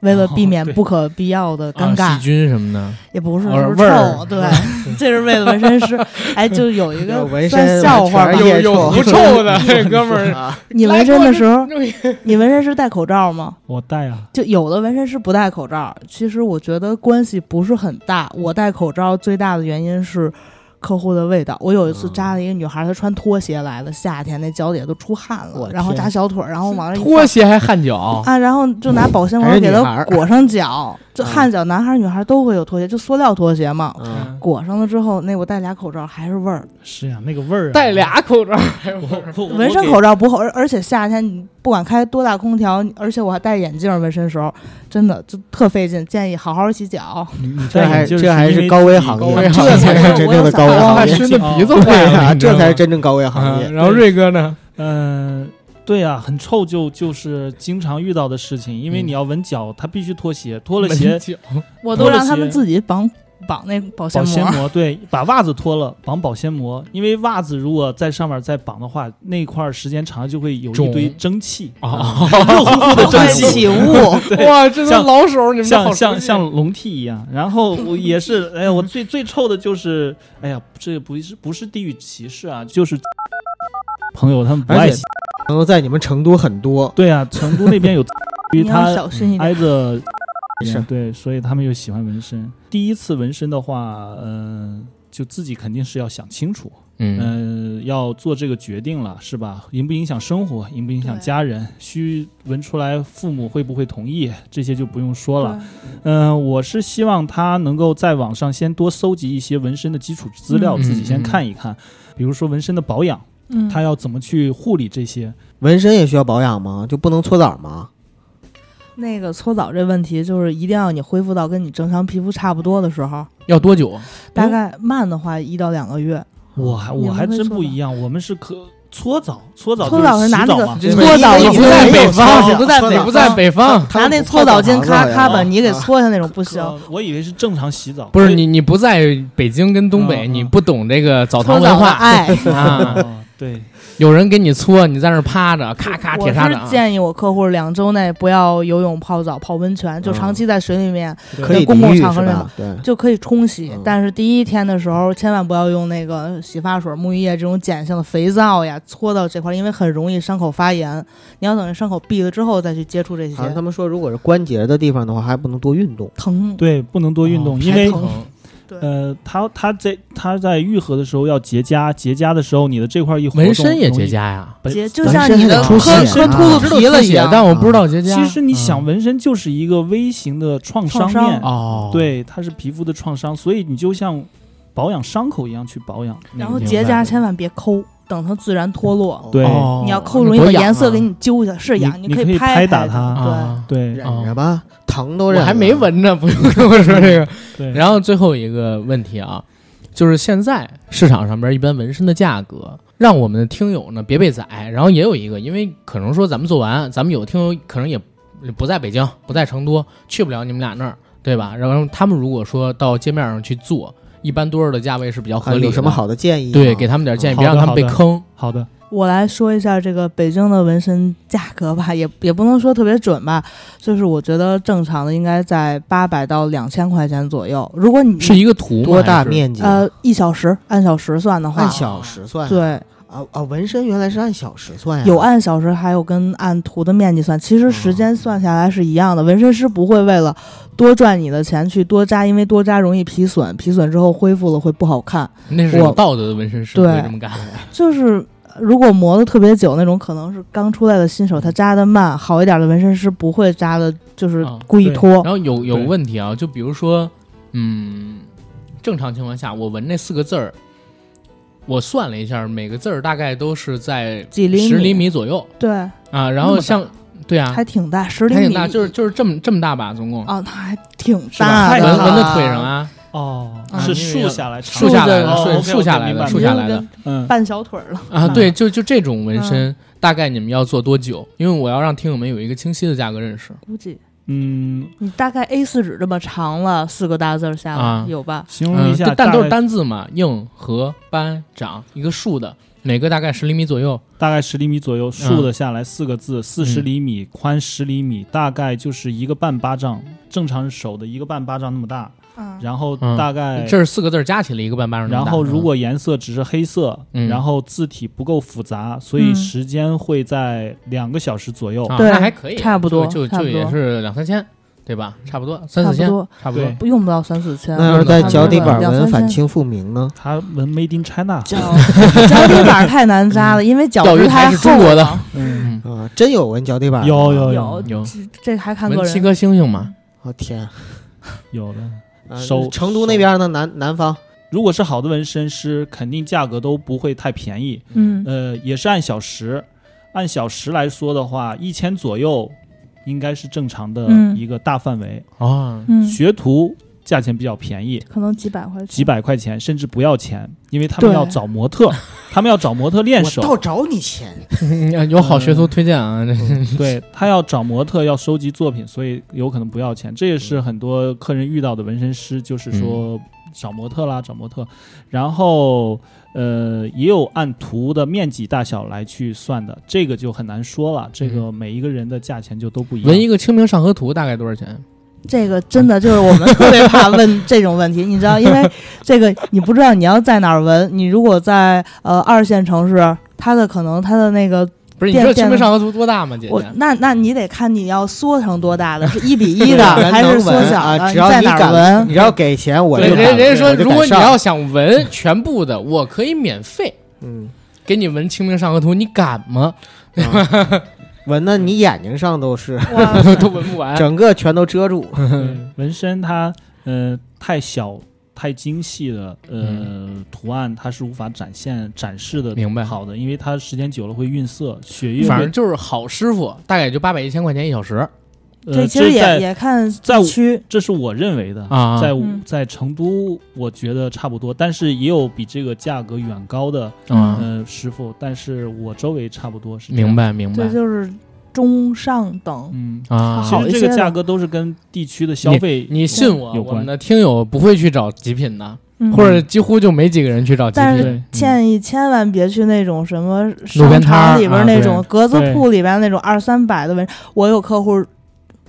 S5: 为了避免
S4: 哦对
S5: 不可必要的尴尬。
S2: 啊细菌什么 的，
S5: 也不是
S2: 呃
S5: 是
S2: 味儿
S5: 臭，对， 这是为了纹身师。哎，就有一
S3: 这
S5: 个
S3: 纹
S5: 算
S3: 身
S5: 笑话吧
S3: 全。是
S2: 有
S3: 腋臭
S2: 有狐臭 的这哎哥们儿
S3: 啊
S5: 你纹身的时候， 你纹身师戴口罩吗？
S4: 我带啊，
S5: 就有的纹身师不戴口罩，其实我觉得关系不是很大。我戴口罩最大的原因是客户的味道。我有一次扎了一个女孩，她穿拖鞋来的，夏天那脚底下都出汗
S3: 我
S5: 了，然后
S3: 天
S5: 扎小腿儿，然后往上一
S2: 拖
S5: 放
S2: 鞋还汗脚，
S5: 啊，然后就拿保鲜
S3: 还是
S5: 膜给
S3: 女孩
S5: 她
S3: 儿
S5: 裹上脚。这
S3: 嗯
S5: 汗脚，男孩儿女孩儿都会有拖鞋，就塑料拖鞋嘛。
S3: 嗯，
S5: 裹上了之后，那我戴俩口罩还是味儿。
S4: 是呀、那个味儿、啊。
S2: 戴俩口罩，
S4: 我，我
S5: 纹身口罩不厚，而而且夏天你不管开多大空调，而且我还戴眼镜儿纹身时候，真的就特费劲。建议好好洗
S4: 我
S5: 脚。
S4: 给你你
S3: 这还
S2: 哎
S4: 戴眼镜
S3: 这还
S4: 是因
S3: 是
S4: 为
S3: 高危
S4: 自己
S3: 行
S2: 高危
S3: 业，
S2: 行
S3: 这
S2: 业
S3: 才是真正的高危
S5: 我
S3: 行
S5: 有
S3: 业
S4: 想。
S2: 熏的鼻子
S3: 对
S2: 坏了，
S3: 啊，
S2: 你知道
S3: 这
S2: 吗
S3: 才是真正高危行
S2: 啊
S3: 业。
S2: 然后瑞哥 呢？
S4: 嗯、对啊，很臭就就是经常遇到的事情，因为
S2: 嗯
S4: 你要纹脚，他必须脱鞋，脱了鞋
S2: 门 脚
S5: 我
S4: 都
S5: 都
S4: 脱了
S5: 让他们
S4: 鞋
S5: 自己绑绑那保鲜
S4: 保鲜
S5: 膜。
S4: 膜，对，把袜子脱了，绑保鲜膜，因为袜子如果在上面再绑的话，那块儿时间长了就会有一堆
S2: 肿
S4: 蒸汽，
S2: 啊！
S4: 热乎乎的蒸汽，
S5: 雾，
S2: 哇，这都
S4: 像
S2: 老手儿，你们这好熟
S4: 像像
S2: 悉
S4: 像笼屉一样。然后我也是，哎呀，我最最臭的就是，哎呀，这不是不是地域歧视啊，就是朋友他们不爱
S3: 而且
S4: 洗，
S3: 朋友在你们成都很多，
S4: 对啊，成都那边有，
S5: 你要
S4: 他
S5: 小心一点。
S4: 挨着。
S3: 是
S4: 对，所以他们又喜欢纹身。第一次纹身的话，嗯、就自己肯定是要想清楚，
S2: 嗯
S4: 嗯，要做这个决定了，是吧？影不影响生活，影不影响
S5: 对
S4: 家人，需闻出来父母会不会同意，这些就不用说了。
S5: 对
S4: 嗯、我是希望他能够在网上先多搜集一些纹身的基础资料，
S5: 嗯
S4: 自己先看一看，比如说纹身的保养，
S5: 嗯，
S4: 他要怎么去护理这些。
S3: 纹身也需要保养吗？就不能搓澡吗？
S5: 那个搓澡这问题，就是一定要你恢复到跟你正常皮肤差不多的时候，
S2: 要多久？啊
S5: 哦大概慢的话一到两个月。
S4: 我还
S5: 啊你
S4: 我
S5: 们
S4: 还
S5: 会
S4: 真
S5: 说
S4: 不
S5: 吗
S4: 一样，我们是可搓澡，搓澡
S5: 搓
S4: 就
S5: 澡是拿
S4: 洗
S5: 那
S4: 澡
S5: 个
S4: 嘛
S5: 这
S3: 搓
S5: 澡
S2: 你
S5: 已
S2: 不
S5: 经
S2: 在
S5: 没
S2: 北
S3: 有
S2: 方，
S3: 方
S2: 你不在
S3: 向
S2: 你
S3: 了
S2: 不
S4: 啊
S2: 在北方，
S5: 拿那搓澡巾咔咔把泥给搓下那种不行。
S4: 啊我以为是正常洗澡，
S2: 不是你你不在北京跟东北，
S4: 嗯嗯
S2: 你不懂这个澡
S5: 搓
S2: 堂
S5: 澡
S2: 文
S5: 的
S2: 化
S5: 爱，
S2: 啊。
S4: 啊？对，
S2: 有人给你搓，你在那儿趴着，咔咔
S5: 我
S2: 铁砂
S5: 是
S2: 掌。
S5: 建议我客户两周内不要游泳、泡澡、泡温泉，就
S2: 嗯
S5: 长期在水里面
S3: 可以
S5: 在公共
S3: 淋浴
S5: 场合
S3: 是
S5: 里
S3: 吧？对，
S5: 就可以冲洗
S3: 嗯。
S5: 但是第一天的时候，千万不要用那个洗发水、沐浴液这种碱性的肥皂呀搓到这块儿，因为很容易伤口发炎。你要等人伤口闭了之后再去接触这些
S3: 好像他们说，如果是关节的地方的话，还不能多运动。
S5: 疼。
S4: 对，不能多运动，
S2: 哦
S4: 因为
S2: 太疼
S4: 呃，它它在它在愈合的时候要结痂，结痂的时候你的这块一活动
S2: 纹身也结
S4: 容易
S2: 痂。呀，
S4: 本
S5: 结就
S3: 本
S5: 像
S3: 身
S5: 你
S3: 还
S5: 的
S3: 得
S5: 磕
S3: 出血
S5: 磕
S3: 啊
S5: 秃
S2: 知
S5: 噜
S2: 道
S5: 皮了
S2: 出
S5: 一
S2: 血
S5: 样，，
S2: 但我不知道结痂。
S4: 其实你想，
S2: 嗯
S4: 纹身就是一个微型的创
S5: 创伤
S4: 面，
S2: 哦，，
S4: 对，它是皮肤的创伤，所以你就像保养伤口一样去保养那
S5: 然
S4: 个
S5: 后
S4: 地
S5: 结
S2: 明白
S5: 痂千万别抠，等它自然脱落。
S4: 对
S2: 哦
S5: 你要抠容
S2: 那
S5: 易把
S2: 多痒
S5: 颜色
S2: 啊
S5: 给你揪下，是
S4: 你
S5: 痒，
S4: 你
S5: 可
S4: 可以
S5: 拍
S4: 拍打它
S5: 它。
S2: 啊。
S4: 对
S3: 忍着吧，疼都忍
S2: 我
S3: 了。
S2: 还没闻呢，不用跟我说这个。
S4: 对，
S2: 然后最后一个问题啊，就是现在市场上边一般纹身的价格，让我们的听友呢别被宰。然后也有一个，因为可能说咱们做完，咱们有的听友可能也不在北京，不在成都，去不了你们俩那儿，对吧？然后他们如果说到街面上去做，一般多少的价位是比较
S3: 啊
S2: 合理的？
S3: 有什么好的啊建议吗？
S2: 对，给他们点建议，
S4: 嗯
S2: 别让他们
S4: 好
S2: 被
S4: 的
S2: 坑。
S4: 好的，
S5: 我来说一下这个北京的纹身价格吧，也也不能说特别准吧，就是我觉得正常的应该在八百到两千块钱左右。如果你
S2: 是一个图吗
S3: 多大
S2: 还是
S3: 面积？
S5: 呃一小时按小时算的话
S3: 按，小时算。
S5: 对，
S3: 啊啊，纹身原来是按小时算呀。
S5: 有按小时，还有跟按图的面积算，其实时间算下来是一样的。纹身师不会为了多赚你的钱去多扎，因为多扎容易皮损，皮损之后恢复了会不好看。
S2: 那是有
S5: 我
S2: 道德的纹身师不会
S5: 对
S2: 这么干。
S5: 就是呃如果磨的特别久那种，可能是刚出来的新手，他扎的慢。好一点的纹身师不会扎的，就是
S2: 啊
S5: 故意
S4: 对
S5: 拖。
S2: 然后有有
S4: 对
S2: 问题啊，就比如说，嗯，正常情况下，我纹那四个字儿，我算了一下，每个字儿大概都是在
S5: 几厘米
S2: 十厘米左右
S5: 对，
S2: 啊。然
S4: 那么
S2: 后
S4: 大
S2: 像对啊，
S5: 还挺大，十厘
S2: 还
S5: 米，
S2: 挺大，就是就是这么这么大吧，总共
S5: 啊，那还挺
S4: 是吧
S5: 大
S4: 太
S2: 纹
S5: 的
S4: 大
S5: 了，
S2: 纹在腿上啊，
S4: 哦，
S5: 啊
S4: 是
S2: 因为
S4: 竖
S2: 要
S4: 下来长，
S2: 竖下来的，
S5: 竖着
S4: 的
S2: 竖竖下来的，
S4: 哦，OK，OK，
S2: 竖下来的
S5: 你就
S4: 嗯
S5: 跟，半小腿儿了。
S2: 啊。
S5: 大
S2: 对，就就这种纹身，大概你们要做多久？因为我要让听友们有一个清晰的价格认识。
S5: 估计
S4: 嗯，
S5: 你大概 A 四纸这么长了，四个大字儿下来、
S2: 啊
S5: 有吧？
S4: 形容
S2: 嗯
S4: 一，下，
S2: 但
S4: 大
S2: 都
S4: 概
S2: 是单字嘛，硬、和、班、长，一个竖的，每个大概十厘米左右。
S4: 大概十厘米左右竖的下来四个字，四十
S2: 嗯
S4: 厘米宽十厘米，大概就是一个半巴掌，正常手的一个半巴掌那么大，
S5: 嗯，
S4: 然后
S2: 嗯
S4: 大概
S2: 这是四个字儿加起来一个半巴掌那么
S4: 哎然
S2: 大。
S4: 后
S2: 嗯
S4: 如果颜色只是黑色，
S2: 嗯
S4: 然后字体不够复杂，所以
S5: 嗯
S4: 时间会在两个小时左右。
S2: 啊，
S5: 对
S2: 那还可以，
S5: 差不多
S2: 就
S5: 差
S2: 就
S5: 不
S2: 就也
S5: 多
S2: 是两三千，对吧？差不多三
S5: 差
S2: 四
S5: 不
S2: 千，
S5: 多，
S2: 差不多
S4: 对。
S5: 不用不到三四千。
S3: 那要
S2: 嗯
S3: 是在
S5: 在
S3: 脚底板
S5: 两三
S3: 纹
S5: 千
S3: 反清复明呢？
S4: 它文 Made in China，
S5: 脚脚底板儿太难扎
S2: 嗯
S5: 了，因为脚
S2: 钓鱼
S5: 趾
S2: 台
S5: 太
S2: 是
S5: 厚
S2: 中国的
S5: 了，
S4: 嗯，
S2: 嗯，
S3: 啊，真有纹脚底板？
S4: 有有
S5: 有
S2: 有
S5: 这这还看个
S2: 纹七
S5: 人。
S2: 颗星星嘛，
S3: 我哦天，
S4: 有的。
S3: 啊
S4: 手
S3: 成都那边呢？南南方
S4: 如果是好的纹身师，肯定价格都不会太便宜，
S5: 嗯，
S4: 呃，也是按小时，按小时来说的话，一千左右应该是正常的
S5: 嗯
S4: 一个大范围。
S2: 啊，
S5: 嗯，
S4: 学徒价钱比较便宜，
S5: 可能几百块钱，
S4: 几百块钱甚至不要钱，因为他们
S5: 对
S4: 要找模特，他们要找模特练
S3: 我倒
S4: 手，
S3: 找你钱，
S2: 有好学徒推荐啊，这
S4: 对他要找模特，要收集作品，所以有可能不要钱。这也
S2: 嗯
S4: 是很多客人遇到的纹身师，就是说找模特啦，找模特，然后呃也有按图的面积大小来去算的，这个就很难说了，这个每一个人的价钱就都不一
S2: 嗯纹一
S4: 样。
S2: 个《清明上河图》大概多少钱？
S5: 这个真的就是我们特别怕问这种问题，你知道，因为这个你不知道你要在哪儿纹，你如果在呃二线城市，它的可能它的那个
S2: 不是你
S5: 电
S2: 知道《清明
S5: 电
S2: 上河图》多大吗，姐
S5: 我
S2: 姐？
S5: 那那你得看你要缩成多大的，是一比一的还是
S3: 能
S5: 缩
S3: 纹
S5: 小的，
S3: 啊？只
S5: 你
S3: 要
S5: 在
S3: 你
S5: 哪儿
S3: 敢
S5: 纹
S3: 你？要给钱，我
S2: 对，
S3: 就
S2: 人
S3: 敢
S2: 人家说，
S3: 我就
S2: 如
S3: 敢
S2: 果你
S3: 上
S2: 要想纹全部的，我可以免费
S3: 嗯
S2: 给你纹《清明上河图》，你敢吗？
S3: 啊纹的你眼睛上都是，
S2: 都纹不完。
S3: 整个全都遮住。
S2: 嗯
S4: 对纹身它呃太小。太精细的呃、图案，它是无法展现展示的，
S2: 嗯明白
S4: 好的，因为它时间久了会晕色，血液
S2: 反
S4: 会
S2: 正就是好师傅，大概也就八百一千块钱一小时，
S4: 呃，
S5: 这其实也
S4: 在
S5: 也看
S4: 在
S5: 地区，
S4: 这是我认为的
S2: 啊
S4: 在
S5: 嗯
S4: 在成都，我觉得差不多，但是也有比这个价格远高的
S2: 嗯，
S4: 呃师傅，但是我周围差不多是这样
S2: 明，白明白
S5: 这就是中上等。
S4: 嗯，
S2: 啊。
S5: 好
S4: 其
S5: 一
S4: 实
S5: 些
S4: 这个
S5: 的
S4: 价格都是跟地区的消费
S2: 你信我，
S4: 有
S2: 我们
S4: 关
S2: 的听友不会去找极品的，
S5: 嗯
S2: 或者几乎就没几个人去找极
S5: 但是
S4: 嗯
S2: 品。
S5: 建议千万别去那种什么
S2: 路边
S5: 商
S2: 摊儿
S5: 场里边
S2: 啊
S5: 那种
S2: 对
S5: 格子铺里边那种二三百的纹，我有客户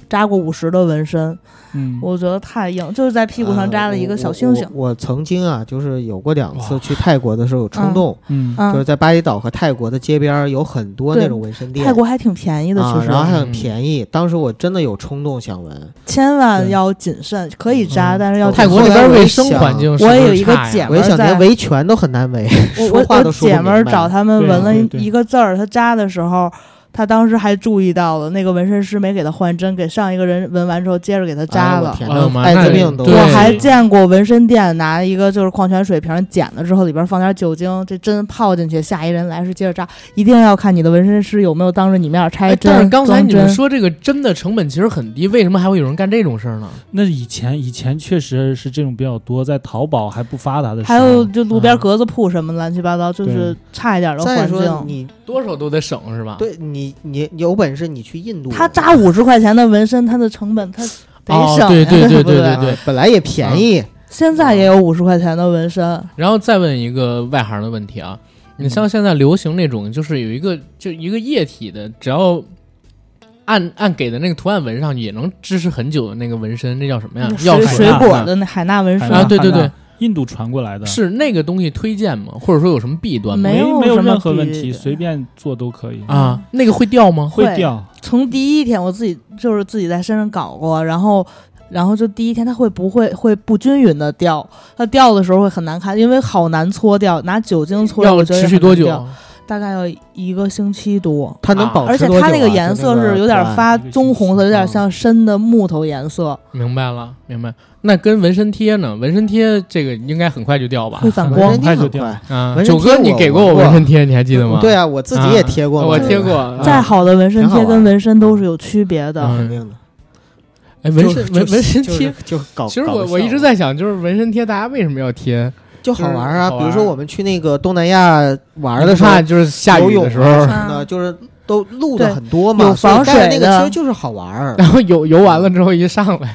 S5: 扎过五十的纹身，
S4: 嗯，
S5: 我觉得太硬，就是在屁股上扎了一个小星星
S3: 呃。啊我我我我曾经啊，就是有过两次
S2: 哇
S3: 去泰国的时候有冲动，
S4: 嗯
S5: 啊
S3: 就是在巴厘岛和泰国的街边儿有很多那
S5: 对
S3: 种纹身店，
S5: 泰国还挺便宜的，
S3: 啊
S5: 其，实
S3: 然后还
S2: 嗯
S3: 很便宜。当时我真的有冲动想纹，
S5: 千万要谨慎，可以扎，
S3: 嗯
S5: 但是要
S3: 我
S2: 泰国那
S3: 后来
S2: 边
S3: 我一
S2: 卫生环
S3: 想
S2: 境是
S5: 我
S2: 不
S5: 也
S2: 是
S5: 有一个
S2: 差呀
S5: 姐
S3: 我一
S5: 们儿
S3: 想连
S5: 在
S3: 维权都很难维，
S5: 我
S3: 说话
S5: 我
S3: 都
S5: 我
S3: 说不
S5: 姐
S3: 明
S5: 们儿
S3: 白。哎
S5: 找他们
S4: 对
S5: 纹了
S4: 对对
S5: 一个字儿，她扎的时候，她当时还注意到了那个纹身师没给她换针，给上一个人纹完之后接着给她扎
S3: 哎
S5: 了
S3: 我。天
S2: 哎呦妈
S3: 呐，艾
S2: 那
S3: 滋
S2: 得
S3: 病都
S2: 对
S5: 我还见过纹身店拿一个就是矿泉水瓶剪了之后，里边放点酒精，这针泡进去，下一人来是接着扎。一定要看你的纹身师有没有当着你面拆
S2: 哎
S5: 针。
S2: 但是刚才
S5: 装
S2: 你们
S5: 针
S2: 说这个针的成本其实很低，为什么还会有人干这种事儿呢？
S4: 那以前以前确实是这种比较多，在淘宝还不发达的时
S5: 还
S4: 候，
S5: 有就路边
S2: 嗯
S5: 格子铺什么乱七八糟，就是
S4: 对
S5: 差一点的
S3: 再
S5: 环
S3: 说
S5: 境。嗯
S3: 你
S2: 多少都得省是吧？
S3: 对你你你有本事你去印度，
S5: 他扎五十块钱的纹身，他的成本他得
S2: 哦
S5: 省呀，
S2: 对对对
S5: 对不
S2: 对对啊
S3: 啊本来也便宜，
S5: 现在也有五十块钱的纹身，
S2: 然后再问一个外行的问题啊，你
S4: 嗯
S2: 像现在流行那种，就是有一个就一个液体的，只要按按给的那个图案纹上，也能支持很久的那个纹身，那叫什么呀
S5: 那？
S2: 药
S5: 水
S4: 水
S5: 水
S4: 啊
S5: 果的那海纳纹
S4: 海
S5: 身
S4: 纳
S2: 啊，对对
S4: 汉
S2: 对
S4: 纳，印度传过来的，
S2: 是那个东西推荐吗？或者说有什么弊端吗？
S5: 没有
S4: 没有
S5: 什么
S4: 任何问
S5: 比
S4: 题，随便做都可以，
S2: 啊，那个会掉吗？
S4: 会
S5: 会
S4: 掉，
S5: 从第一天我自己就是自己在身上搞过，然后。然后就第一天，它会不会会不均匀的掉？它掉的时候会很难看，因为好难搓掉，拿酒精搓掉，
S2: 要
S5: 我觉得
S2: 持
S5: 也
S2: 续
S5: 很
S2: 多
S5: 难
S2: 久？
S5: 掉？大概要一个星期多。
S3: 它能
S2: 啊
S3: 保
S5: 而
S3: 持
S5: 且
S3: 多久啊？
S5: 它那
S3: 就
S5: 颜色
S3: 那个
S5: 是有点
S3: 图案
S5: 发
S4: 一个星期
S5: 棕红色，有点
S3: 嗯
S5: 像深的木头颜色，
S2: 明白了，明白。那跟纹身贴呢？纹身贴这个应该很快就掉吧
S5: 会？反
S3: 纹
S5: 光
S3: 身。
S4: 很快
S3: 贴
S4: 就
S3: 很
S4: 掉
S3: 快。
S2: 啊，
S3: 纹身
S2: 九
S3: 贴
S2: 哥，你
S3: 我
S2: 给过我
S3: 纹过
S2: 纹身贴，你还记得吗？
S3: 对啊，我自己也贴过嘛，
S2: 我
S3: 对
S2: 贴
S3: 吧
S2: 过。啊
S5: 再好的纹身
S3: 挺好
S5: 贴
S3: 玩
S5: 跟纹身都是有区别的。
S2: 嗯
S3: 肯定的。
S2: 哎，纹
S3: 就
S2: 身
S3: 就
S2: 纹纹身
S3: 就是
S2: 贴，
S3: 就是搞。
S2: 其实
S3: 搞
S2: 我
S3: 个
S2: 我一
S3: 笑
S2: 直在想，就是纹身贴大家为什么要贴？
S3: 就好玩啊，
S2: 就是好
S3: 比
S2: 玩
S3: 如说我们去那个东南亚玩
S2: 你
S3: 的
S2: 不
S3: 时候
S2: 怕，就是下雨
S3: 游
S2: 的
S3: 泳
S2: 时
S3: 啊
S2: 候，
S3: 什么的，就是都路的
S5: 对
S3: 很多嘛，
S5: 有
S3: 所以
S5: 防
S3: 带着那
S5: 水的
S3: 个其实就是好玩儿。
S2: 然后游游完了之后一上来，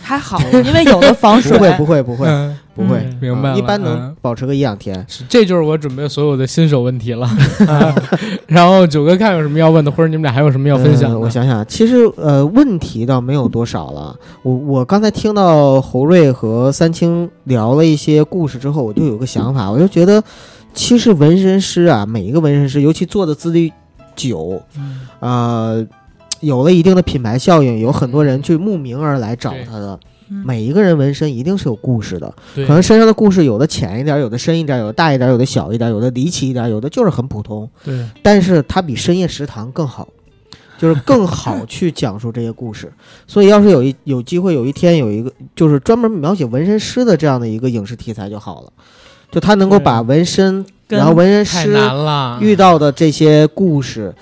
S5: 还好，因为有的防水
S3: 不会不会不会
S2: 嗯
S3: 不会，
S4: 嗯
S2: 明白了
S3: 一般能
S2: 嗯
S3: 保持个一两天。
S2: 是这就是我准备所有的新手问 题了。啊 然后九哥看有什么要问的，或者你们俩还有什么要分享
S3: 呃
S2: 的？
S3: 我想想，其实呃，问题倒没有多少了。我我刚才听到侯瑞和三清聊了一些故事之后，我就有个想法，我就觉得，其实纹身师啊，每一个纹身师，尤其做的资历久，
S4: 嗯
S3: 呃，有了一定的品牌效应，有很多人去慕名而来找
S2: 对
S3: 他的。
S5: 嗯
S3: 每一个人纹身一定是有故事的，
S2: 对
S3: 可能身上的故事有的浅一点，有的深一点，有的大一点，有的小一点，有的离奇一点，有的就是很普通。
S4: 对，
S3: 但是它比深夜食堂更好，就是更好去讲述这些故事。 所以，要是有一有机会，有一天有一个就是专门描写纹身师的这样的一个影视题材就好了，就他能够
S4: 对
S3: 把纹身，
S5: 跟
S3: 然后纹身
S2: 太
S3: 师
S2: 难了，
S3: 遇到的这些故事，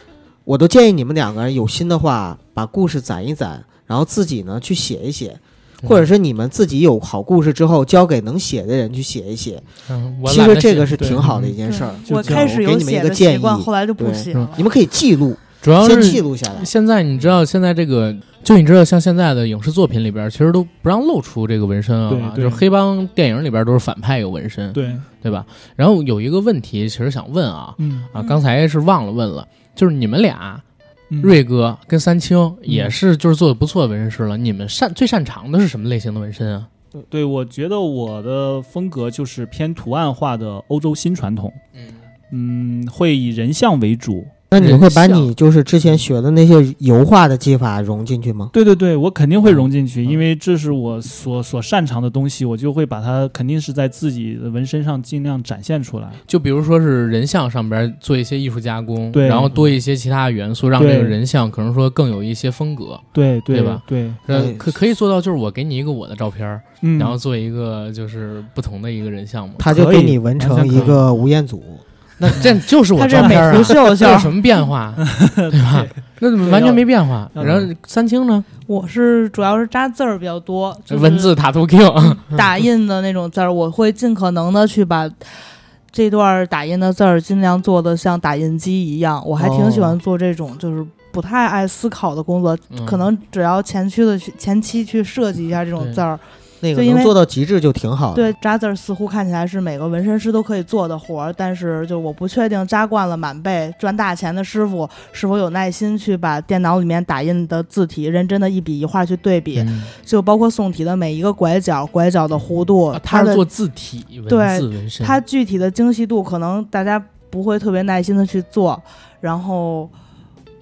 S3: 我都建议你们两个人有心的话，把故事攒一攒，然后自己呢去写一写，
S2: 嗯
S3: 或者是你们自己有好故事之后，交给能写的人去写一写。
S2: 嗯，我
S3: 其
S2: 懒
S3: 实
S2: 得
S3: 这个
S2: 写
S3: 是
S2: 对
S3: 挺好的一件事儿。
S4: 就
S5: 我
S4: 这
S5: 开
S4: 样
S5: 始
S3: 我给
S5: 有
S3: 你们
S5: 写
S3: 一个
S5: 的习
S3: 建
S5: 惯，
S3: 议
S5: 后来就不
S3: 对
S5: 写
S2: 嗯
S5: 了。
S3: 你们可以记录，
S2: 主要
S3: 先记
S2: 是
S3: 录下来。
S2: 现在你知道现在这个，就你知道像现在的影视作品里边，其实都不让露出这个纹身啊，
S4: 对
S2: 就
S4: 对
S2: 是黑帮电影里边都是反派有纹身，
S4: 对，
S2: 对吧？然后有一个问题，其实想问啊
S4: 嗯，
S2: 啊，
S5: 嗯
S2: 刚才是忘了问了，就是你们俩
S4: 嗯
S2: 瑞哥跟三
S5: 嗯
S2: 清也是就是做的不错的纹身师了，你们擅最擅长的是什么类型的纹身啊？
S4: 对，我觉得我的风格就是偏图案化的欧洲新传统，
S2: 嗯，
S4: 嗯，会以人像为主。
S3: 那你会把
S2: 人像
S3: 你就是之前学的那些油画的技法融进去吗？
S4: 对对对，我肯定会融进去，
S3: 嗯
S4: 因为这是我所所擅长的东西，我就会把它肯定是在自己的纹身上尽量展现出来。
S2: 就比如说是人像上边做一些艺术加工，
S4: 对
S2: 然后多一些其他的元素，让这
S4: 对
S2: 个人像可能说更有一些风格，
S4: 对对
S2: 对吧？
S4: 对，
S2: 呃
S3: 对，
S2: 可可以做到就是我给你一个我的照片儿，
S4: 嗯，
S2: 然后做一个就是不同的一个人像嘛。
S3: 他就
S4: 可
S3: 给
S4: 以
S3: 你纹
S4: 完
S3: 成
S4: 全
S3: 一
S4: 可以
S3: 个吴彦祖，
S2: 那 这就是我
S5: 他这
S2: 照
S5: 美
S2: 片啊
S5: 图，秀秀
S2: 这有，什么变 化，对吧？那怎么完全没变化？
S5: 嗯
S4: 要
S2: 然后三清呢，
S5: 我是主要是扎字儿比较多，就是
S2: 文字塔图 Q，
S5: 打印的那种字儿，我会尽可能的去把这段打印的字儿尽量做的像打印机一样。我还挺
S3: 哦
S5: 喜欢做这种，就是不太爱思考的工作，
S3: 嗯
S5: 可
S2: 嗯
S5: 能只要前期的去前期去设计一下这种字儿，
S3: 那
S5: 就
S3: 个
S5: 因为
S3: 能做到极致就挺好的。
S5: 对扎字儿似乎看起来是每个纹身师都可以做的活儿，但是就我不确定扎惯了满背赚大钱的师傅是否有耐心去把电脑里面打印的字体认真的一笔一画去对比，
S2: 嗯
S5: 就包括宋体的每一个拐角、拐角的弧度，
S2: 啊
S5: 它
S2: 他
S5: 的
S2: 是做字体文
S5: 对
S2: 字纹身，
S5: 它具体的精细度可能大家不会特别耐心的去做，然后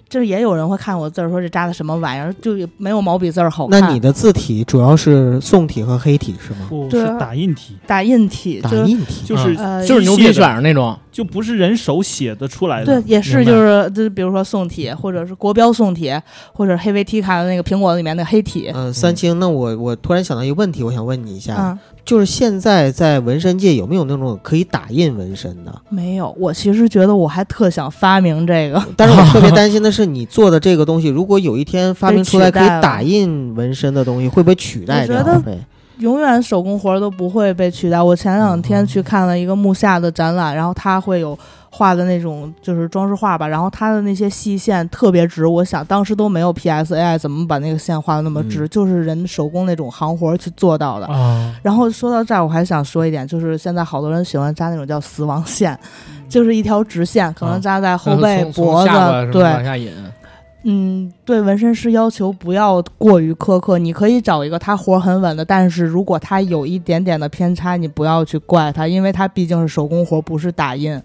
S5: 这也有人会看我字儿说这扎的什么玩意儿，就也没有毛笔字儿好看。
S3: 那你的字体主要是宋体和黑体是吗？
S4: 不
S5: 对
S4: 是
S5: 啊
S4: 打印体，
S5: 打印体
S3: 打
S5: 就是
S3: 印体
S4: 就是
S5: 呃
S2: 就是牛皮
S4: 机
S2: 嗯
S4: 械
S2: 卷
S4: 的
S2: 儿那
S5: 啊
S2: 种，
S4: 就不是人手写的出来
S5: 对
S4: 的，，
S5: 也是
S2: 明白
S5: 就是就是比如说宋体，或者是国标宋体，或者黑维 T 卡的那个苹果里面的黑体，
S3: 嗯，三清，那我我突然想到一个问题，我想问你一下，
S5: 嗯，
S3: 就是现在在纹身界有没有那种可以打印纹身的？
S5: 没有。我其实觉得我还特想发明这 个，
S3: 但是 我特别担心的是，你做的这个东西，如果有一天发明出来可
S5: 被取代了
S3: 以打印纹身的东西，会不会取代
S5: 我觉
S3: 掉
S5: 得
S3: 呗？
S5: 永远手工活儿都不会被取代。我前
S2: 嗯
S5: 两天去看了一个木下的展览，然后他会有画的那种就是装饰画吧，然后他的那些细线特别直，我想当时都没有 PSAI 怎么把那个线画的那么直，
S2: 嗯
S5: 就是人手工那种行活儿去做到的。
S2: 啊，
S5: 然后说到这儿，我还想说一点，就是现在好多人喜欢扎那种叫死亡线，就是一条直线，可能扎在后背、
S2: 从从
S5: 脖子
S2: 下巴什，么
S5: 对
S2: 往，下引，
S5: 嗯，对纹身师要求不要过于苛刻，你可以找一个他活很稳的，但是如果他有一点点的偏差，你不要去怪他，因为他毕竟是手工活，不是打印。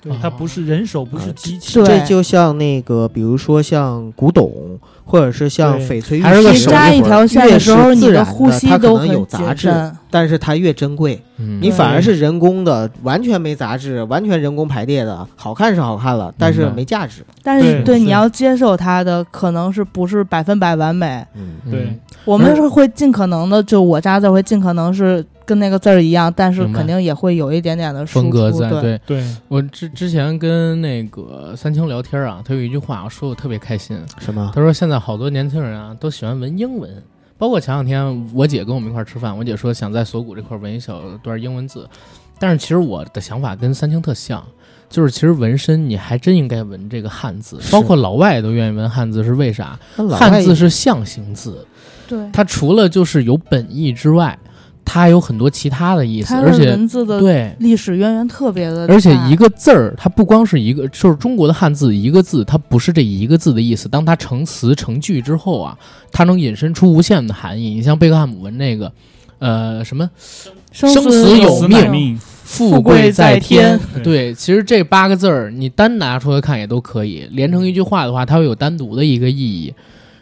S4: 对，它不是人手，
S2: 啊
S4: 不是机器
S5: 对，
S3: 这就像那个，比如说像古董，或者是像翡翠玉
S2: 还是个
S5: 你
S3: 石
S2: 手，
S5: 扎
S2: 艺
S5: 一
S2: 活
S5: 条线的时候，
S3: 越是
S5: 你
S3: 自然
S5: 的
S3: 的
S5: 呼吸
S3: 它可
S5: 都
S3: 能有
S5: 很
S3: 杂
S5: 谨
S3: 质
S5: 慎。
S3: 但是它越珍贵。
S5: 嗯
S3: 你
S2: 你
S3: 反而是人工的，完全没杂质，完全人工排列的，好看是好看了，但是没价值。
S5: 但是
S4: 对
S5: 对你
S4: 是
S5: 要接受它的，可能是不是百分百完美？
S3: 嗯，
S4: 对
S5: 我们是会尽可能的，就我扎字儿会尽可能是跟那个字儿一样，但是
S2: 明白
S5: 肯定也会有一点点的输
S2: 风格
S5: 出。
S2: 在，
S5: 对，
S2: 对
S4: 对，
S2: 我之之前跟那个三清聊天啊，他有一句话我说的特别开
S5: 啊
S2: 心，
S3: 什么？
S2: 他说现在好多年轻人啊都喜欢纹英文。包括前两天我姐跟我们一块儿吃饭，我姐说想在锁骨这块儿纹一小段英文字，但是其实我的想法跟三清特像，就是其实纹身你还真应该纹这个汉字，
S3: 是
S2: 包括老外都愿意纹汉字，是为啥？
S3: 那老外
S2: 汉字是象形字，
S5: 对，
S2: 它除了就是有本意之外，它还有很多其他的意思，
S5: 它
S2: 而
S5: 的
S2: 且
S5: 文字的
S2: 对，
S5: 历史渊源特别的大，
S2: 而且一个字儿，它不光是一个，就是中国的汉字一个字，它不是这一个字的意思。当它成词成句之后啊，它能引申出无限的含义。你像贝克汉姆文那个，呃，什么
S5: 生
S2: 生死有
S4: 死
S2: 命
S4: 乃
S5: 命
S4: 命，
S2: 富
S5: 贵
S2: 在
S5: 在天
S4: 对
S2: 对，其实这八个字儿你单拿出来看也都可以，连成一句话的话，它会有单独的一个意义。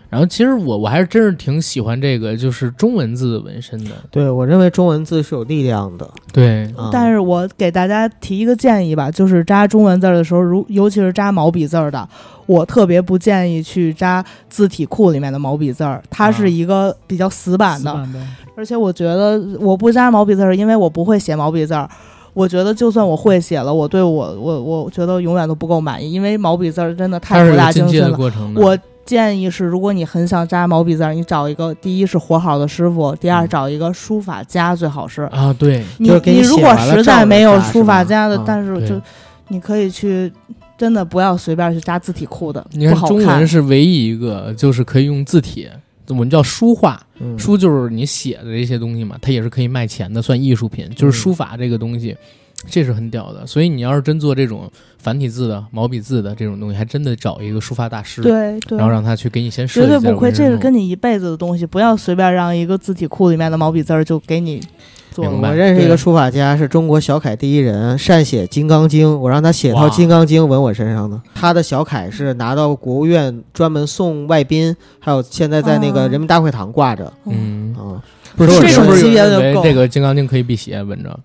S2: 然后，其实我我还是真是挺喜欢这个，就是中文字纹身的。
S3: 对我认为中文字是有力量的，
S2: 对，
S3: 啊
S5: 但是我给大家提一个建议吧，就是扎中文字儿的时候，如尤其是扎毛笔字儿的，我特别不建议去扎字体库里面的毛笔字儿，它
S2: 啊
S5: 是一个比较死板的，
S4: 板的，
S5: 而且我觉得我不扎毛笔字儿，因为我不会写毛笔字儿。我觉得就算我会写了，我对我我我觉得永远都不够满意，因为毛笔字儿真的
S2: 它
S5: 太
S2: 是
S5: 博
S2: 有
S5: 大
S2: 进
S5: 精
S2: 阶
S5: 深
S2: 的
S5: 了。
S2: 过程的。
S5: 我建议是，如果你很想扎毛笔字儿，你找一个第一是活好的师傅，第二
S2: 嗯
S5: 找一个书法家最好是。
S2: 啊，对，
S5: 你
S3: 就是给你
S5: 如
S3: 写
S5: 果
S3: 完了
S5: 实
S3: 照
S5: 在
S3: 着
S5: 没有
S3: 扎
S5: 书
S3: 是吧
S5: 法家的
S3: 嗯，
S5: 但是
S2: 啊对
S5: 就你可以去，真的不要随便去扎字体库的，
S2: 你
S5: 不
S2: 看
S5: 好
S2: 中
S5: 看
S2: 文。是唯一一个就是可以用字体，我们叫书画，
S3: 嗯
S2: 书就是你写的这些东西嘛，它也是可以卖钱的，算艺术品。就是书法这个东西，这是很屌的。所以你要是真做这种繁体字的、毛笔字的这种东西，还真得找一个书法大师，
S5: 对对
S2: 然，后让他去给你先设计
S5: 绝
S2: 一下
S5: 对
S2: 纹身
S5: 不
S2: 路。
S5: 亏，这是跟你一辈子的东西，不要随便让一个字体库里面的毛笔字儿就给你做
S2: 明
S5: 了。嗯
S2: 白
S3: 我认识一个
S2: 对
S3: 书法家，是中国小楷第一人，善写《金刚经》，我让他写套
S2: 哇
S3: 《金刚经》纹我身上的。他的小楷是拿到国务院专门送外宾，还有现在在那个
S5: 啊
S3: 人民大会堂挂着
S2: 嗯，
S3: 啊。
S2: 不是
S3: 这种
S2: 是不是有
S5: 级别
S2: 人
S5: 就
S2: 认为
S5: 够
S2: 这个《金刚经》可以辟邪？闻着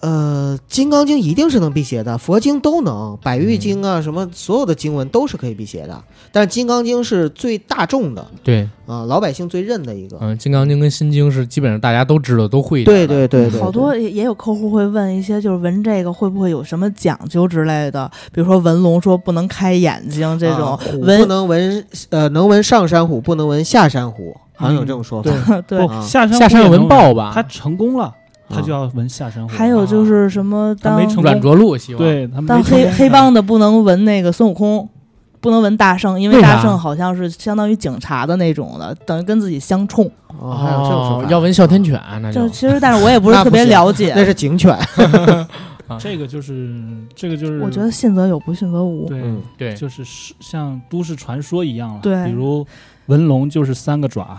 S3: 呃，《金刚经》一定是能辟邪的，佛经都能，百
S2: 嗯
S3: 喻经啊，什么所有的经文都是可以辟邪的。但是《金刚经》是最大众的
S2: 对，
S3: 啊、老百姓最认的一个。
S2: 嗯，《金刚经》跟《心经》是基本上大家都知道，都会一点
S3: 对
S2: 的。
S3: 对对对，
S5: 好
S3: 对
S5: 多也也有客户会问一些，就是纹这个会不会有什么讲究之类的，比如说纹龙说不能开眼睛这种
S3: 啊虎
S5: 纹
S3: 不能闻，呃，能闻上山虎，不能闻下山虎，好像有这种说法。
S5: 对
S4: 不
S3: 啊
S4: 下山
S2: 下山
S4: 虎也
S2: 文
S4: 能
S2: 豹
S4: 闻
S2: 吧
S4: 他成功了，他
S3: 啊
S4: 就要闻下山虎。
S5: 还有就是什么
S4: 他没
S5: 当
S4: 成功
S2: 软着陆，希望
S4: 对他们
S5: 当
S4: 没成
S5: 黑
S4: 功啊
S5: 黑帮的不能纹那个孙悟空，不能纹大圣，因为
S2: 为啥
S5: 大圣好像是相当于警察的那种的，等于跟自己相冲。
S3: 哦，还有这种说法。哦
S2: 要闻哮天犬，啊那
S5: 就
S2: 就
S5: 其实，但是我也不是
S3: 那不
S5: 特别
S3: 行
S5: 了
S3: 那
S5: 解。
S3: 是警犬。
S4: 这个就是这个就是
S5: 我觉得信则有，不信则无。
S4: 对，
S3: 嗯，
S2: 对，
S4: 就是是像都市传说一样了。
S5: 对
S4: 比如文龙就是三个爪，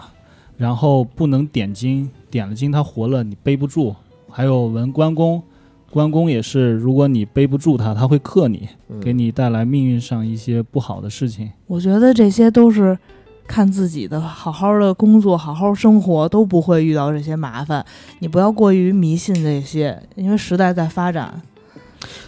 S4: 然后不能点睛，点了睛它活了，你背不住。还有文关公，关公也是，如果你背不住他，他会克你，
S3: 嗯
S4: 给你带来命运上一些不好的事情。
S5: 我觉得这些都是看自己的，好好的工作，好好生活，都不会遇到这些麻烦。你不要过于迷信这些，因为时代在发展，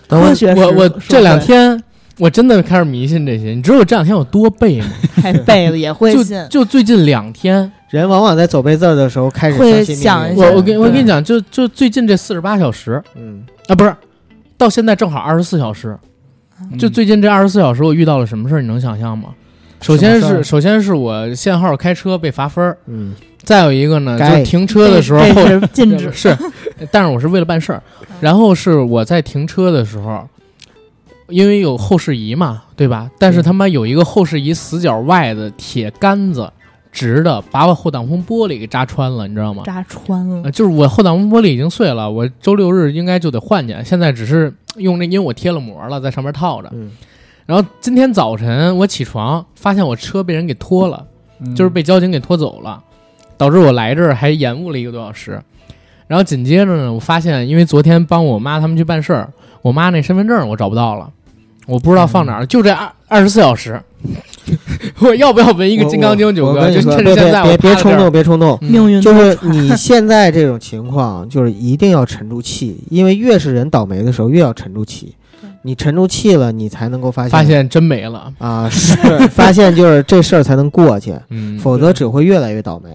S3: 等
S5: 科
S3: 会
S5: 学
S2: 我
S5: 是
S2: 我
S5: 社
S2: 这两
S5: 会
S2: 天我真的开始迷信这些，你知道我这两天有多背吗？
S5: 太背了，也会
S2: 就
S5: 信。
S2: 就最近两 天，
S3: 人往往在走背字儿的时候开始
S5: 会
S3: 相信
S5: 想一
S3: 命运
S5: 下
S2: 我我跟我
S5: 对
S2: 跟你讲，就就最近这四十八小时
S3: 嗯
S2: 啊，不是，到现在正好二十四小时，
S5: 嗯
S3: 嗯
S2: 就最近这二十四小时，我遇到了什么事儿，你能想象吗？首先
S4: 什么事
S2: 是
S4: 儿
S2: 首先是我限号开车被罚分儿，
S3: 嗯
S2: 再有一个呢，
S3: 该
S2: 就停车的时候
S5: 这这是禁止。
S2: 是，但是我是为了办事儿，
S5: 嗯
S2: 然后是我在停车的时候，因为有后视仪嘛，对吧？但是他妈有一个后视仪死角外的铁杆子，直的把我后挡风玻璃给扎穿了，你知道吗？
S5: 扎穿了
S2: 呃，就是我后挡风玻璃已经碎了，我周六日应该就得换去。现在只是用那，因为我贴了膜了，在上面套着。
S3: 嗯，
S2: 然后今天早晨我起床发现我车被人给拖了，
S4: 嗯
S2: 就是被交警给拖走了，导致我来这儿还延误了一个多小时。然后紧接着呢，我发现因为昨天帮我妈他们去办事儿，我妈那身份证我找不到了，我不知道放哪儿了，就这二二十四小时， 我要不要纹一个
S3: 我
S2: 金刚经九
S3: 我
S2: 哥？
S3: 跟
S2: 就
S3: 你说
S2: 趁着
S3: 别
S2: 现在我
S3: 别别别
S2: 趴在
S3: 冲
S2: 这儿
S3: 动，别冲动。
S2: 嗯
S5: 命运
S3: 就
S5: 多
S3: 是
S5: 舛
S3: 你现在这种情况， 就是一定要沉住气，因为越是人倒霉的时候，越要沉住气。你沉住气了，你才能够发现
S2: 发现真没了，
S3: 啊，是发现就是这事儿才能过去，
S2: 嗯。
S3: 否则只会越来越倒霉。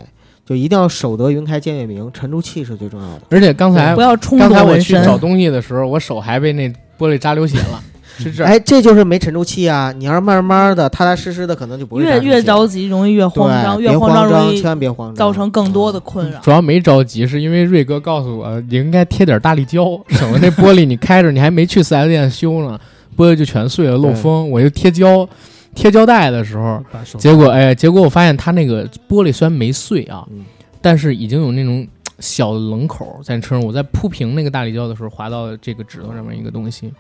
S3: 就一定要守得云开见月明，沉住气是最重要的。
S2: 而且刚才
S5: 不要冲
S2: 刚才
S5: 动
S2: 我
S5: 纹
S2: 去
S5: 身。
S2: 找东西的时候，我手还被那玻璃扎流血 了，是这儿。
S3: 哎，这就是没沉住气啊！你要是慢慢的、踏踏实实的，可能就不会
S5: 越
S3: 沉住
S5: 越
S3: 气
S5: 着急，容易越慌张，
S3: 对，
S5: 越
S3: 别
S5: 慌张容
S3: 张，
S5: 易
S3: 千万别慌张，
S5: 造成更多的困扰。
S2: 主要没着急，是因为瑞哥告诉我你应该贴点大力胶，省得那玻璃你开着，你还没去四 S 店修呢，玻璃就全碎了漏风。我就贴胶，贴胶带的时候，
S4: 嗯把手
S2: 结果哎，结果我发现它那个玻璃虽然没碎啊，
S3: 嗯
S2: 但是已经有那种小的棱口在车上。我在铺平那个大力胶的时候，划到这个指头上面一个东西。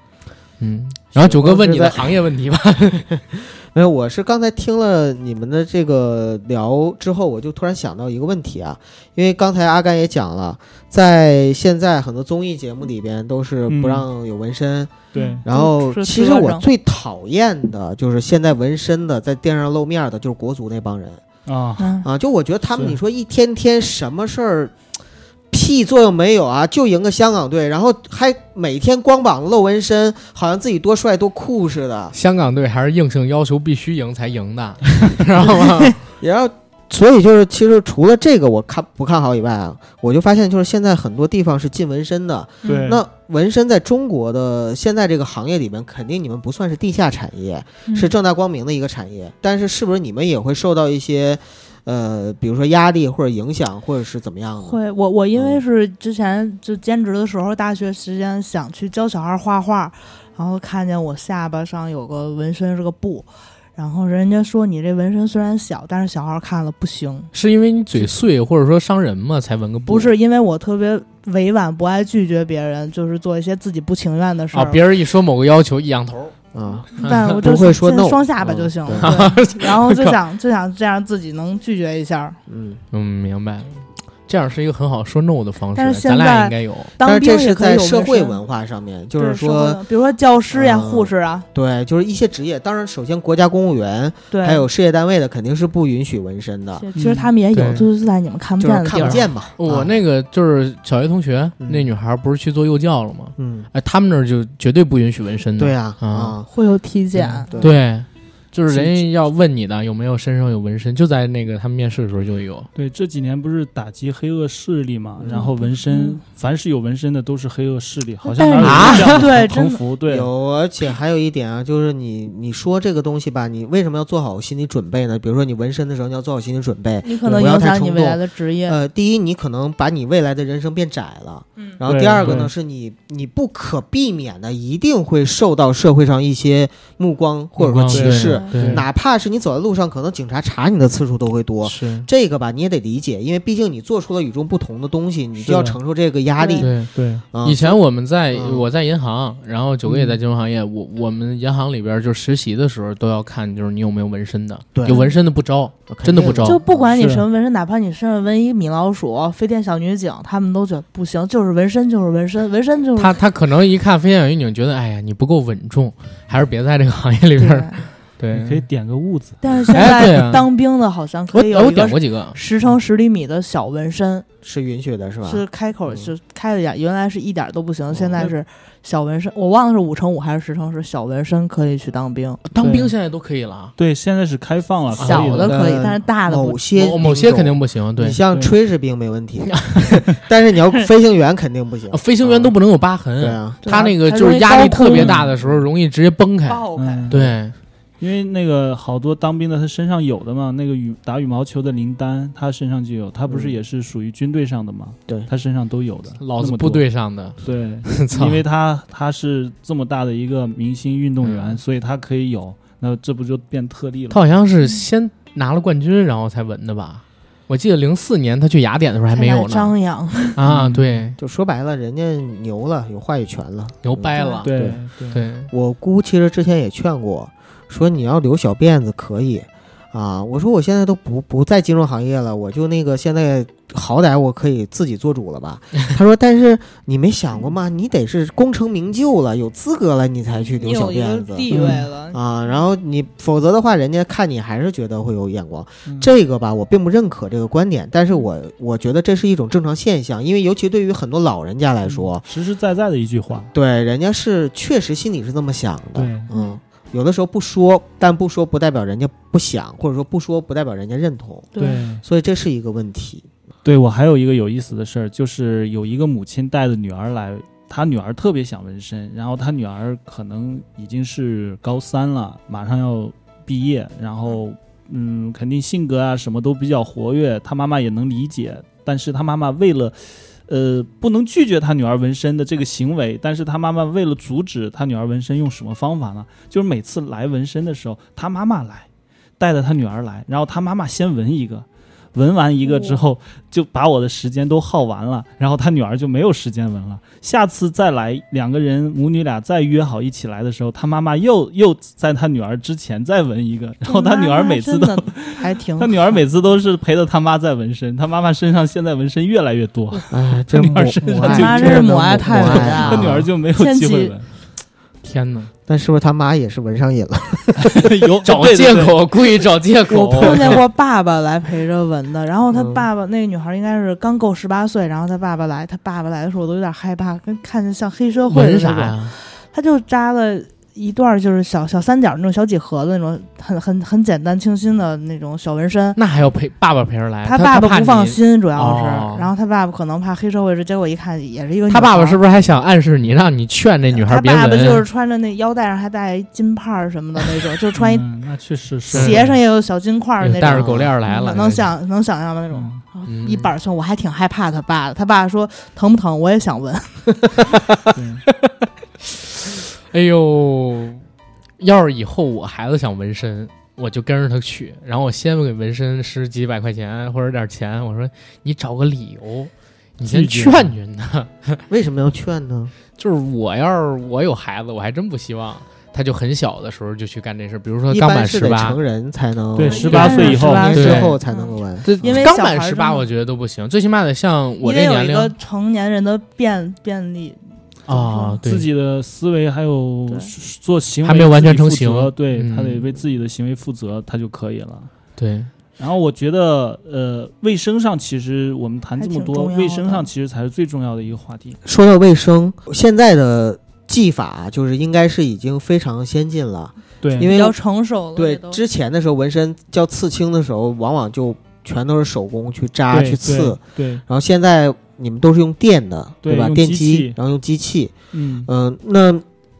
S2: 嗯，然后九哥问你的行业问题吧，
S3: 没有，我是刚才听了你们的这个聊之后，我就突然想到一个问题啊，因为刚才阿甘也讲了，在现在很多综艺节目里边都是不
S4: 嗯
S3: 让有纹身，
S4: 对
S3: 然后
S5: 是
S3: 其
S5: 车
S3: 实我
S5: 上
S3: 最讨厌的就是现在纹身的在电视上露面的，就是国足那帮人
S4: 啊，
S5: 嗯，
S3: 啊，就我觉得他们
S4: 是
S3: 你说一天天什么事儿。屁作用没有啊！就赢个香港队，然后还每天光膀子露纹身，好像自己多帅多酷似 的。
S2: 香港队还是硬性要求必须赢才赢的，知道吗？
S3: 然后， 所以就是其实除了这个我看不看好以外啊，我就发现就是现在很多地方是禁纹身的。
S4: 对
S3: 那纹身在中国的现在这个行业里面，肯定你们不算是地下产业，
S5: 嗯
S3: 是正大光明的一个产业。但是是不是你们也会受到一些，呃，比如说压力或者影响，或者是怎么样的？
S5: 会，我我因为
S3: 嗯
S5: 是之前就兼职的时候，大学时间想去教小孩画画，然后看见我下巴上有个纹身是个布，然后人家说你这纹身虽然小，但是小孩看了不行。
S2: 是因为你嘴碎或者说伤人嘛才纹个布？
S5: 不是因为我特别委婉，不爱拒绝别人，就是做一些自己不情愿的事儿。
S2: 啊，别人一说某个要求一仰头，
S3: 啊，
S5: 但是我就
S3: 不会说
S5: 现在
S3: no，
S5: 双下巴就
S3: 嗯
S5: 行了。对然后就想就想这样自己能拒绝一下。
S3: 嗯，
S2: 嗯，明白。这样是一个很好说 no 的方
S5: 但
S2: 式，
S5: 是现
S2: 咱俩
S5: 在
S2: 应该有。
S5: 当
S3: 但是
S5: 兵
S3: 这
S5: 也
S3: 是
S5: 可以
S3: 在
S5: 有
S3: 社会
S5: 纹身
S3: 文化上面，就
S5: 对
S3: 是
S5: 社会
S3: 说，
S5: 的，比如说教师呀、
S3: 嗯
S5: 护士啊，
S3: 对，就是一些职业。当然，首先国家公务员
S5: 对，
S3: 还有事业单位的肯定是不允许纹身的，
S5: 其其实他们也有，
S2: 嗯对
S5: 就是在你们看不
S3: 啊就
S5: 见
S3: 是
S5: 的
S3: 看
S5: 地
S3: 不
S5: 儿。
S3: 见嘛。
S2: 我
S3: 啊
S2: 那个就是小学同学
S3: 嗯
S2: 那女孩，不是去做幼教了吗？
S3: 嗯，
S2: 哎，他们那儿就绝对不允许纹身的。
S3: 对呀
S2: 啊
S3: 啊，
S5: 会有体检，
S3: 对
S2: 对，就是人家要问你的有没有身上有纹身，就在那个他们面试的时候就有。
S4: 对，这几年不是打击黑恶势力嘛，
S3: 嗯
S4: 然后纹身，
S5: 嗯
S4: 凡是有纹身的都是黑恶势力，好像哪
S5: 但
S3: 是
S4: 有这样的
S5: 对
S4: 横
S5: 真的
S4: 幅，对，
S3: 有，而且还有一点啊，就是你你说这个东西吧，你为什么要做好心理准备呢？比如说你纹身的时候，你要做好心理准备。
S5: 你可能
S3: 不要
S5: 影
S3: 太
S5: 响你
S3: 冲
S5: 未来
S3: 动。
S5: 的职业。
S3: 呃，第一，你可能把你未来的人生变窄了，
S5: 嗯
S3: 然后
S4: 对
S3: 第二个呢，
S4: 对
S3: 是你你不可避免的一定会受到社会上一些目光或者说
S2: 目光
S3: 歧
S2: 对
S3: 视，
S2: 对，
S3: 哪怕是你走在路上，可能警察查你的次数都会多。
S2: 是
S3: 这个吧，你也得理解，因为毕竟你做出了与众不同的东西，你
S4: 是
S3: 就要
S4: 的
S3: 承受这个压力
S5: 对。
S2: 对。
S4: 对，
S3: 啊
S2: 以前我们在
S3: 嗯
S2: 我在银行，然后九哥也在金融行业，我我们银行里边就是实习的时候都要看，就是你有没有纹身的
S3: 对，
S2: 有纹身的不招，真的不招
S5: 就不管你
S4: 是
S5: 什么纹身，哪怕你身上纹一米老鼠、飞天小女警，他们都觉得不行，就是纹身就是纹身，纹身就是
S2: 他他可能一看飞天小女警，觉得哎呀你不够稳重，还是别在这个行业里边
S5: 对
S2: 儿。。 对，
S4: 你可以点个痦子，
S5: 但是现
S2: 哎对啊
S5: 在当兵的好像
S2: 我
S5: 可以
S2: 哎我
S5: 有一个
S2: 点过几个，
S5: 十乘十厘米的小纹身，
S3: 是允许的，是吧？
S5: 是开口
S3: 嗯
S5: 就开了点，原来是一点都不行，
S3: 哦
S5: 现在是小纹身，我忘了是五乘五还是十乘十，小纹身可以去当兵，
S2: 当兵现在都可以了啊，
S4: 对，现在是开放了，可以
S5: 小
S4: 的
S5: 的可以
S3: 呃，
S5: 但是大的
S3: 某
S5: 不。
S3: 些
S2: 某某些肯定
S3: 不
S2: 不行，对
S3: 你，像
S4: 对
S3: 炊事兵 没问题，但是你要飞行员肯定不行
S2: 啊。飞行员都不能有疤痕，
S3: 对啊，
S5: 对
S2: 他那个
S5: 它
S2: 就
S5: 容
S2: 是
S5: 易
S2: 压力
S5: 高空
S2: 特别大的时候，容易直接崩开。
S5: 爆开，
S4: 嗯，，
S2: 对，
S4: 因为那个好多当兵的他身上有的嘛，那个羽打羽毛球的林丹他身上就有，他不是
S3: 嗯
S4: 也是属于军队上的嘛，
S3: 对
S4: 他身上都有的，
S2: 老
S4: 那
S2: 子
S4: 么
S2: 部
S4: 多
S2: 队上的，
S4: 对，
S2: 操
S4: 因为他他是这么大的一个明星运动员，
S2: 嗯
S4: 所以他可以有，那这不就变特例
S2: 他
S4: 了？
S2: 好像是先拿了冠军，然后才纹的吧？我记得零四年他去雅典的时候还没有呢
S5: 张扬，
S2: 啊，
S4: 嗯
S2: 对，
S3: 就说白了，人家牛了，有话语权了，嗯
S2: 牛掰了，
S4: 对对
S2: 对，
S3: 我姑其实之前也劝过，说你要留小辫子可以啊。我说我现在都不不在金融行业了，我就那个现在好歹我可以自己做主了吧。她说，但是你没想过吗？你得是功成名就了，有资格了，你才去留小辫子。
S4: 位
S5: 了
S3: 啊，然后你否则的话，人家看你还是觉得会有眼光，
S4: 嗯
S3: 这个吧，我并不认可这个观点，但是我我觉得这是一种正常现象，因为尤其对于很多老人家来说，
S4: 嗯实实在在的一句话，
S3: 对，人家是确实心里是这么想的
S4: 对，
S3: 嗯，有的时候不说，但不说不代表人家不想，或者说不说不代表人家认同，
S5: 对，
S3: 所以这是一个问题。
S4: 对我还有一个有意思的事儿，就是有一个母亲带着女儿来，她女儿特别想纹身，然后她女儿可能已经是高三了，马上要毕业，然后嗯，肯定性格啊什么都比较活跃，她妈妈也能理解，但是她妈妈为了。呃，不能拒绝她女儿纹身的这个行为，但是她妈妈为了阻止她女儿纹身，用什么方法呢？就是每次来纹身的时候，她妈妈来，带着她女儿来，然后她妈妈先纹一个，纹完一个之
S5: 哦
S4: 后，就把我的时间都耗完了，然后他女儿就没有时间纹了。下次再来，两个人母女俩再约好一起来的时候，他妈妈又又在他女儿之前再纹一个，然后他女儿每次都，
S5: 真的还挺，
S4: 他女儿 每次都是陪着他妈在纹身，他妈妈身上现在纹身越来越多，
S3: 哎，真
S4: 女
S3: 母
S4: 儿身
S3: 母
S4: 上
S3: 爱，
S4: 就
S5: 妈真是母爱太
S3: 母
S5: 伟
S3: 爱
S5: 大
S3: 啊
S5: 了
S4: 他女儿就没有
S5: 千
S4: 机会
S5: 玺
S4: 纹，
S2: 天哪，
S3: 但是不是他妈也是纹上瘾了？
S4: 有
S2: 找
S4: 对嗯
S2: 借
S4: 对对
S2: 口，故意找借
S5: 我
S2: 口，
S5: 碰见过爸爸来陪着纹的，然后他
S3: 嗯
S5: 爸爸那个女孩应该是刚够十八岁，然后他爸爸来，他爸爸来的时候我都有点害怕，跟看着像黑社会
S2: 纹
S5: 的
S2: 啥
S5: 那种，
S2: 呀？
S5: 他就扎了一段儿就是小小三角那种小几何的那种，很很很简单清新的那种小纹身。
S2: 那还要陪爸爸陪着哎来，他
S5: 爸
S2: 他
S5: 爸
S2: 怕
S5: 不放
S2: 你。
S5: 心，主要是，
S2: 哦
S5: 然后他爸爸可能怕黑社会，结果一看也是一个女
S2: 他爸爸
S5: 孩
S2: 是不是还想暗示你，让你劝这女孩
S5: 他
S2: 别
S5: 爸爸就是
S2: 纹？
S5: 穿着那腰带上还带一金帕儿什么的那种，就是穿一
S4: 嗯那确实是
S5: 鞋上也有小金块儿那
S2: 带着
S5: 种，嗯
S2: 狗链儿来了，
S5: 能想能想象的那种。啊
S4: 嗯
S2: 嗯
S5: 一板儿胸，我还挺害怕他爸的。他爸说疼不疼？我也想问。
S4: 对
S2: 哎呦，要是以后我孩子想纹身，我就跟着他去，然后我先给纹身师几百块钱或者点钱，我说你找个理由，你先
S4: 拒绝
S2: 劝劝他。
S3: 为什么要劝呢？
S2: 就是我要是我有孩子，我还真不希望他就很小的时候就去干这事儿，比如说
S3: 一
S2: 刚
S3: 般
S2: 满
S3: 是
S2: 十
S3: 得
S2: 八
S3: 成，人才能
S4: 对
S5: 一
S4: 18
S5: 般
S4: 岁以
S5: 是
S4: 后
S5: 18
S3: 成年
S5: 岁
S3: 之
S2: 对
S3: 后才能够玩。
S2: 这
S5: 因为
S2: 刚
S5: 小
S2: 满
S5: 孩儿
S2: 十八
S5: 嘛
S2: 我觉得都不行，最起码得像我这
S5: 因为有
S2: 年
S5: 一
S2: 龄
S5: 个成年人的便便利，
S2: 啊，对
S4: 嗯自己的思维还有
S5: 对
S4: 做行为
S2: 还没有完全成
S4: 自己负责
S2: 型
S4: 对、
S2: 嗯
S4: 他得为自己的行为负责，他就可以了。
S2: 对
S4: 然后我觉得，呃，卫生上其实我们谈这么
S5: 还挺
S4: 多，
S5: 重要的
S4: 卫生上其实才是最重要的一个话题。
S3: 说到卫生，现在的技法啊就是应该是已经非常先进了，
S4: 对，
S3: 因
S5: 比
S3: 为
S5: 较成熟了。
S3: 对
S5: 这都
S3: 之前的时候纹身叫刺青的时候，往往就全都是手工去扎
S4: 对
S3: 去刺，，
S4: 对，嗯对
S3: 然后现在你们都是用电的，
S4: 对
S3: 吧？
S4: 用
S3: 电
S4: 机
S3: 机
S4: 器，
S3: 然后用机器，
S4: 嗯，
S3: 嗯、那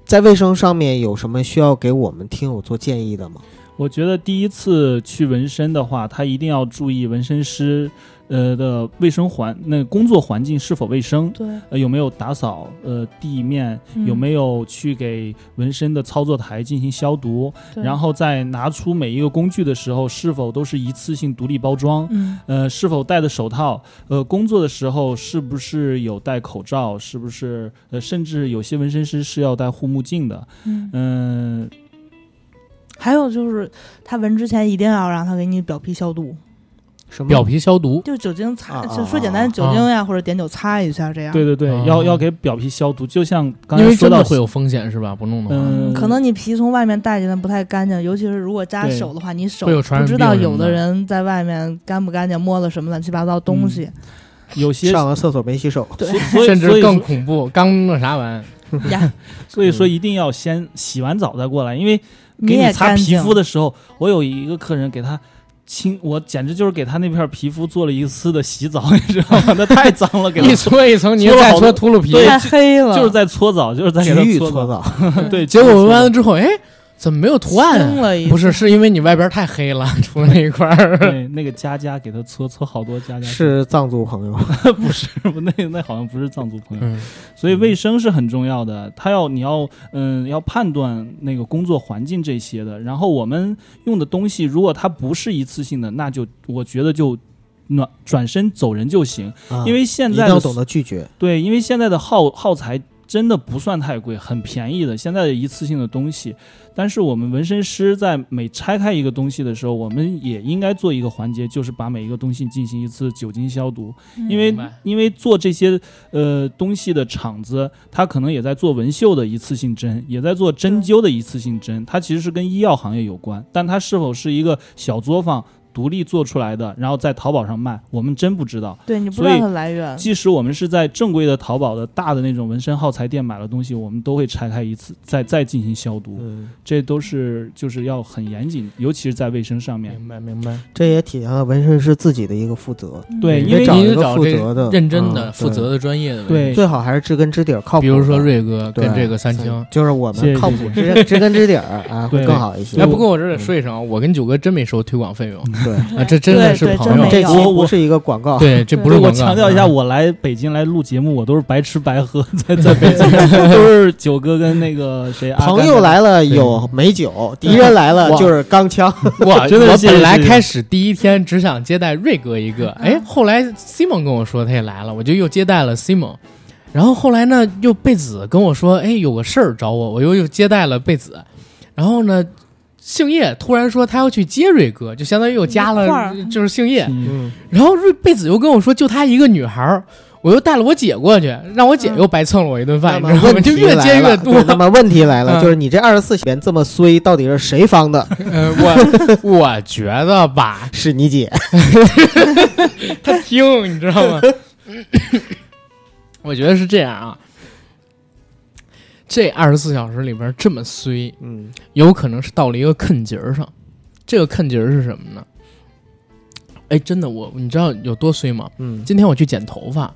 S3: 在卫生上面有什么需要给我们听友做建议的吗？
S4: 我觉得第一次去纹身的话，他一定要注意纹身师呃的卫生环，那工作环境是否卫生。
S5: 对
S4: 呃，有没有打扫呃地面？
S5: 嗯
S4: 有没有去给纹身的操作台进行消毒？
S5: 对，
S4: 然后在拿出每一个工具的时候，是否都是一次性独立包装？
S5: 嗯，
S4: 呃，是否戴的手套？呃，工作的时候是不是有戴口罩？是不是呃，甚至有些纹身师是要戴护目镜的。
S5: 嗯，
S4: 嗯、
S5: 还有就是他纹之前一定要让他给你表皮消毒，
S3: 什么
S2: 表皮消毒，
S5: 就酒精擦，
S3: 啊啊
S5: 就说简
S3: 啊
S5: 单，酒精呀、或者碘酒擦一下这样。
S4: 对对对，
S2: 哦
S4: 要要给表皮消毒，就像刚
S2: 因
S4: 才
S2: 为
S4: 说
S2: 真
S4: 到
S2: 的会有风险是吧？不弄的话，
S4: 嗯，
S5: 可能你皮从外面带进来不太干净，尤其是如果扎
S4: 对
S5: 手的话，你手
S2: 会有传染
S5: 不知
S2: 病
S5: 道
S2: 什么
S5: 有的
S2: 的
S5: 人在外面干不干净，摸了什么乱七八糟东西，
S4: 有些
S3: 上个厕所没洗手，
S5: 对
S4: 所所以
S2: 甚
S4: 所
S2: 至
S4: 以
S2: 更嗯
S4: 说
S2: 恐怖，刚那啥玩意
S5: 呀，
S4: 所以说一定要先洗完澡再过来，因为给
S5: 也
S4: 你擦
S5: 干
S4: 皮
S5: 净。
S4: 肤的时候，我有一个客人给他。清，我简直就是给他那片皮肤做了一次的洗澡，你知道吗？那太脏了，给
S2: 儿，
S4: 他
S2: 一搓一层泥，
S4: 搓了
S2: 再
S4: 好多
S2: 搓秃噜皮，
S4: 对
S5: 太黑 了，
S4: 就是在搓澡，就是在给
S3: 局
S4: 他
S3: 域
S4: 搓
S3: 搓
S4: 澡。
S3: 澡，
S4: 对，
S2: 结果
S4: 搓
S2: 纹完
S4: 澡
S2: 了之后，哎，怎么没有图案
S5: 清
S2: 啊？
S5: 了一
S2: 不是，是因为你外边太黑了， 除了那一块儿。
S4: 对，那个佳佳给他搓搓好多佳佳，
S3: 是藏族朋友，
S4: 不是？ 那那好像不是藏族朋友，
S2: 嗯，
S4: 所以卫生是很重要的。他要你要嗯要判断那个工作环境这些的。然后我们用的东西，如果它不是一次性的，那就我觉得就暖转身走人就行。
S3: 啊
S4: 因为现
S3: 一
S4: 在
S3: 定
S4: 的
S3: 要懂得拒绝。
S4: 对，因为现在的耗耗材真的不算太贵，很便宜的。现在的一次性的东西，但是我们纹身师在每拆开一个东西的时候，我们也应该做一个环节，就是把每一个东西进行一次酒精消毒，因为
S2: 明白
S4: 因为做这些呃东西的厂子，它可能也在做纹绣的一次性针，也在做针灸的一次性针，它其实是跟医药行业有关，但它是否是一个小作坊？独立做出来的，然后在淘宝上卖，我们真不知道。
S5: 对你不知
S4: 所
S5: 道
S4: 以
S5: 它来源，
S4: 即使我们是在正规的淘宝的大的那种纹身耗材店买了东西，我们都会拆开一次，再再进行消毒，
S3: 嗯，
S4: 这都是就是要很严谨，尤其是在卫生上面。
S2: 明白明白。
S3: 这也体现了纹身师自己的一个负责，
S4: 对
S2: 嗯
S4: 因为
S3: 你得找
S2: 你
S3: 一
S2: 得
S3: 个
S2: 找
S3: 负
S2: 这
S3: 责的、
S2: 认真的、
S3: 嗯
S2: 负责，的、专业的问题。
S4: 对，
S3: 最好还是知根知底儿靠谱的。
S2: 比如说瑞哥
S3: 对
S2: 跟这个三清。
S3: 就是我
S4: 谢
S3: 们
S4: 谢
S3: 靠谱
S4: 谢
S3: 知根知根知底儿 啊，会
S4: 对
S3: 更好一些嗯
S2: 哎，。不过我这得说一声啊，我跟九哥真没收推广费用
S3: 对，
S2: 啊，这真的是
S5: 哎对
S2: 朋
S5: 没
S2: 友
S5: 有。
S3: 这期
S4: 我
S3: 不是一个广告，嗯
S2: 对，这不是
S4: 对我
S2: 广告
S4: 强调一下，
S2: 啊
S4: 我来北京来录节目，我都是白吃白喝，在在 北京都是九哥跟那个谁阿甘
S3: 朋友来了有美酒，敌人来了
S2: 哇
S3: 就是钢枪。
S2: 我
S4: 真的
S2: 我
S4: 谢谢
S2: 本来
S4: 谢谢
S2: 开始第一天只想接待瑞哥一个，
S5: 嗯
S2: 哎，后来 Simon 跟我说他也来了，我就又接待了 Simon。然后后来呢，又贝子跟我说，哎，有个事儿找我，我又又接待了贝子。然后呢，姓叶突然说他要去接瑞哥，就相当于又加
S5: 一块
S2: 了
S5: 儿
S2: 就是姓叶。
S4: 嗯
S3: 嗯，
S2: 然后瑞贝子又跟我说，就她一个女孩儿，我又带了我姐过去，让我姐
S5: 嗯
S2: 又白蹭了我一顿
S3: 那
S2: 饭，你
S3: 么
S2: 知道吗？
S3: 问
S2: 就
S3: 题
S2: 越接
S3: 来
S2: 越
S3: 了，
S2: 多
S3: 对。那么问题来
S2: 嗯
S3: 了，就是你这二十四弦这么衰，到底是谁方的？
S2: 呃，我 我觉得吧，
S3: 是你姐。
S2: 他听，你知道吗？我觉得是这样啊。这二十四小时里边这么衰，
S3: 嗯，
S2: 有可能是到了一个坑节儿上。这个坑节儿是什么呢？哎，真的，我你知道有多衰吗？
S3: 嗯，
S2: 今天我去剪头发，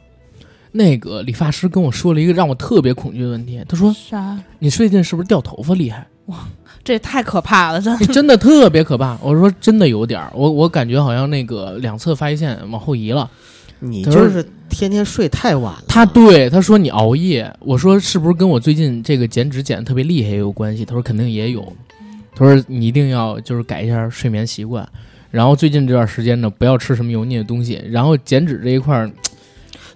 S2: 那个理发师跟我说了一个让我特别恐惧的问题，他说
S5: 啥？：“
S2: 你最近是不是掉头发厉害？”
S5: 这也太可怕了，真
S2: 哎真的特别可怕。我说真的有点儿，我我感觉好像那个两侧发际线往后移了。
S3: 你
S2: 他
S3: 就
S2: 说
S3: 是天天睡太晚了。
S2: 他对他说你熬夜，我说是不是跟我最近这个减脂减的特别厉害也有关系？他说肯定也有。他说你一定要就是改一下睡眠习惯，然后最近这段时间呢，不要吃什么油腻的东西，然后减脂这一块儿。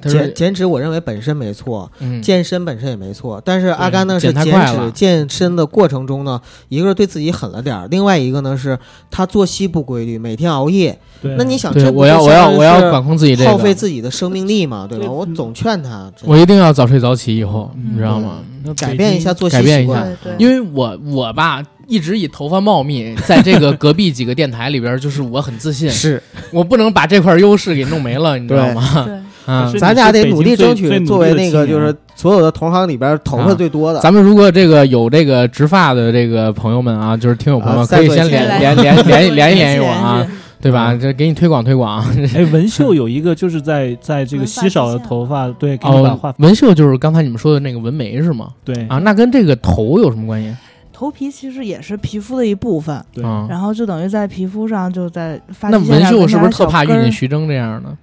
S2: 他说
S3: 减减脂，我认为本身没错，
S2: 嗯
S3: 健身本身也没错，但是阿甘呢
S2: 对
S3: 是
S2: 减太
S3: 减
S2: 快
S3: 脂
S2: 了
S3: 健身的过程中呢，一个是对自己狠了点儿，另外一个呢是他作息不规律，每天熬夜。
S4: 对
S3: 那你想，
S2: 对
S3: 这不
S2: 我
S3: 就
S2: 要我要
S3: 相当于
S2: 我要
S3: 是
S2: 管控自己这个，
S3: 耗费自己的生命力嘛，对吧？
S4: 对嗯
S3: 我总劝他，真的
S2: 我一定要早睡早起，以后
S3: 嗯
S2: 你知道吗？
S3: 改变一下作息
S2: 改变
S3: 习
S2: 一
S3: 惯
S2: 下。
S5: 对对，
S2: 因为我我吧一直以头发茂密，在这个隔壁几个电台里边，就是我很 自信，
S3: 是，
S2: 我不能把这块优势给弄没了，你知道 吗？
S5: 对
S2: 啊
S4: 是，
S3: 咱俩得
S4: 北京
S3: 努力
S4: 最
S3: 争
S4: 最
S3: 取
S4: 努
S3: 作为
S4: 力的
S3: 那个
S4: 啊青
S3: 就
S4: 年
S3: 是所有的同行里边头发最多的。
S2: 啊咱们如果这个有这个植发的这个朋友们啊，就是听友朋友们，
S3: 啊
S2: 可以先
S3: 再做一嗯
S2: 联
S5: 期
S2: 联联联联系联系我
S5: 联
S2: 啊
S5: 系，
S2: 对吧？这给你推广推广。
S3: 哦
S4: 哎，文秀有一个就是在在这个
S6: 文
S4: 稀
S6: 发
S4: 少的
S6: 际线
S4: 头发，对，给你把
S2: 哦
S4: 话，
S2: 文秀就是刚才你们说的那个纹眉是吗？
S4: 对
S2: 啊，，那跟这个头有什么关系
S5: 头皮其实也是皮肤的一部分，
S4: 对
S2: 啊？
S5: 然后就等于在皮肤上就在发
S2: 那
S5: 际线
S2: 文
S5: 上
S2: 秀
S5: 纹
S2: 是不
S5: 点
S2: 是
S5: 儿
S2: 特
S5: 小
S2: 怕遇
S5: 根儿
S2: 见徐峥这样的？
S5: 哎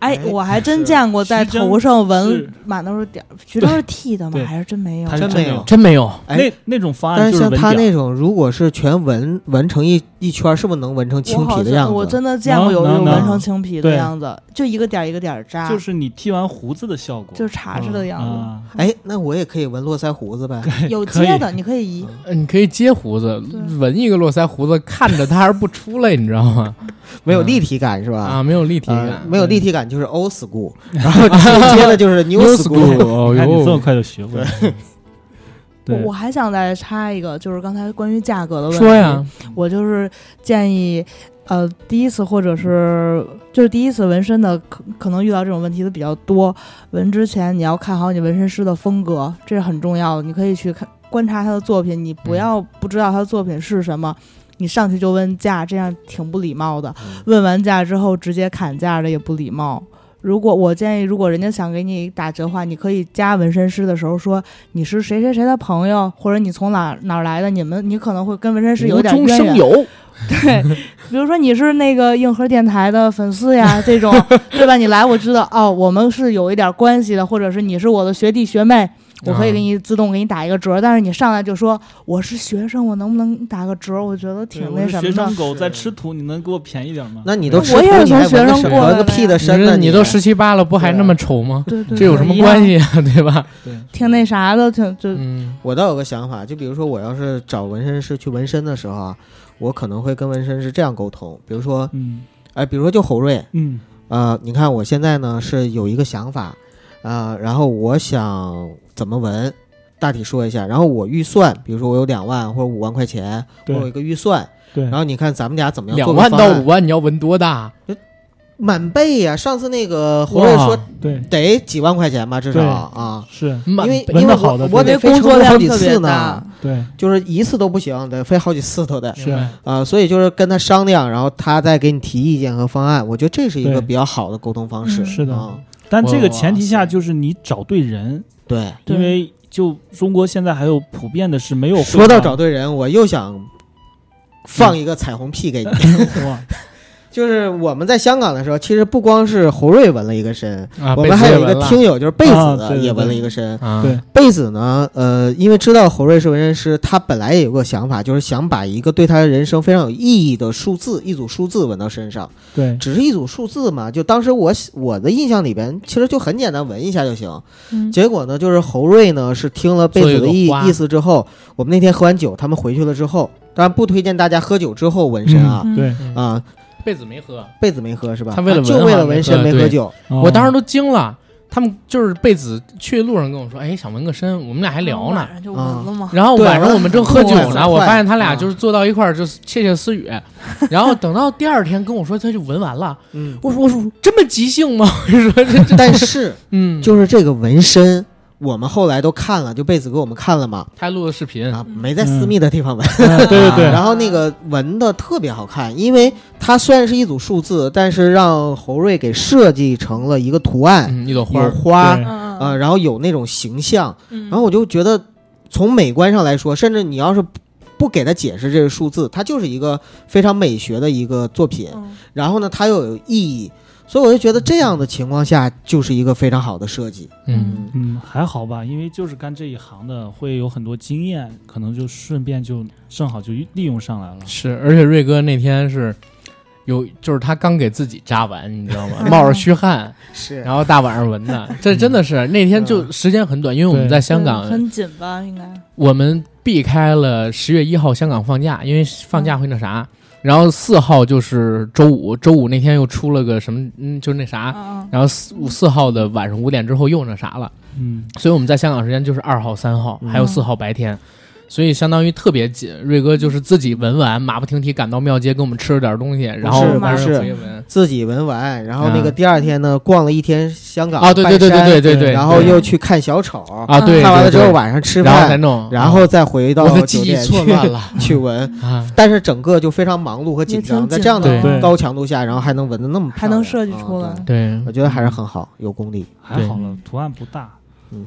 S3: 哎，
S5: 我还
S3: 是
S5: 真见过在
S4: 徐峥
S5: 头上纹
S4: 是
S5: 满都是点儿，徐峥是剃的吗
S4: 对？
S5: 还是真没有
S4: 他？是
S3: 真没有
S2: 真没有，
S3: 哎
S4: 那那种方案
S3: 但
S4: 就是是
S3: 像
S4: 文
S3: 他
S4: 表，
S3: 那种，如果是全纹纹成一一圈儿，是不是能纹成青
S5: 我好
S3: 皮的
S5: 像
S3: 样子？
S5: 我真的见过有
S4: 能
S5: 有
S3: 能
S5: 纹成青皮的
S4: 对
S5: 样子，就一个点儿一个点儿扎，
S4: 就是你剃完胡子的效果，
S5: 就是茶似的样子。
S4: 啊，
S3: 哎，那我也可以纹络腮胡子呗。
S5: 有
S4: 可以
S5: 接的，你可以移。
S2: 呃你可以接胡子
S5: 对，
S2: 纹一个络腮胡子，看着它而不出来，你知道吗？
S3: 没有立体感是吧？
S2: 嗯啊，没有立体
S3: 呃
S2: 感，
S3: 没有
S5: 嗯
S3: 立体感就是 old school，然后接 的就是 new
S2: New
S3: school。
S2: 哦
S4: 你 看你这么
S2: 呦，
S4: 快就学会了，
S5: 我
S4: 哎 对
S5: 我，还想再插一个，就是刚才关于价格的问题。
S2: 说呀，
S3: 嗯
S5: 我就是建议，呃，第一次或者是就是第一次纹身的，可可能遇到这种问题的比较多。纹之前你要看好你纹身师的风格，这是很重要的。你可以去看观察他的作品，你
S2: 嗯
S5: 不要不知道他的作品是什么。你上去就问价，这样挺不礼貌的。问完价之后直接砍价的也不礼貌。如果我建议，如果人家想给你打折的话，你可以加纹身师的时候说你是谁谁谁的朋友，或者你从哪儿哪儿来的，你们你可能会跟纹身师有
S2: 无
S5: 点
S2: 中
S5: 渊
S2: 生
S5: 源。
S2: 有，
S5: 对，比如说你是那个硬核电台的粉丝呀，这 种对吧？你来我知道哦，我们是有一点关系的，或者是你是我的学弟学妹，我
S2: 嗯
S5: 可以给你自动给你打一个折。但是你上来就说我是学生，我能不能打个折？我觉得
S4: 对
S5: 挺
S4: 我
S5: 那
S4: 是
S5: 什
S4: 学
S5: 么的
S4: 生。狗在吃土，你能给我便宜点吗？
S3: 那你都吃
S5: 我也
S3: 苦
S5: 是
S3: 你还
S5: 从
S3: 纹
S5: 学
S3: 个
S5: 生
S3: 什
S5: 过
S3: 么
S5: 来
S3: 个
S5: 的
S3: 屁
S5: 呀
S3: 的
S2: 你
S3: 身呢？
S2: 说你都十七八了，不还那么
S3: 啊
S2: 丑吗？
S3: 嗯
S5: 对对，
S2: 这有什么关
S5: 系？
S2: 系啊？对吧？
S4: 对，
S5: 挺那啥的，挺就
S2: 嗯，
S3: 我倒有个想法，就比如说我要是找纹身师去纹身的时候啊，我可能会跟纹身师这样沟通，比如说，
S4: 嗯
S3: 哎，比如说就侯瑞，
S4: 嗯，
S3: 呃，你看我现在呢是有一个想法，啊、然后我想怎么纹，大体说一下，然后我预算，比如说我有两万或者五万块钱，我有一
S4: 对
S3: 个预算，
S4: 对
S3: 然，后你看咱们俩怎么样
S2: 两
S3: 做个
S2: 万
S3: 方案
S2: 到五万，你要纹多大？
S3: 满倍呀、上次那个侯瑞说
S2: 哇
S4: 对，
S3: 得几万块钱吧，至少
S4: 对
S3: 啊。
S4: 是，
S2: 满
S3: 因为
S4: 纹
S3: 因为
S4: 得好的
S3: 我我
S4: 对
S3: 得
S5: 为
S3: 飞
S5: 工作
S3: 成都好
S5: 量
S3: 几
S5: 特别
S3: 次
S5: 大
S3: 呢，。
S4: 对，
S3: 就是一次都不行，得飞好几次都得。
S4: 是
S2: 明白
S3: 啊、所以就是跟他商量，然后他再给你提意见和方案，我觉得这是一个
S4: 对
S3: 比较好的沟通方式。
S5: 嗯
S4: 是的
S3: 啊
S4: 但这个
S2: 哇
S4: 前提
S2: 塞
S4: 下就是你找对人，
S3: 对。
S5: 对
S4: 因为就中国现在还有普遍的是没有会
S3: 说到
S4: 玩
S3: 找对人，我又想放一个彩虹屁给你。
S4: 嗯哇，
S3: 就是我们在香港的时候，其实不光是侯瑞纹了一个身，
S2: 啊，
S3: 我
S2: 被
S3: 们还
S2: 子
S3: 有
S2: 也
S3: 一
S2: 纹
S3: 个
S2: 了
S3: 听友就是贝
S4: 啊对
S3: 子
S4: 对
S3: 也纹
S4: 对
S3: 了一个身。
S2: 啊，
S4: 对
S3: 贝子呢，呃，因为知道侯瑞是纹身师，他本来也有个想法，就是想把一个对他的人生非常有意义的数字，一组数字纹到身上。
S4: 对
S3: 只是一组数字嘛，就当时我我的印象里边，其实就很简单，纹一下就行。
S5: 嗯
S3: 结果呢，就是侯瑞呢是听了贝子的
S2: 做一
S3: 意
S2: 个花
S3: 意思之后，我们那天喝完酒，他们回去了之后，当然不推荐大家喝酒之后纹身啊、
S5: 嗯
S4: 对，
S2: 嗯
S3: 啊，
S2: 被子没喝，
S3: 贝子没喝是吧？
S2: 他为了
S3: 啊就
S2: 纹
S3: 为
S2: 好
S3: 了
S2: 没
S3: 纹身
S2: 喝
S3: 没喝
S2: 对
S3: 酒，
S2: 我当时
S4: 都
S2: 都惊了。他们就是被子去路上跟我说，哎，想纹个身，我们俩还聊呢
S5: 晚。上就纹了嘛。
S2: 然后
S3: 嗯对
S2: 晚上我们正喝酒
S3: 很快嗯
S2: 呢，我发现
S3: 很快
S2: 他俩就是坐到一块儿，就是窃窃 私语。然后等到第二天跟我说，他就纹完了。
S3: 嗯，
S2: 我说我说这么即兴吗？ 我就说这这
S3: 但是
S2: 嗯，
S3: 就是这个纹身。我们后来都看了，就贝子给我们看了嘛，
S2: 他录的视频，
S3: 啊，没在私
S2: 嗯
S3: 密的地方纹，
S4: 对对对，
S3: 然后那个纹的特别好看，因为它虽然是一组数字，但是让侯瑞给设计成了一个图案，
S2: 嗯，一朵花
S3: 有
S2: 儿，
S3: 花
S4: 对
S5: 嗯
S3: 啊、呃，然后有那种形象，
S5: 嗯
S3: 然后我就觉得从美观上来说，甚至你要是不不给他解释这个数字，它就是一个非常美学的一个作品。
S5: 嗯
S3: 然后呢，它又有意义，所以我就觉得这样的情况下就是一个非常好的设计。
S2: 嗯，
S4: 嗯，还好吧，因为就是干这一行的，会有很多经验，可能就顺便就正好就利用上来了。
S2: 是。而且瑞哥那天是有就是他刚给自己扎完，你知道吗？冒着虚汗，
S3: 是
S2: 然后大晚上闻的，这真的是那天就时间很短，因为我们
S4: 对
S2: 在香港，
S5: 很紧吧，应该。
S2: 我们避开了十月一号香港放假，因为放假会那啥。然后四号就是周五，周五那天又出了个什么，嗯，就是那啥。
S5: 嗯
S2: 然后四五四号的晚上五点之后又那啥了，
S4: 嗯，
S2: 所以我们在香港时间就是二号、三号，
S3: 嗯
S2: 还有四号白天，所以相当于特别紧。瑞哥就是自己闻完，马不停蹄赶到庙街给我们吃了点东西，然后
S5: 不
S2: 晚上
S3: 是
S2: 回闻。
S3: 自己闻完，然后那个
S2: 嗯
S3: 第二天呢，逛了一天香港
S2: 啊，对对对
S3: 半山
S2: 对对对，
S3: 然后
S2: 对
S3: 又去看小丑，
S2: 啊，对，
S3: 看完了之
S2: 对
S3: 后
S2: 对
S3: 晚上吃
S2: 然后才
S3: 饭，
S2: 弄，
S3: 然后再回到
S2: 我的记
S3: 酒
S2: 忆
S3: 店
S2: 错
S3: 去
S2: 乱了
S3: 去闻，
S2: 啊，
S3: 但是整个就非常忙碌和紧
S5: 也挺
S3: 张，
S5: 紧
S3: 在这样
S2: 张
S4: 对
S3: 的高强度下，然后还能闻得那么漂亮
S5: 还能设计出来
S3: 啊对
S2: 对
S3: 我觉得还是很好，有功力。
S4: 还好了，图案不大。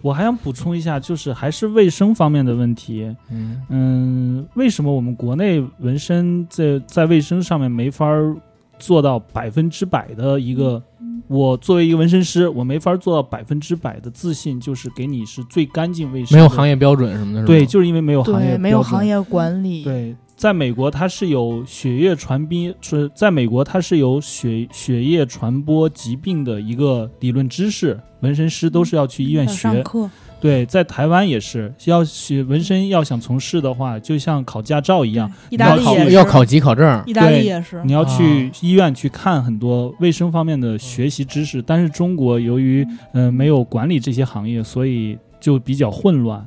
S4: 我还想补充一下，就是还是卫生方面的问题。
S2: 嗯
S4: 嗯，为什么我们国内纹身在在卫生上面没法儿做到百分之百的一个？
S5: 嗯
S4: 我作为一个纹身师，我没法儿做到百分之百的自信，就是给你是最干净卫生的。
S2: 没有行业标准什么的，是吗
S4: 对，就是因为没有行业
S5: 对，没有
S4: 标准
S5: 行业管理。
S4: 对，在美国它是有血液传播，是在美国它是有血血液传播疾病的一个理论知识，纹身师都是要去医院
S5: 嗯要上
S4: 学。
S5: 课，
S4: 对，在台湾也是，要学纹身要想从事的话，就像考驾照一样，
S5: 意大利
S2: 要考
S5: 也是
S2: 要考级考证，
S5: 意大利
S4: 对
S5: 也是
S4: 你。要去
S2: 啊
S4: 医院去看很多卫生方面的学习知识。但是中国由于嗯、呃没有管理这些行业，所以就比较混乱。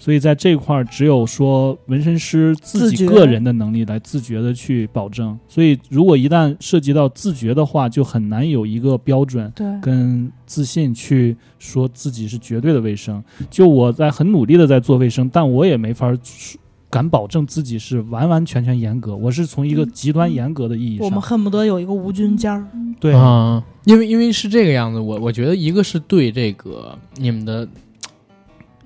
S4: 所以在这块儿，只有说纹身师自己
S5: 自觉
S4: 个人的能力来自觉的去保证。所以，如果一旦涉及到自觉的话，就很难有一个标准
S5: 对，
S4: 跟自信去说自己是绝对的卫生。就我在很努力的在做卫生，但我也没法儿说敢保证自己是完完全全严格。我是从一个极端严格的意义
S5: 嗯我们
S4: 上，
S5: 恨不得有一个无菌间儿。
S4: 对，
S2: 啊，因为因为是这个样子，我我觉得一个是对这个你们的。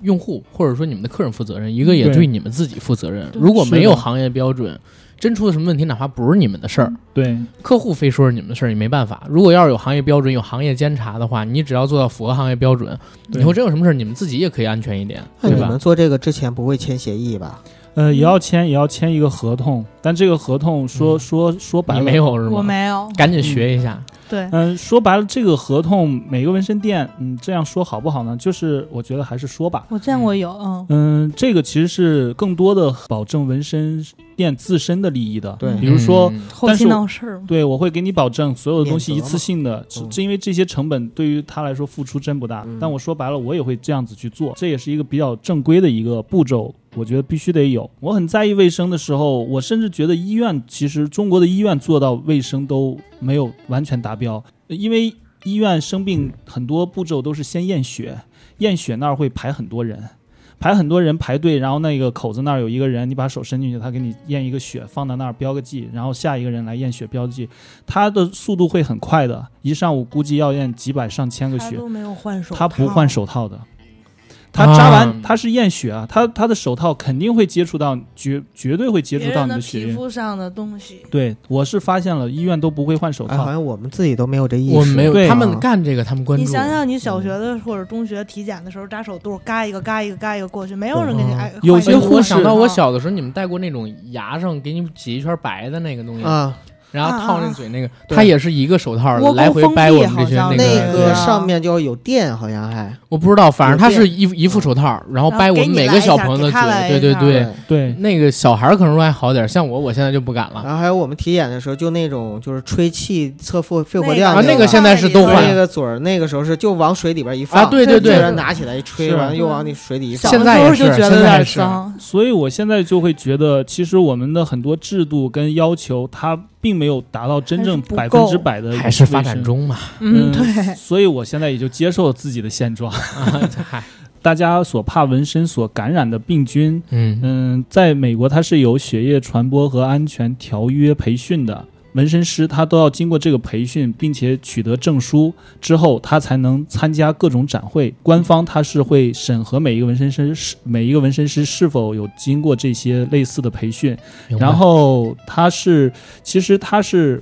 S2: 用户或者说你们的客人负责任，一个也
S4: 嗯对
S2: 对你们自己负责任。
S5: 对
S2: 如果没有
S4: 是的
S2: 行业标准，真出了什么问题，哪怕不是你们的事
S5: 嗯
S2: 儿，
S4: 对，
S2: 客户非说是你们的事儿也没办法。如果要是有行业标准、有行业监察的话，你只要做到符合行业标准，
S4: 对
S2: 以后真有什么事儿，你们自己也可以安全一点，
S3: 那
S2: 对
S3: 你
S2: 吧
S3: 们？做这个之前不会签协议吧？
S4: 呃，也要签，也要签一个合同，但这个合同说、
S2: 嗯
S4: 说说白
S2: 你
S4: 了，
S2: 没，有是吗？
S5: 我没有，
S2: 赶紧学一下。
S5: 对，
S4: 嗯、说白了，这个合同每个纹身店，嗯，这样说好不好呢？就是我觉得还是说吧，
S5: 我见过有，嗯，
S4: 嗯，这个其实是更多的保证纹身店自身的利益的，
S3: 对
S4: 比如说。
S2: 嗯
S5: 后
S4: 但
S5: 期
S4: 是
S5: 闹事儿嘛，
S4: 对，我会给你保证所有的东西
S3: 免
S4: 一
S3: 责嘛
S4: 次性的，是
S3: 嗯
S4: 是因为这些成本对于他来说付出真不大。
S3: 嗯
S4: 但我说白了，我也会这样子去做，这也是一个比较正规的一个步骤，我觉得必须得有。我很在意卫生的时候，我甚至觉得医院其实中国的医院做到卫生都没有完全达标，因为医院生病很多步骤都是先验血，验血那儿会排很多人。排很多人排队，然后那个口子那儿有一个人，你把手伸进去，他给你验一个血，放到那儿标个记，然后下一个人来验血标记，他的速度会很快的，一上午估计要验几百上千个
S5: 他
S4: 血，
S5: 都没有换手，
S4: 他不换，手套的，他扎完、
S2: 啊
S4: 他是验血啊，他他的手套肯定会接触到，绝绝对会接触
S5: 别
S4: 到
S5: 人
S4: 你
S5: 的
S4: 血
S5: 皮
S4: 液。
S5: 肤上的东西，
S4: 对，我是发现了，医院都不会换手
S3: 哎，好
S4: 套。
S5: 啊
S3: 像我们自己都没有这意识。
S2: 我没有，
S4: 对
S2: 他
S4: 啊
S2: 们干这个，他们关注。嗯
S5: 你想想，你小学的或者中学体检的时候扎手肚，嘎一个嘎一个嘎一个过去，没有人给你
S2: 嗯
S5: 挨。
S4: 有
S5: 换
S4: 些
S2: 哎
S5: 手
S4: 护
S2: 我
S4: 士
S2: 想到我
S5: 啊
S2: 小的时候，你们戴过那种牙上给你挤一圈白的那个东西，
S3: 啊，
S2: 然后套那嘴那个，
S4: 对
S2: 它也是一个手套
S5: 窝
S2: 来
S5: 沟
S2: 回
S5: 封
S2: 掰
S5: 闭
S2: 我们这些
S5: 好像
S2: 个，啊
S3: 那个
S5: 对
S3: 上面就有电，好像还
S2: 我不知道，反正它是
S3: 有
S2: 一一副手套，然后
S5: 然后
S2: 掰我
S5: 给
S2: 们
S5: 你
S2: 每
S5: 来
S2: 个
S5: 一
S2: 小
S5: 下
S2: 朋友
S5: 给
S2: 的
S5: 他来
S2: 嘴，对
S5: 一
S2: 对
S5: 下
S2: 对。
S4: 对，
S2: 那个小孩儿可能说还好点儿，像我，我现在就不敢了。
S3: 然后还有我们体检的时候，就那种就是吹气测肺肺活量
S2: 啊那个
S3: 个
S2: 现在是都
S3: 就
S2: 换
S3: 是
S2: 了
S3: 那个嘴儿，那个时候是就往水里边一放，
S2: 啊对
S5: 对对
S3: 就然拿起来一吹，
S4: 是
S3: 完了又往你水里一
S5: 小
S3: 放
S2: 现
S5: 的。
S2: 在也
S5: 时候
S2: 是
S5: 就觉
S2: 现
S5: 得有
S2: 在
S5: 点
S2: 是
S5: 脏，
S4: 所以我现在就会觉得，其实我们的很多制度跟要求，它并没有达到真正
S5: 还是不
S4: 百分
S5: 够
S4: 之百的
S2: 还是发展
S4: 卫生。
S2: 中嘛，
S5: 嗯，对，
S4: 所以我现在也就接受了自己的现状。
S2: 啊， 嗨，
S4: 大家所怕纹身所感染的病菌，
S2: 嗯，
S4: 嗯，在美国它是有血液传播和安全条约培训的，纹身师他都要经过这个培训，并且取得证书之后，他才能参加各种展会。官方他是会审核每一个纹身师是每一个纹身师是否有经过这些类似的培训，
S2: 明白
S4: 然后它是，其实它是，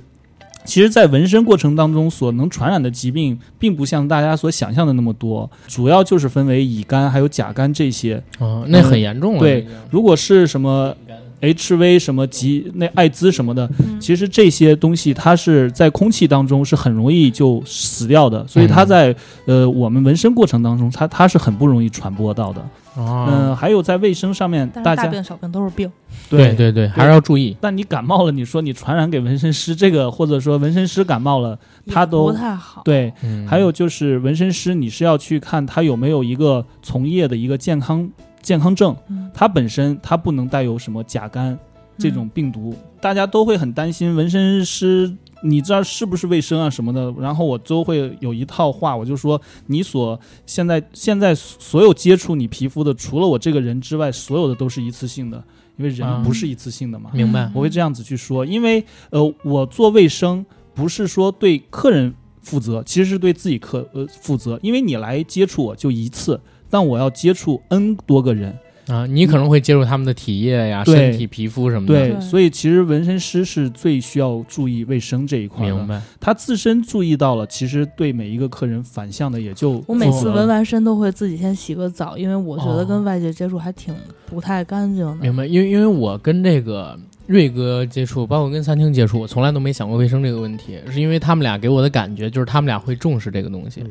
S4: 其实，在纹身过程当中所能传染的疾病，并不像大家所想象的那么多，主要就是分为乙肝还有甲肝这些。
S2: 嗯哦，那很严重了。
S4: 对
S2: 这个
S4: 如果是什么 HIV 什么及那艾滋什么的，
S5: 嗯
S4: 其实这些东西它是在空气当中是很容易就死掉
S2: 嗯
S4: 的，所以它在、呃我们纹身过程当中，它它是很不容易传播到的。嗯、
S2: 哦，
S4: 还有在卫生上面，
S5: 但
S4: 大
S5: 是
S4: 家
S5: 大病小病都是病，
S2: 对对对，还是要注意。
S4: 但你感冒了，你说你传染给纹身师，这个或者说纹身师感冒了，
S5: 也
S4: 他都
S5: 不太好。
S4: 对，
S2: 嗯
S4: 还有就是纹身师，你是要去看他有没有一个从业的一个健康健康证，
S5: 嗯，
S4: 他本身他不能带有什么甲肝这种病毒，大家都会很担心纹身师。你知道是不是卫生啊什么的？然后我都会有一套话，我就说你所现在现在所有接触你皮肤的，除了我这个人之外，所有的都是一次性的，因为
S2: 啊
S4: 人不是一次性的嘛。
S2: 明白
S4: 我会这样子去说，因为呃，我做卫生不是说对客人负责，其实是对自己客呃负责，因为你来接触我就一次，但我要接触 N 多个人，
S2: 啊，你可能会接触他们的体液呀、
S4: 对
S2: 身体、皮肤什么的。
S4: 对，
S5: 对
S4: 所以其实纹身师是最需要注意卫生这一块
S2: 明
S4: 的，
S2: 白。
S4: 他自身注意到了，其实对每一个客人反向的也就
S5: 我每
S4: 负
S5: 次
S4: 责
S5: 纹完身都会自己先洗个澡，因为我觉
S2: 哦
S5: 得跟外界接触还挺不太干净的。
S2: 明白，因为因为我跟这个瑞哥接触，包括跟三清接触，我从来都没想过卫生这个问题，是因为他们俩给我的感觉就是他们俩会重视这个东西。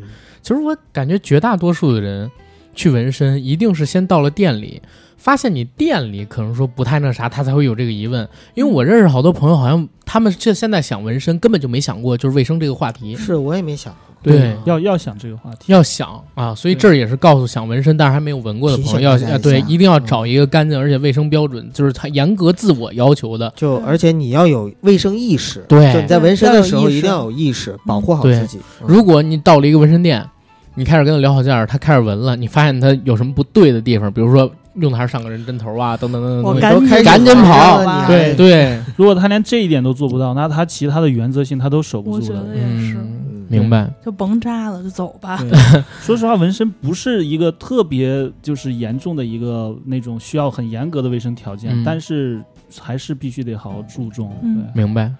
S2: 其实我感觉绝大多数的人去纹身，一定是先到了店里，发现你店里可能说不太那啥，他才会有这个疑问。因为我认识好多朋友，好像他们这现在想纹身，根本就没想过就是卫生这个话题。
S3: 是我也没想过，
S2: 对
S4: 要要想这个话题，
S2: 要想啊，所以这儿也是告诉想纹身但是还没有纹过的朋友，要
S3: 提醒大家
S2: 啊对，
S3: 一下
S2: 一定要找一个干净而且卫生标准，就是他严格自我要求的。
S3: 就
S5: 对
S3: 而且你要有卫生意识，
S2: 对
S3: 就你在纹身的时
S5: 要有
S3: 候
S5: 意识
S3: 一定要有意识，保护好
S2: 对
S3: 自己。嗯
S2: 如果你到了一个纹身店，你开始跟他聊好价儿，他开始纹了，你发现他有什么不对的地方，比如说用的还是上个人针头啊，等等等等
S5: 我
S2: 东西
S5: 赶紧
S3: 都开始
S2: 赶紧跑
S3: 了
S5: 啊
S3: 你还
S2: 对对，
S4: 如果他连这一点都做不到，那他其他的原则性他都守不
S5: 我
S4: 住
S5: 觉
S4: 的
S5: 得。也是，
S2: 嗯，明白。
S5: 就甭扎了，就走吧。
S4: 对， 说实话，纹身不是一个特别就是严重的一个那种需要很严格的卫生条件，
S2: 嗯
S4: 但是还是必须得好好注重。
S5: 嗯
S4: 对，
S2: 明白。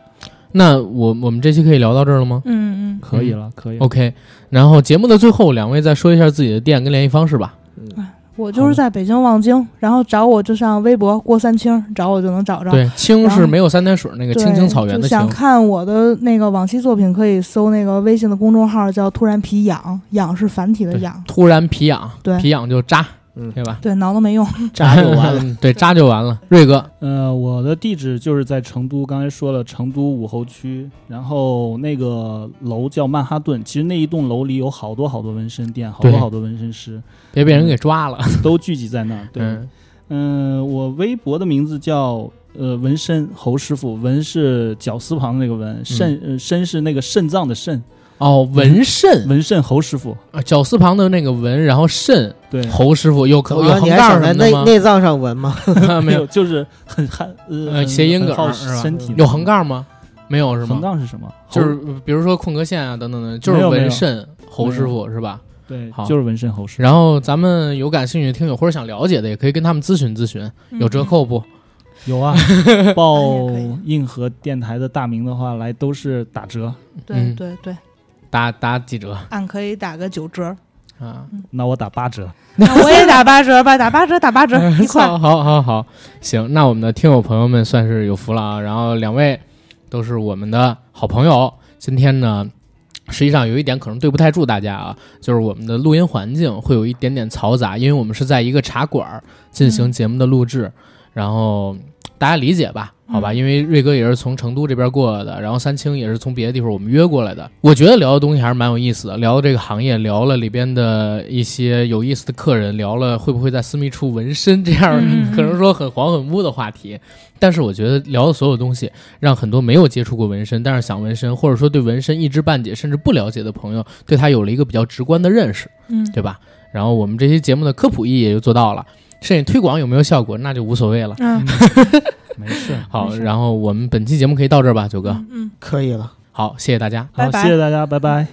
S2: 那我我们这期可以聊到这儿了吗
S5: 嗯嗯
S4: 可以了，可以了。
S2: ？OK。然后节目的最后，两位再说一下自己的店跟联系方式吧。
S3: 嗯，
S5: 我就是在北京望京，然后找我就上微博郭三清，找我就能找着。
S2: 对，青
S5: 然后
S2: 是没有三点水那个
S5: 对，
S2: 青青草原的
S5: 就
S2: 青
S5: 想。看我的那个往期作品，可以搜那个微信的公众号叫“突然皮痒”，痒是繁体的
S2: 对
S5: 痒。
S2: 突然皮痒，
S5: 对
S2: 皮痒就扎，
S3: 嗯
S2: 对吧？
S5: 对，挠挠没用。
S3: 扎就完了。
S2: 嗯，对，扎就完了。 瑞哥，
S4: 呃，我的地址就是在成都，刚才说了，成都武侯区，然后那个楼叫曼哈顿。其实那一栋楼里有好多好多纹身店，好多
S2: 对
S4: 好多纹身师
S2: 别被人给抓了。
S4: 都聚集在 那儿。对，
S2: 嗯，
S4: 嗯，我微博的名字叫呃纹身侯师傅，纹是绞丝旁的那个
S2: 嗯
S4: 纹，肾、呃身是那个肾脏的肾，
S2: 哦，纹肾，
S4: 纹肾侯师傅。
S2: 啊绞丝旁的那个纹，然后肾，
S4: 对，
S2: 侯师傅有有
S3: 怎么了
S2: 横
S3: 你还
S2: 杠
S3: 想在
S2: 什么的
S3: 内
S2: 吗？
S3: 内脏上纹吗？
S2: 没有，
S4: 有，就是很憨
S2: 呃
S4: 呃
S2: 谐音梗
S4: 很好
S2: 是吧
S4: 身体
S2: 有横，杠吗？没有是
S4: 横
S2: 吗？
S4: 杠是什么？
S2: 就是
S4: 侯
S2: 比如说空格线啊等等的，就是
S4: 没有没
S2: 纹
S4: 有
S2: 肾侯师傅是吧？
S4: 对
S2: 好，
S4: 就是纹身侯师
S2: 然后咱们有感兴趣的听友或者想了解的，也可以跟他们咨询咨询，
S3: 嗯
S2: 有折扣不？
S4: 傅。有 啊，报
S5: 可以可
S4: 硬核电台的大名的话，来都是打折。
S5: 对
S2: 嗯
S5: 对对，
S2: 打打几折
S5: 按可以打个九 折，
S2: 啊？
S4: 那我打八折，
S5: 那我也打八折吧，打八折，打八
S2: 哎
S5: 折， 一块儿。
S2: 好好好好，行，那我们的听友朋友们算是有福了啊。然后两位都是我们的好朋友，今天呢。实际上有一点可能对不太住大家啊，就是我们的录音环境会有一点点嘈杂，因为我们是在一个茶馆儿进行
S5: 嗯
S2: 节目的录制，然后大家理解吧，好吧？
S5: 嗯
S2: 因为瑞哥也是从成都这边过来的，然后三清也是从别的地方我们约过来的。我觉得聊的东西还是蛮有意思的，聊这个行业，聊了里边的一些有意思的客人，聊了会不会在私密处纹身这样
S5: 嗯嗯嗯
S2: 可能说很黄很污的话题。但是我觉得聊的所有东西，让很多没有接触过纹身，但是想纹身，或者说对纹身一知半解甚至不了解的朋友，对他有了一个比较直观的认识，
S5: 嗯，
S2: 对吧？然后我们这期节目的科普意义也就做到了，摄影推广有没有效果那就无所谓了。
S5: 嗯，
S4: 没 事。
S2: 好，
S5: 没事
S2: 然后我们本期节目可以到这儿吧，九哥。
S5: 嗯嗯，
S3: 可以了。
S2: 好，谢谢大家。
S4: 好
S5: 拜，拜
S4: 谢谢大家，拜拜。